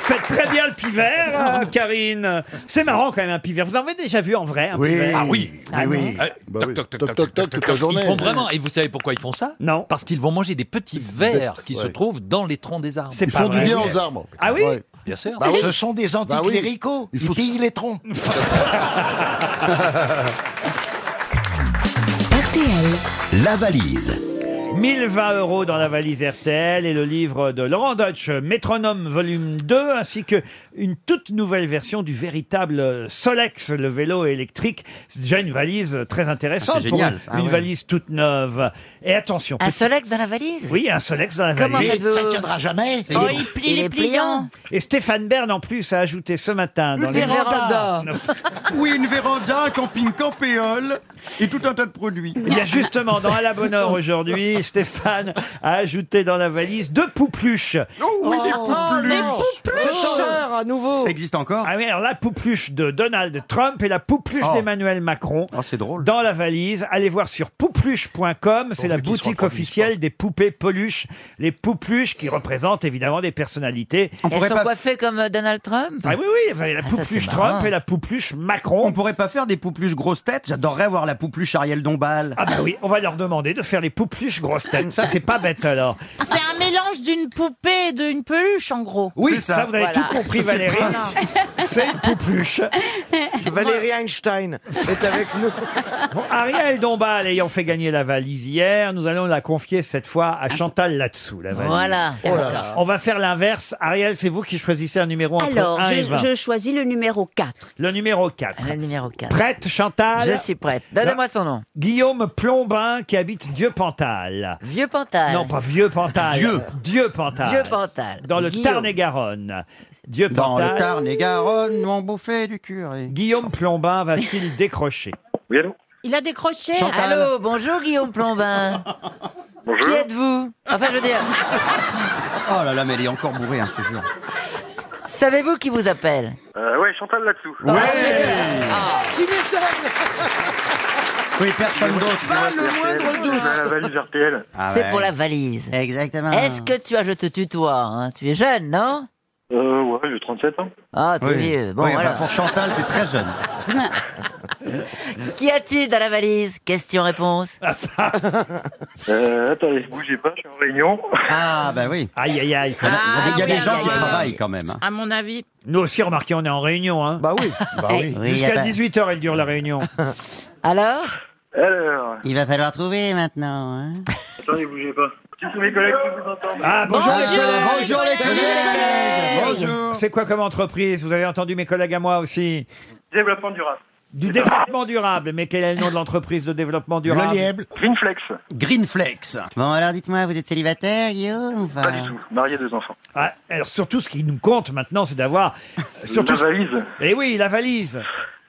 Faites très bien le Pivert, euh, Karine. C'est marrant quand même un Pivert. Vous en avez déjà vu en vrai un Pivert
Ah oui.
Ah non.
Euh,
Bah
toc, toc, toc, toc, toc, toc,
la
toc.
journée.
Ils font vraiment. Et vous savez pourquoi ils font ça
Non.
Parce qu'ils vont manger des petits vers qui se
ouais.
trouvent dans les troncs des arbres.
Ils font du bien aux arbres.
Ah oui
Bien sûr.
Bah oui.
Ce sont des
Bah oui.
anticléricaux.
Il
Ils
faut-
pillent les troncs.
La valise.
1020 euros dans la valise RTL et le livre de Laurent Deutsch, Métronome volume 2, ainsi que une toute nouvelle version du véritable euh, Solex, le vélo électrique. C'est déjà une valise très intéressante
Ah, c'est
pour
génial,
une,
ça. Ah
une
ouais.
valise toute neuve. Et attention.
Un
petit-
Solex dans la valise
Oui, un Solex dans la
Comment
valise.
faites-vous Ça tiendra
jamais.
Oh, il plie, il est pliant.
Et Stéphane Bern, en plus, a ajouté ce matin dans
Une
les-
véranda.
Non.
Oui, une véranda, un camping campéole et tout un tas de produits.
Il y a justement dans À la bonne heure aujourd'hui, Stéphane a ajouté dans la valise deux poupluches.
Oh, oui, des poupluches.
C'est
cher,
à nouveau. Ça existe encore Ah oui, alors la poupluche de Donald Trump et la poupluche d'Emmanuel Macron. Oh, c'est drôle. Dans la valise, allez voir sur poupluche.com, c'est la boutique officielle des poupées peluches, les poupluches qui représentent évidemment des personnalités.
Elles sont coiffées comme euh, Donald Trump
Ah oui, oui, la poupluche Trump et la poupluche Macron.
On pourrait pas faire des poupluches grosses têtes J'adorerais avoir la poupluche Ariel Dombal.
Ah bah oui, on va leur demander de faire les poupluches grosses grosses têtes. Ça, c'est pas bête alors.
C'est un mélange d'une poupée et d'une peluche, en gros.
Oui, ça. vous avez tout compris, Valérie. C'est une poupluche.
Valérie Einstein est avec nous.
Bon, Ariel Dombal ayant fait gagner la valise hier, nous allons la confier cette fois à Chantal là-dessous, la valise.
Voilà.
Oh là là. On va faire l'inverse. Ariel, c'est vous qui choisissez un numéro entre
Alors,
1 et
je,
20.
je choisis le numéro 4.
Le numéro 4.
Le numéro 4.
Prête, Chantal
Je suis prête. Donnez-moi son nom.
Guillaume Plombin, qui habite Dieu Pantal.
Vieux Pantal.
Non, pas Vieux Pantal.
Dieu.
Dieu Pantal.
Vieux Pantal.
Dans le
Guillaume.
Tarn-et-Garonne. Dieu
Dans
Pantal.
le
Tarn-et-Garonne, m'ont bouffé du curé. Guillaume Plombin va-t-il décrocher Oui, allô
Il a décroché.
Chantal.
Allô, bonjour Guillaume Plombin.
Bonjour.
Qui êtes-vous Enfin, je veux dire,
Oh là là, mais elle est encore bourrée, hein, je te jure.
savez-vous qui vous appelle
Euh, ouais, Chantal là-dessous.
Ouais.
Tu m'étonnes
Oui, personne d'autre.
Pas le moindre doute
valise RTL.
C'est pour la valise. Ah Exactement. Est-ce que tu as, je te tutoie, hein, tu es jeune, non
Euh, ouais, j'ai 37 ans.
Ah, t'es vieux.
euh,
Bon,
oui, enfin,
alors.
pour Chantal, t'es très jeune.
Qu'y a-t-il dans la valise Question-réponse.
Euh, attendez, bougez pas, je suis en réunion. Ah, bah oui.
Aïe, aïe, aïe.
Il y a,
Ah,
il y a
oui,
des gens
alors,
qui
euh,
travaillent quand même. hein.
À mon avis.
Nous aussi, remarquez, on est en réunion. Hein. Bah oui.
oui. Oui, y
Jusqu'à
a pas-
18h, elle dure la réunion.
Alors
Alors,
Il va falloir trouver maintenant. Hein
attendez, bougez pas. Tous mes collègues qui vous entendent.
Ah, bonjour, les collègues.
Bonjour les collègues.
C'est quoi comme entreprise Vous avez entendu mes collègues à moi aussi
Développement durable.
Du développement durable. Mais quel est le nom de l'entreprise de développement durable
Greenflex. Greenflex.
Bon, alors dites-moi, vous êtes célibataire, Guillaume ou
Pas du tout. Marié deux enfants.
Ah, alors surtout, ce qui nous compte maintenant, c'est d'avoir... Surtout...
La valise.
Eh oui, la valise.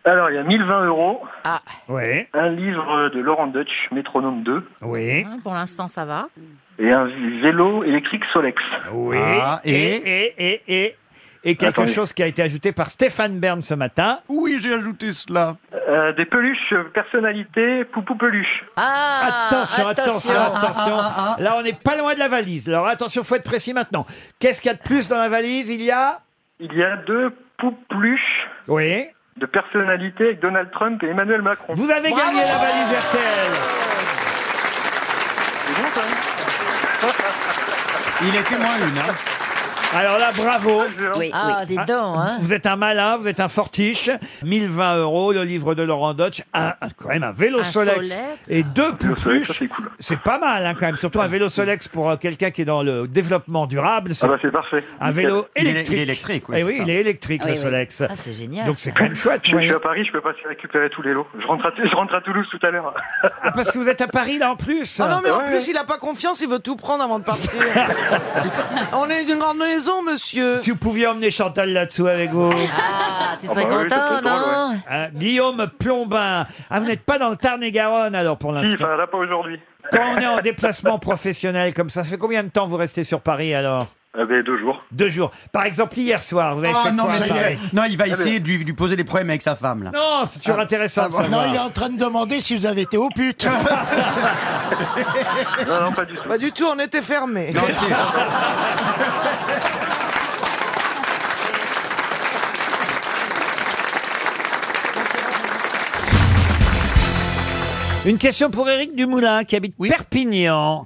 Alors, il y a 1020 euros.
Ah.
Oui.
Un livre de Laurent Deutsch, Métronome 2.
Oui.
Pour l'instant, ça va.
Et un vélo électrique Solex.
Oui.
Ah,
Ah,
et, et, et, et, et quelque
Attendez.
chose qui a été ajouté par Stéphane Bern ce matin.
Oui, j'ai ajouté cela.
Euh, des peluches, euh, personnalité, poupou peluche.
Ah,
Attention, attention, ah, attention. Là, on n'est pas loin de la valise. Alors attention, faut être précis maintenant. Qu'est-ce qu'il y a de plus dans la valise Il y a
Il y a deux poupluches
Oui.
de personnalité avec Donald Trump et Emmanuel Macron.
Vous avez gagné la valise RTL.
Il était moins une.
hein. Alors là, bravo.
Oui, Ah, oui. dis donc, hein.
Vous êtes un malin, vous êtes un fortiche. 1020 euros, le livre de Laurent Deutsch, un, un- quand même un vélo
Un
Solex,
Solex.
et deux
Solex, ça,
peluches.
c'est cool.
C'est pas mal, hein, quand même. Surtout un vélo Solex pour euh, quelqu'un qui est dans le développement durable.
Ah bah c'est parfait.
Un vélo
Il est-
électrique.
il est électrique, oui,
Eh
c'est
oui,
ça.
il est électrique,
Ah
le
oui, oui.
Solex.
Ah, c'est génial.
Donc c'est quand même chouette.
Je, je
ouais.
suis à Paris, je peux pas récupérer tous les lots. Je rentre à, je rentre à Toulouse tout à l'heure.
Ah, parce que vous êtes à Paris, là, en plus.
Ah non, mais en
Ouais.
plus, il a pas confiance, il veut tout prendre avant de partir. On est d'une grande maison, monsieur.
Si vous pouviez emmener Chantal là-dessous avec vous.
Ah, tu serais
bah oui,
content,
ça serait drôle,
non
Hein, Guillaume Plombin. Ah, vous n'êtes pas dans le Tarn-et-Garonne, alors, pour
Si,
l'instant.
enfin, bah, là pas aujourd'hui.
Quand on est en déplacement professionnel comme ça, ça fait combien de temps vous restez sur Paris alors
Ah ben deux jours.
Deux jours. Par exemple, hier soir, vous avez
Ah,
fait
non,
quoi à
Ah, mais ça y est.
Paris
Non,
il va essayer
de lui, poser des problèmes avec sa femme. Là.
Non, c'est toujours intéressant de
Ah. Non,
savoir.
il est en train de demander si vous avez été au pute.
Non, non, pas du tout.
Pas du tout, on était fermés.
Une question pour Éric Dumoulin qui habite Perpignan.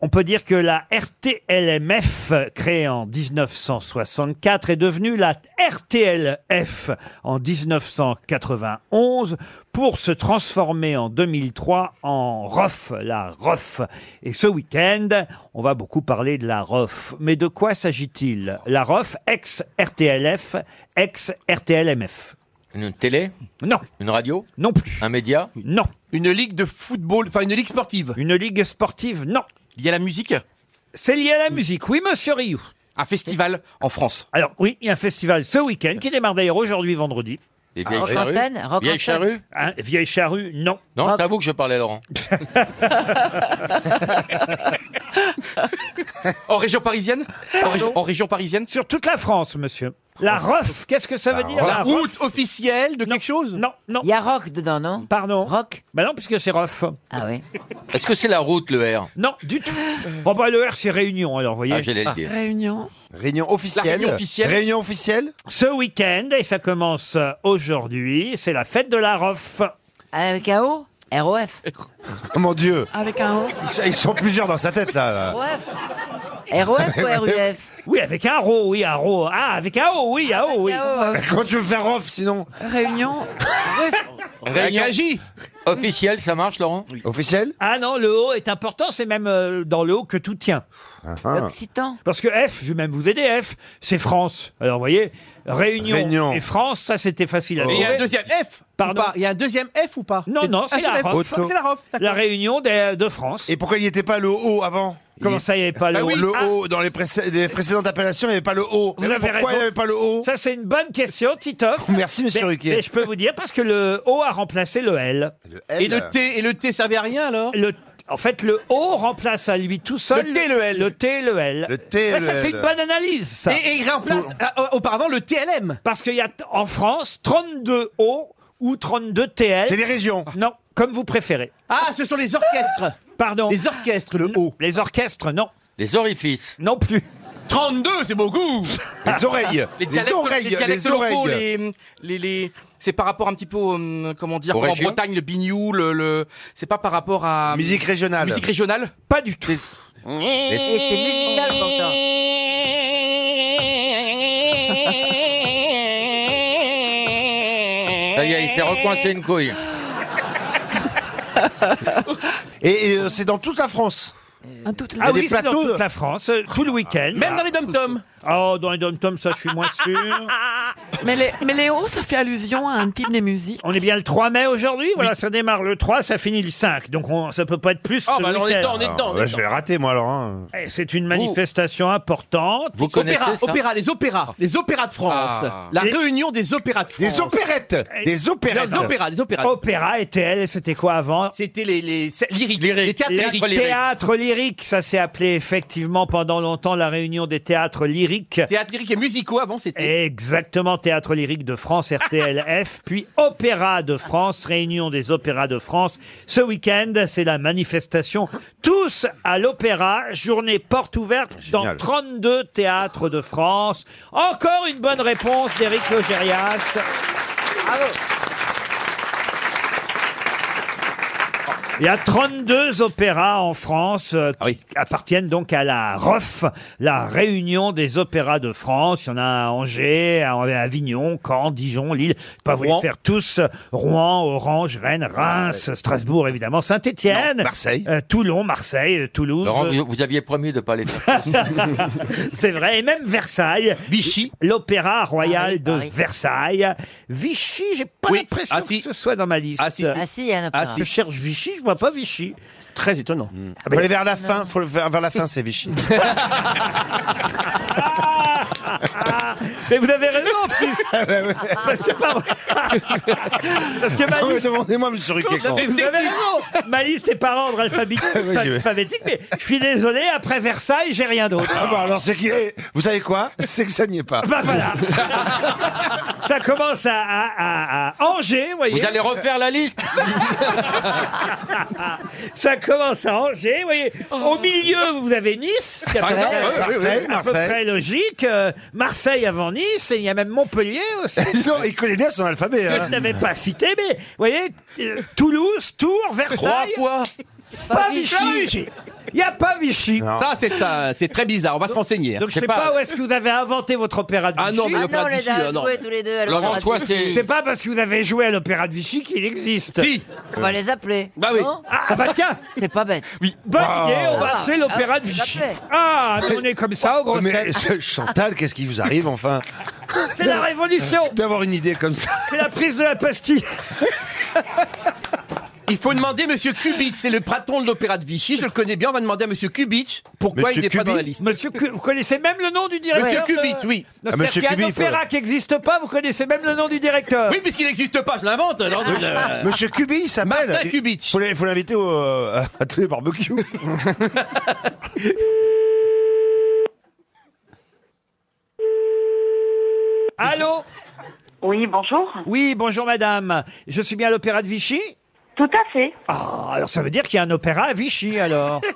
On peut dire que la RTLMF, créée en 1964, est devenue la RTLF en 1991 pour se transformer en 2003 en ROF, la ROF. Et ce week-end, on va beaucoup parler de la ROF. Mais de quoi s'agit-il La ROF, ex-RTLF, ex-RTLMF.
Une télé
Non.
Une radio
Non plus.
Un média
Non.
Une ligue de football, enfin une ligue sportive
Une ligue sportive, non.
Liée à la musique
C'est lié à la musique, oui, monsieur Rioux.
Un festival en France.
Alors oui, il y a un festival ce week-end qui démarre d'ailleurs aujourd'hui vendredi.
Les
Ah, rock en scène, rock en
Vieille
scène.
charrue
Hein, vieille charrue, non.
Non, c'est à vous que je parlais, Laurent. en région parisienne en, régi- en région parisienne
Sur toute la France, monsieur. La ROF, qu'est-ce que ça veut dire la
La
ROF
route officielle de quelque chose
Non, non.
Il y a rock dedans, non
Pardon.
Rock
Bah non, puisque c'est ROF.
Ah oui.
Est-ce que c'est la route, le R
Non, du tout. Bon bah le R c'est réunion alors, vous voyez.
Ah, j'allais le dire.
Réunion.
Réunion
officielle. réunion officielle.
Réunion officielle.
Ce week-end et ça commence euh, aujourd'hui, c'est la fête de la ROF.
Avec un O ROF.
Oh mon Dieu
Avec un O.
Ils sont- Ils sont plusieurs dans sa tête
Euh.
là.
ROF ou
E
RUF
Oui, avec un RO, oui, un RO. Ah, avec un O, oui, un O, oui.
Bah, Ah
Quand tu veux faire off sinon
Réunion.
Réunion.
Officiel, ça marche, Laurent
Officiel
Ah non, le O est important, c'est même euh, dans le O que tout tient.
Ah.
L'Occitan.
Parce que F, je vais même vous aider, F, c'est France. Alors vous voyez, Réunion,
Réunion. Oh.
et France, ça c'était facile à
Oh.
Et il y a
trouver.
un deuxième
F
Pardon
Il y a un deuxième F ou pas
Non, non, c'est la ROF. La Réunion des- euh, de, France.
Et pourquoi il n'y était pas le O avant
Comment ça, il n'y avait pas le
Ah
O
oui, Le
Ah.
O, dans les, précé- les précédentes appellations, il n'y avait pas le O.
Vous avez
pourquoi il n'y
raison.
avait pas le O
Ça, c'est une bonne question, Titoff.
Merci, monsieur
Mais-
Ruquier.
mais je peux vous dire, parce que le O a remplacé le L.
Et le T, et le T servait à rien alors
Le- en fait, le O remplace à lui tout seul
Le T et le L.
Le T et le L.
T et
Ouais,
le
ça, c'est
L.
une bonne analyse, ça.
Et, et il remplace euh, auparavant le TLM.
Parce qu'il y a t- en France 32 O ou 32 TL.
C'est des régions.
Non, comme vous préférez.
Ah, ce sont les orchestres.
Pardon.
Les orchestres, le O.
Les orchestres, non.
Les orifices.
Non plus.
32, c'est beaucoup
Les oreilles. Les
dialectes-
oreilles,
Les,
les
dialectes locaux,
oreilles.
les- les- les- C'est par rapport un petit peu, euh, comment dire,
Aux
en
régions
Bretagne, le bignou, le... le- C'est pas par rapport
Ah,
à... hum,
Musique régionale.
Musique régionale
Pas du tout.
Et c'est musical pourtant.
Ça y est, il s'est recoincé une couille.
Et, et, euh, c'est dans toute la France.
Ah
Il y a
oui,
des
c'est dans
plateaux.
toute la France, euh, tout le week-end.
Même dans les dom-toms.
Oh, dans les dom-toms, ça, je suis moins sûr.
Ah,
Mais les, mais les hauts, ça fait allusion à un type des musiques.
On est bien le 3 mai aujourd'hui, voilà, ça démarre le 3, ça finit le 5, donc on, ça peut pas être plus.
Ah,
ce
bah, alors, on est
week-end.
dedans, on est dedans, on est
Ouais, je vais le rater moi alors. hein.
Eh, C'est une manifestation importante.
Vous connaissez
Opéra,
ça
opéra, les opéras, les opéras de France,
Ah.
la
Les-
réunion des opéras de France. Euh,
Des opérettes Des opérettes
Des opéras, des opéras.
Eh, Opéra et TL, c'était quoi avant
C'était les, les c'est- lyriques, les théâtres
Les
lyriques.
théâtres lyriques, ça s'est appelé effectivement pendant longtemps la réunion des théâtres lyriques.
Théâtres lyriques et musicaux avant c'était.
Exactement, Théâtre lyrique de France, RTLF, puis Opéra de France, Réunion des opéras de France. Ce week-end, c'est la manifestation Tous à l'Opéra, journée porte ouverte dans 32 théâtres de France. Encore une bonne réponse d'Éric Logérias.
hein
Il y a 32 opéras en France euh, qui appartiennent donc à la ROF, la Réunion des opéras de France. Il y en a à Angers, à à Avignon, Caen, Dijon, Lille. Je peux Pas vous les
Rouen.
faire tous. Rouen, Orange, Rennes, Reims, Strasbourg évidemment, Saint-Étienne, Marseille, Toulon, Marseille, euh, Toulouse.
Laurent, vous, vous aviez promis de pas les
Ah.
faire.
C'est vrai, et même Versailles.
Vichy.
L'Opéra Royal de
Paris.
Versailles. Vichy, j'ai pas
Oui.
l'impression
Ah, si.
que ce soit dans ma liste.
Ah, si, si.
Ah si, il y a un opéra.
Ah, si.
Je cherche Vichy, je vois pas Vichy.
Très étonnant.
Ah, mais-
Faut aller vers la fin, faut le faire vers la fin, c'est Vichy.
Mais vous avez raison en plus
Ah,
Bah, C'est pas vrai Parce que ma
Ah ouais,
liste...
Demandez-moi, monsieur Ruquier. quand.
Mais vous avez raison Ma liste est par ordre alphabi-
Oui, je vais.
alphabétique, mais je suis désolé, après Versailles, j'ai rien d'autre.
Ah bah alors c'est qui eh, Vous savez quoi C'est que ça n'y est pas.
Bah voilà Ça commence à, à- à- à Angers, voyez
Vous allez refaire la liste
Ça commence à Angers, voyez
Oh.
Au milieu, vous avez Nice, qui est à peu
Ouais,
près-
ouais,
ouais, ouais,
à peu
Marseille.
près logique. Euh, Marseille avant Nice, et il y a même Montpellier aussi.
Non, il connaît bien son alphabet.
que
Hein.
je n'avais pas cité, mais vous voyez, euh, Toulouse, Tours,
Trois
Versailles,
fois.
pas Vichy. Il n'y a pas Vichy.
Ça c'est un- c'est très bizarre. On va se renseigner. hein.
Donc je ne sais pas, où est-ce que vous avez inventé votre opéra de
Ah
Vichy.
non, mais
Ah non,
l'opéra
on
de
les
Vichy,
a
euh, non.
joués tous les deux à
Laurent,
l'opéra
toi,
de
c'est-
Vichy.
C'est pas parce que vous avez joué à l'opéra de Vichy qu'il existe.
Si.
On va les appeler.
Bah oui.
Non
Ah bah tiens,
C'est pas bête.
bonne
Bah,
idée, on
Ah,
va appeler l'opéra de
ah,
Vichy.
parfait.
Ah, mais on est comme ça au gros
Mais ce- Chantal, qu'est-ce qui vous arrive enfin
C'est la révolution,
D'avoir une idée comme ça.
c'est la prise de la pastille.
Il faut demander Monsieur Kubitsch, c'est le patron de l'opéra de Vichy. Je le connais bien. On va demander à Monsieur Kubitsch pourquoi il
Monsieur
n'est pas
Kubi-
dans la liste.
Monsieur, Cu- vous connaissez même le nom du directeur
Monsieur
de-
Kubitz, oui.
Non,
Ah,
c'est-à-dire
monsieur
qu'il y a
Kubi,
un
il faut-
opéra qui n'existe pas, vous connaissez même le nom du directeur.
Oui, puisqu'il n'existe pas, je l'invente. non, je- euh,
Monsieur Kubi, il s'appelle.
Martin Kubitsch.
Faut l'in- faut l'inviter au, euh, à tous les barbecues.
Allô
Oui, bonjour.
Oui, bonjour madame. Je suis bien à l'opéra de Vichy
Tout à fait.
Ah, alors ça veut dire qu'il y a un opéra à Vichy alors.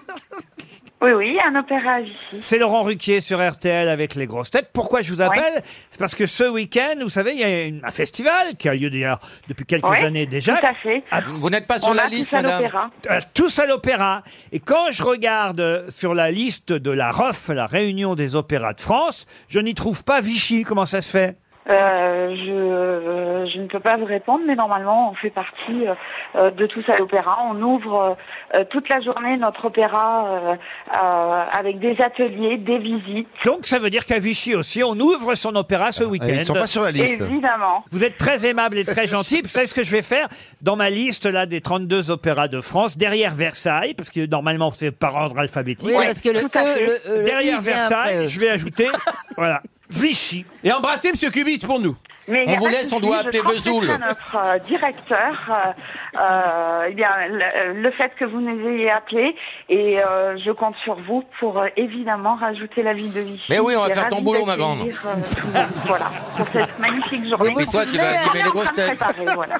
Oui, oui, un opéra ici.
C'est Laurent Ruquier sur RTL avec les grosses têtes. Pourquoi je vous appelle C'est parce que ce week-end, vous savez, il y a une- un festival qui a lieu d'ailleurs depuis quelques
Ouais,
années déjà.
tout à fait.
vous
n'êtes pas sur On la a liste, tous à madame l'opéra.
Tous à l'opéra. Et quand je regarde euh, sur la liste de la ROF, la Réunion des opéras de France, je n'y trouve pas Vichy. Comment ça se fait
Euh, je, euh, je ne peux pas vous répondre, mais normalement, on fait partie euh, euh, de tous à l'opéra. On ouvre euh, euh, toute la journée notre opéra euh, euh, avec des ateliers, des visites.
Donc ça veut dire qu'à Vichy aussi, on ouvre son opéra
Ah,
ce week-end.
sont pas sur la liste. Évidemment.
Vous êtes très aimable et très gentil. Vous savez ce que je vais faire dans ma liste là des 32 opéras de France, derrière Versailles, parce que normalement c'est par ordre alphabétique.
Oui, parce que le
Tout à
E,
fait.
le E, le I
derrière
vient après
Versailles,
eux.
je vais ajouter, voilà, Vichy.
Et embrassez Monsieur Cubis pour nous.
Mais il y a pas de souci, je transmettrai à notre euh, directeur, euh, euh, eh bien, le, le fait que vous nous ayez appelé, et euh, je compte sur vous pour euh, évidemment rajouter la vie de Vichy.
Mais oui, on va
Et
faire ton
ravie
boulot, ma
d'accueillir, euh, voilà, pour cette magnifique journée.
Mais toi, tu vas animer les grosses têtes.
Voilà.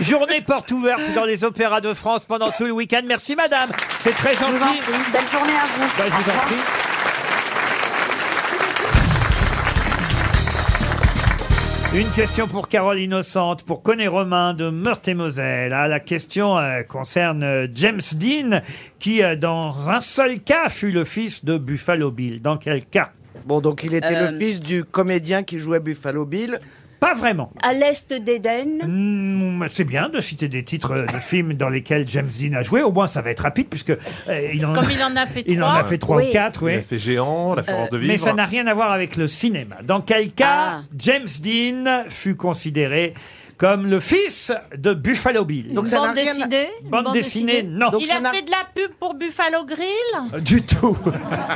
Journée porte ouverte dans les opéras de France pendant tout le week-end. Merci madame, c'est très gentil.
Belle journée à vous.
Ben, je vous en prie. Une question pour Carole Innocente, pour Coné Romain de Meurthe-et-Moselle. Ah, la question euh, concerne euh, James Dean, qui euh, dans un seul cas fut le fils de Buffalo Bill. Dans quel cas
Bon, donc il était
Euh,
le fils du comédien qui jouait Buffalo Bill.
Pas vraiment.
À l'est d'Éden.
Mm, C'est bien de citer des titres euh, de films dans lesquels James Dean a joué. Au moins, ça va être rapide puisque euh, il en
Comme il en a fait
il en
trois.
a fait trois
Oui.
ou quatre. Oui. Euh,
Il a fait Géant, La Fureur de Vivre.
Mais ça n'a rien à voir avec le cinéma. Dans quel
Ah.
cas James Dean fut considéré comme le fils de Buffalo Bill
Donc bande dessinée
Bande, dessinée, non.
Il a fait de la pub pour Buffalo Grill
Du tout.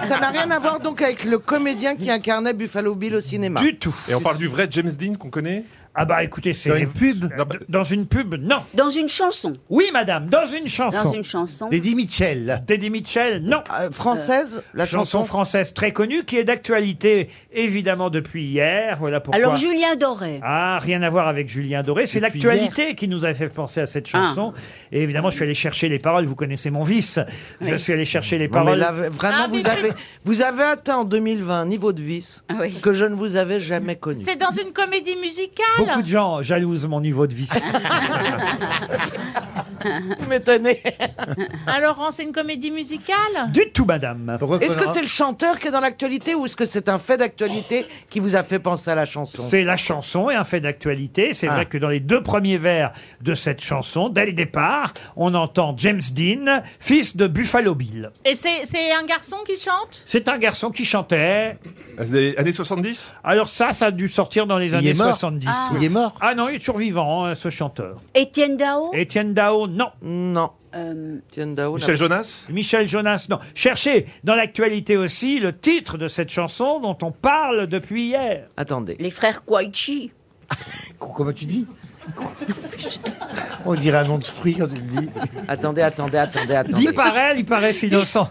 Ça n'a rien à voir donc avec le comédien qui incarnait Buffalo Bill au cinéma.
Du tout.
Et on parle du vrai James Dean qu'on connaît
Ah bah écoutez, c'est... euh,
Dans une pub
Dans une pub, non.
Dans une chanson.
Oui, madame, dans une chanson.
Dans une chanson.
Dédie Mitchell. Dédie Mitchell, non.
française, Euh, la
chanson,
chanson
française très connue qui est d'actualité évidemment depuis hier. Voilà pourquoi.
Alors Julien Doré.
Ah, rien à voir avec Julien Doré. C'est
Depuis
l'actualité qui nous a fait penser à cette
Ah.
chanson. Et évidemment, je suis allé chercher les paroles. Vous connaissez mon vice. Je
Oui.
suis allé chercher les
Non, mais
paroles.
là, vraiment,
Ah,
vous, avez, vous avez atteint en 2020 un niveau de vice que je ne vous avais jamais connu.
Ah C'est dans une comédie musicale
Beaucoup de gens jalousent mon niveau de vice.
Vous m'étonnez.
Ah Laurent, c'est une comédie musicale
du tout, madame.
Est-ce que c'est le chanteur qui est dans l'actualité ou est-ce que c'est un fait d'actualité qui vous a fait penser à la chanson
C'est la chanson et un fait d'actualité. C'est
Ah.
vrai que dans les deux premiers vers de cette chanson, dès le départ, on entend James Dean, fils de Buffalo Bill.
Et c'est c'est un garçon qui chante
C'est un garçon qui chantait.
Ah, Des années 70
Alors ça, ça a dû sortir dans les années
est mort.
70.
Ah.
Il est mort. Ah non, il est toujours vivant, hein, ce chanteur.
Étienne Dao.
Étienne Dao, non.
Non.
Euh,
Michel Jonas
Michel Jonas, non. Cherchez dans l'actualité aussi le titre de cette chanson dont on parle depuis hier.
Attendez.
Les frères Koichi.
Comment tu dis On dirait un nom de fruit quand tu le dis.
Attendez, attendez, attendez, attendez.
Il paraît, il paraît c'est innocent.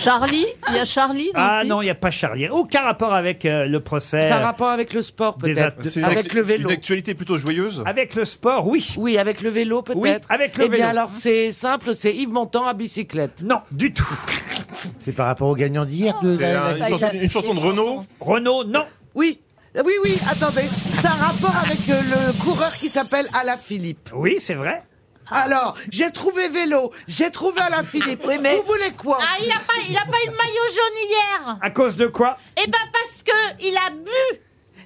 Charlie Il y a Charlie dans
Ah
le
non, il n'y a pas Charlie. Aucun rapport avec euh, le procès.
Ça a rapport avec le sport
Des
peut-être,
actu-
avec le vélo.
Une actualité plutôt joyeuse
Avec le sport, oui.
Oui, avec le vélo peut-être.
Oui, avec le
Eh bien
vélo.
alors c'est simple, c'est Yves Montand à bicyclette.
Non, du tout.
C'est par rapport au gagnant d'hier. de
C'est un-
la-
une,
la-
chanson, une chanson de Renault
Renault, non.
Oui, oui, oui, attendez. Ça a rapport avec euh, le coureur qui s'appelle Alain Philippe. Ah.
Oui, c'est vrai.
Alors, j'ai trouvé vélo, j'ai trouvé Alain Philippe. Vous voulez quoi
Ah, il a pas, il a pas eu le maillot jaune hier.
À cause de quoi
Eh ben parce que il a bu.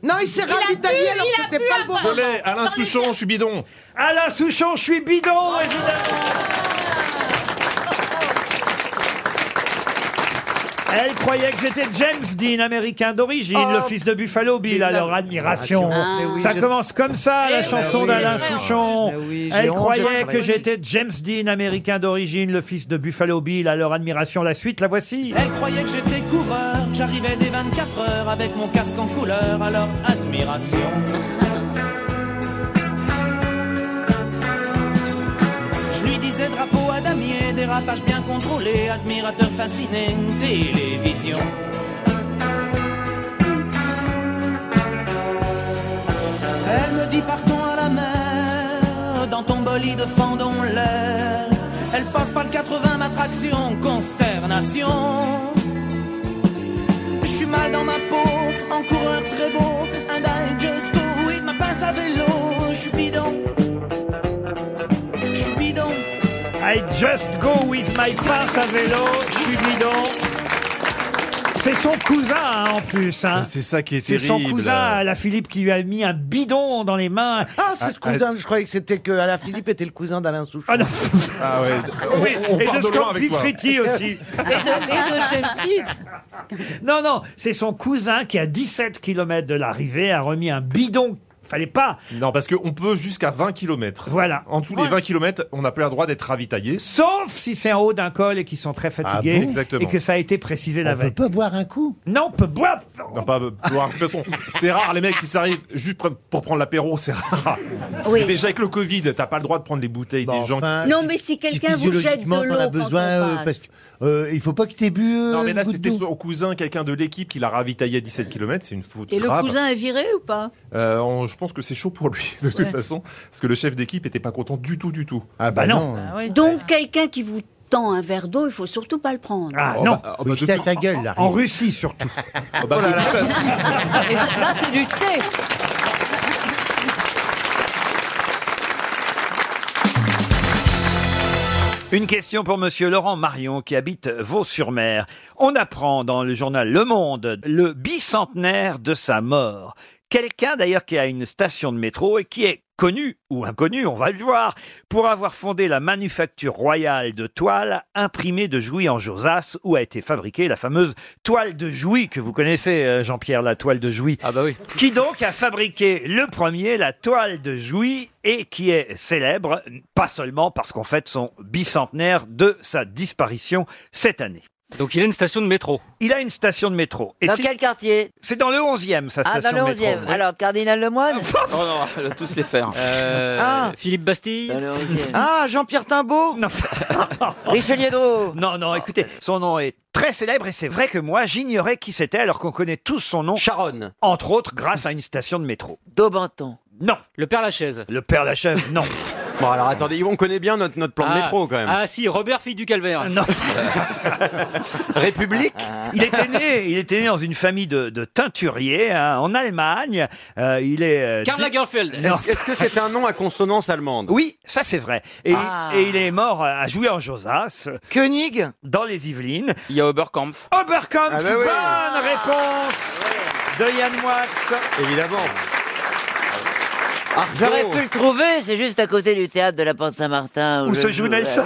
Non, il s'est
Il a
ravitaillé
bu,
alors
il
que
a
c'était
bu
pas le bon
avant.
moment.
Allez, Alain Souchon, je suis bidon Ah.
Alain Souchon, je suis bidon, évidemment. Elle croyait que j'étais James Dean, américain d'origine,
Oh,
le fils de Buffalo Bill,
Bill,
alors
la-
admiration.
Ah, mais oui,
ça
je-
commence comme ça, la
Eh
chanson
oui,
d'Alain
mais oui.
Souchon.
Mais oui, j'ai
Elle
honte,
croyait
j'ai
que
honte.
j'étais James Dean, américain d'origine, le fils de Buffalo Bill, alors admiration. La suite, la voici.
Elle croyait que j'étais coureur, j'arrivais dès 24 heures avec mon casque en couleur, alors admiration. Je lui disais drapeau à damier, dérapage bien contrôlé, admirateur fasciné, télévision. Elle me dit partons à la mer, dans ton bolide fendons l'air. Elle passe par le 80 mètres Attraction, consternation. Je suis mal dans ma peau, en coureur très beau. And I just go with ma pince à vélo. Je suis bidon. Je suis bidon.
I just go with my pince à vélo, je suis bidon. C'est son cousin hein, en plus. hein.
C'est ça qui est
C'est son
terrible.
cousin, la Philippe, qui lui a mis un bidon dans les mains.
Ah, c'est ce cousin, je croyais que c'était que Alain Philippe était le cousin d'Alain Souchon.
Ah non
Ah ouais.
Oui,
On- on
et
part
de
de loin avec
Scampi
toi.
Fritti aussi. Non, non, c'est son cousin qui, à 17 km de l'arrivée, a remis un bidon. Fallait pas.
Non, parce qu'on peut jusqu'à 20 km.
Voilà.
En tous les 20 km, on n'a plus le droit d'être ravitaillé. Ah
Sauf si c'est en haut d'un col et qu'ils sont très fatigués.
bon Exactement.
Et que ça a été précisé la
On peut
veille.
peut boire un coup
Non, on peut boire.
Non, pas boire. De toute façon, c'est rare les mecs qui s'arrivent juste pre- pour prendre l'apéro, c'est rare.
Oui.
Et Déjà avec le Covid, t'as pas le droit de prendre les bouteilles des gens. qui-
Non, mais si quelqu'un vous jette de
physiologiquement,
l'eau
t'en as
quand
besoin,
on
euh,
passe.
parce que, euh, il faut pas que t'aies bu. euh,
Non, mais là,
une goutte
c'était
d'eau.
son cousin, quelqu'un de l'équipe qui l'a ravitaillé à 17 km, c'est une faute
Et le
grave.
cousin est viré ou pas
Euh, on- je pense que c'est chaud pour lui, de toute
Ouais.
façon, parce que le chef d'équipe était pas content du tout, du tout.
Ah
bah non.
Donc, quelqu'un qui vous tend un verre d'eau, il faut surtout pas le prendre.
Ah
Oh,
non
bah, oh, bah, Jeter
à sa gueule, là.
En Russie surtout.
bah,
Oh
Et ça- Là,
bah.
c'est du thé.
Une question pour Monsieur Laurent Marion qui habite Vaux-sur-Mer. On apprend dans le journal Le Monde le bicentenaire de sa mort. Quelqu'un d'ailleurs qui a une station de métro et qui est connu ou inconnu, on va le voir, pour avoir fondé la manufacture royale de toile imprimée de Jouy en Josas où a été fabriquée la fameuse toile de Jouy que vous connaissez euh, Jean-Pierre, la toile de Jouy. Ah bah oui. Qui donc a fabriqué le premier la toile de Jouy et qui est célèbre, pas seulement parce qu'on fête son bicentenaire de sa disparition cette année. Donc il a une station de métro. Il a une station de métro.
Dans
si-
quel quartier
C'est dans le 11e, sa
Ah,
station
dans le
de métro.
11e. Alors, Cardinal Lemoine
Oh non, elle va tous les faire.
Euh,
Ah.
Philippe Bastille.
Ah, Jean-Pierre Timbaud Richelieu Drouot
Non, non, écoutez, son nom est très célèbre et c'est vrai que moi, j'ignorais qui c'était alors qu'on connaît tous son nom. Charonne. Entre autres grâce à une station de métro.
Daubenton.
Non.
Le Père Lachaise.
Le Père Lachaise, non.
Bon, alors attendez, on connaît bien notre, notre
plan de métro, quand même.
Ah si, Robert, fille du calvaire.
Non.
République
Il était né, il était né dans une famille de, de teinturiers hein, en Allemagne. Euh, il est euh,
Karl Lagerfeld.
Non.
Est-ce est-ce que c'est un nom à consonance allemande
Oui, ça c'est vrai. Et,
Ah.
et il est mort à jouer en Josas.
Koenig
Dans les Yvelines.
Il y a Oberkampf.
Oberkampf,
Ah bah oui.
bonne réponse de Yann Moix.
Évidemment.
Ah,
J'aurais pu le trouver, c'est juste à côté du théâtre de la Porte Saint-Martin.
Où
je
se joue Nelson.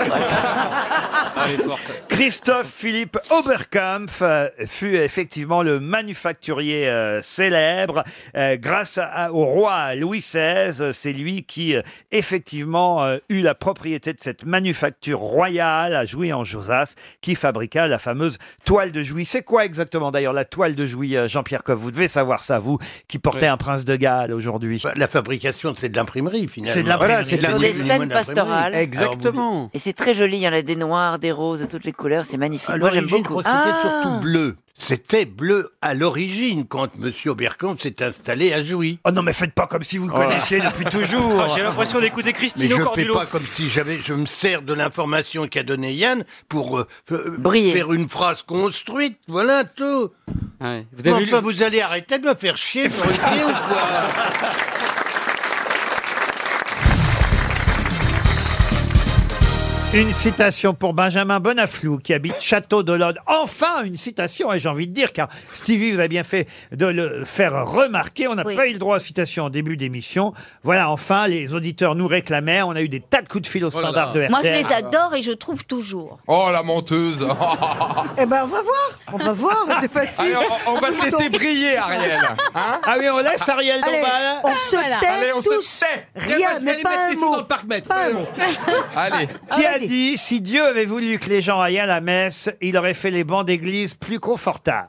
Christophe Philippe Oberkampf euh, fut effectivement le manufacturier euh, célèbre. Euh, grâce à- au roi Louis XVI, euh, c'est lui qui euh, effectivement euh, eut la propriété de cette manufacture royale à Jouy en Josas qui fabriqua la fameuse toile de Jouy. C'est quoi exactement d'ailleurs la toile de Jouy, euh, Jean-Pierre Coff Vous devez savoir ça, vous qui portez
Oui. Bah,
un prince de Galles aujourd'hui.
La fabrication, c'est de l'imprimerie, finalement.
C'est de l'imprimerie. Voilà, c'est de
Sur des scènes pastorales.
Exactement.
Et c'est très joli, il y en a des noirs, des roses, de toutes les couleurs, c'est magnifique.
À
Ah, Moi j'aime
l'origine,
beaucoup. Ah,
je crois que c'était surtout bleu. C'était bleu à l'origine quand M. Oberkampf s'est installé à Jouy. Oh.
Oh non, mais faites pas comme si vous le connaissiez depuis toujours.
Ah, J'ai l'impression d'écouter
Mais
Christine
je fais
Cordulo.
pas comme si j'avais. Je me sers de l'information qu'a donnée Yann pour euh, euh, faire une phrase construite. Voilà tout.
Vous avez
Mais enfin,
lu-
vous allez arrêter de me faire chier pour une fille ou quoi
Une citation pour Benjamin Bonaflou qui habite Château d'Olonne. Enfin une citation, et j'ai envie de dire, car Stevie, vous avez bien fait de le faire remarquer. On n'a pas eu le droit aux citations en début d'émission. Voilà, enfin, les auditeurs nous réclamaient. On a eu des tas de coups de fil au standard de RTL.
Moi, je les adore et je trouve toujours.
Oh la menteuse
Eh ben, on va voir. On va voir, c'est
Allez, on, on va te laisser briller, Ariel. Hein
ah oui, on laisse Ariel
Allez,
Dombal.
on se tait
Allez, on
tous.
se tait.
Rien, mais pas un mot. Pas un mot.
Allez.
Ah,
Qui a dit si Dieu avait voulu que les gens aillent à la messe, il aurait fait les bancs d'église plus confortables.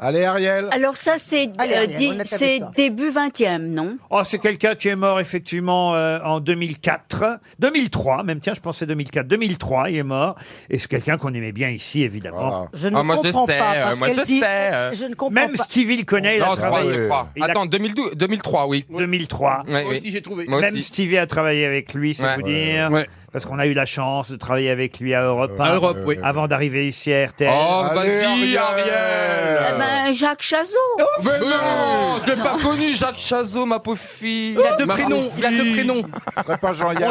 Allez Ariel.
Alors ça, c'est
Allez,
euh,
Ariel,
di-
on attaque
c'est
ça.
début 20e, non
Oh, c'est quelqu'un qui est mort effectivement euh, en 2004, 2003 même. Tiens, je pensais 2004, 2003, il est mort. Et c'est quelqu'un qu'on aimait bien ici, évidemment.
Je ne Ah, moi, je comprends sais, pas, euh, parce moi, qu'elle je dit- sais, euh. je ne comprends
même
pas.
Stevie le connaît. il a
Non, je crois,
travaillé.
je crois.
Il a-
Attends, 2012, 2003, oui.
2003.
Ouais, Moi oui. aussi, j'ai trouvé. Moi
Même
aussi.
Stevie a travaillé avec lui, c'est
Ouais.
vous
Ouais.
dire.
Ouais.
parce qu'on a eu la chance de travailler avec lui à Europe
À
1,
Europe, oui.
avant d'arriver ici à RTL.
Oh,
bah,
vas-y,
hein.
Eh ben, Jacques Chazot.
Euh. Oh, Mais non, je l'ai pas connu, Jacques Chazot, ma pauvre fille.
Il a deux
Ma
prénoms,
pauvre
il a deux
fille.
prénoms.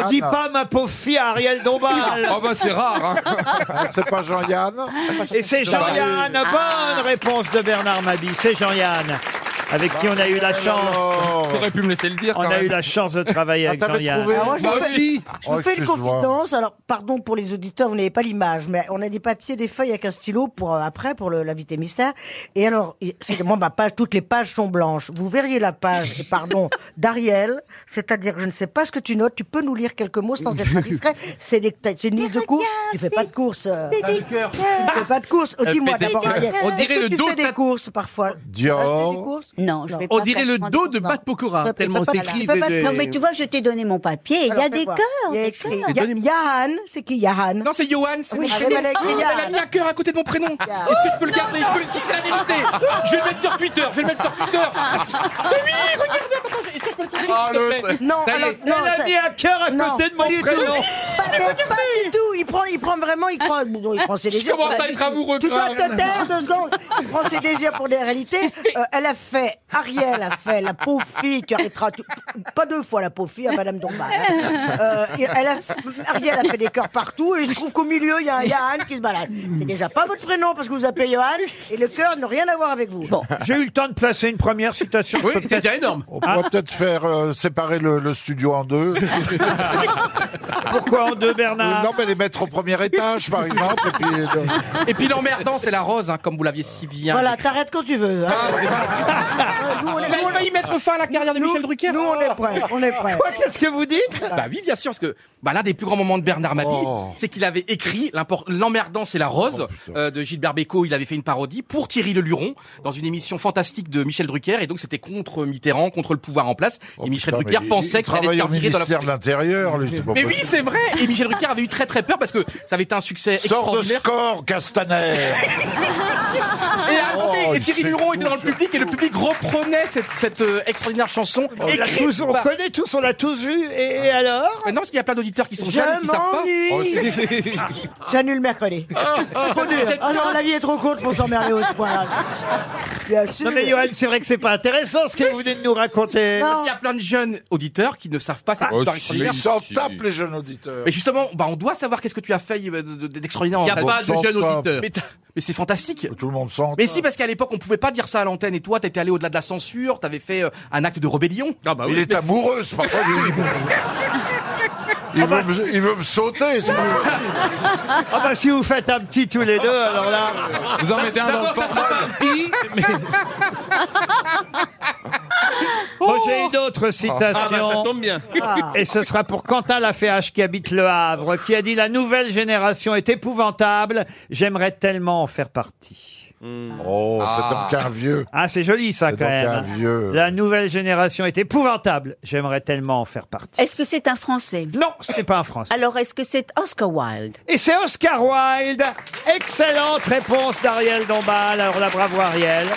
On dit pas ma pauvre fille à Ariel Dombal.
Oh bah c'est rare. hein.
Ah, c'est pas Ah, Jean-Yann. Et c'est Jean-Yann. Bonne réponse de Bernard Mabi. C'est Jean-Yann. Avec qui on a eu la chance.
T'aurais pu me laisser le dire.
On
quand
a
même.
eu la chance de travailler avec Jean-Yann.
Alors Ah, moi, je vous fais,
Ah,
je vous
oh,
fais
Oh,
une confidence. Alors, pardon pour les auditeurs, vous n'avez pas l'image, mais on a des papiers, des feuilles avec un stylo pour euh, après, pour le- l'invité mystère. Et alors, il- c'est que moi, ma page, toutes les pages sont blanches. Vous verriez la page, et pardon, d'Ariel, c'est-à-dire, je ne sais pas ce que tu notes, tu peux nous lire quelques mots sans être discret. C'est des- c'est une liste de courses. Tu fais pas de courses. euh,
Ah,
c'est des cœurs.
Tu ne fais pas de courses. Oh,
Elle
Dis-moi
fait des
d'abord,
cœurs.
Ariel.
On dirait
est-ce que
le
tu
dos
fais des courses parfois.
Dior.
Non, je vais
On
pas
dirait
faire
le
prendre-
dos de
non.
Pat Pokora,
Pas- pas-
tellement
pas-
c'est
pas-
écrit.
pas-
des-
pas-
des-
Non, mais tu vois, je t'ai donné mon papier. Il y
Alors,
a
fais
des
voir.
cœurs.
Il y a
des
écrit
cœurs.
Ya- Yahan, c'est qui Yahan
Non, c'est Johan, c'est
Oui,
mon
je
chéri.
sais, mais elle a écrit
Oh,
Yann.
Elle a mis un cœur à côté de mon prénom. Est-ce que je peux le garder Je peux le- Si c'est la vérité Je vais le mettre sur Twitter Je vais le mettre sur Twitter Mais oui, regardez attends, Est-ce que je peux le trouver
Ah, Non,
Ça y est.
alors, non,
Elle a
ça-
mis un cœur à
non,
côté de mon
pas du
prénom.
tout. Pas, mais pas du tout. Il prend, il prend vraiment, il prend, bon, il prend ses
Je
désirs.
commence
pour-
à être amoureux,
Tu dois
quand
te
même.
taire deux secondes. Il prend ses désirs pour des réalités. Euh, elle a fait, Ariel a fait la pauvre fille. Tu arrêteras tu- pas deux fois la pauvre fille à Madame Dombal. hein. Euh, elle a, Ariel a fait des cœurs partout et il se trouve qu'au milieu il y a un Yann qui se balade. C'est déjà pas votre prénom parce que vous appelez Johan et le cœur n'a rien à voir avec vous.
J'ai eu le temps de placer une première citation.
Oui, c'est déjà énorme.
On pourrait
Ah.
peut-être faire euh, séparer le, le studio en deux. Euh,
Pourquoi en deux, Bernard
Non, mais les mettre au premier étage, par exemple. Et puis, euh,
Et puis l'emmerdant, c'est la rose, hein, comme vous l'aviez si bien.
Voilà, t'arrêtes quand tu veux. hein.
Ah,
nous, on est-
Il a failli mettre fin à la carrière de Michel Drucker.
Nous, on est prêts, on est prêts.
Quoi, qu'est-ce que vous dites Bah oui, bien sûr, parce que bah, l'un des plus grands moments de Bernard Mabie,
Oh.
c'est qu'il avait écrit l'impor- L'emmerdant, c'est la rose euh, de Gilbert Bécaud. Il avait fait une parodie pour Thierry Le Luron dans une émission fantastique de Michel Drucker. Et donc, c'était contre Mitterrand, contre le pouvoir en place. et Michel
Oh, putain,
Drucker
mais il-
pensait
il
qu'il allait se
travaille
faire
au
virer dans la
ministère de l'Intérieur, lui. c'est pas
mais oui,
possible.
c'est vrai. Et Michel Drucker avait eu très très peur parce que ça avait été un succès
Sors de
extraordinaire.
score, Castaner
Et attendez,
Oh,
et
il
Thierry
sait
Luron était dans le public et le public reprenait cette, cette, euh, extraordinaire chanson.
on l'a
écrite
Oh, tous- on
par- Ah.
connaît tous, on l'a tous vu. Et, et alors
Mais Non, parce qu'il y a plein d'auditeurs qui sont
Je
jeunes et qui savent pas. Oh,
m'ennuie. J'annule mercredi. Trop dur. Ah non, la vie est trop courte pour s'emmerder au point. Bien sûr.
Non, mais Johan, c'est vrai que c'est pas intéressant ce que vous venez de nous raconter.
Parce qu'il y a plein de jeunes auditeurs qui ne savent pas cette
Ah,
histoire
si,
extraordinaire.
ils s'en tapent, les jeunes auditeurs.
Mais justement, bah, on doit savoir qu'est-ce que tu as fait euh, de- de- d'extraordinaire. en
Y a
radio.
pas de On s'en jeunes tape. auditeurs.
Mais, t'as- mais c'est fantastique.
Tout le monde s'en
Mais si, parce qu'à l'époque, on pouvait pas dire ça à l'antenne. Et toi, t'étais allé au-delà de la censure, t'avais fait euh, un acte de rébellion.
Il est amoureux, c'est pas possible il, veut me, il veut me sauter, c'est pas possible
Ah bah si vous faites un petit tous les deux, alors là...
Vous en mettez un dans le D'abord, ça sera
Bon, j'ai une autre citation.
Oh Ah bah, ça tombe bien. Ah.
Et ce sera pour Quentin Laféache qui habite Le Havre, qui a dit La nouvelle génération est épouvantable, j'aimerais tellement en faire partie.
Oh, c'est donc qu'un vieux.
Ah, c'est joli ça
C'est
quand
donc
même.
un vieux.
La nouvelle génération est épouvantable, j'aimerais tellement en faire partie.
Est-ce que c'est un Français
Non, ce n'est pas un Français.
Alors, est-ce que c'est Oscar Wilde
Et c'est Oscar Wilde. Excellente réponse d'Ariel Dombal. Alors là, bravo Ariel.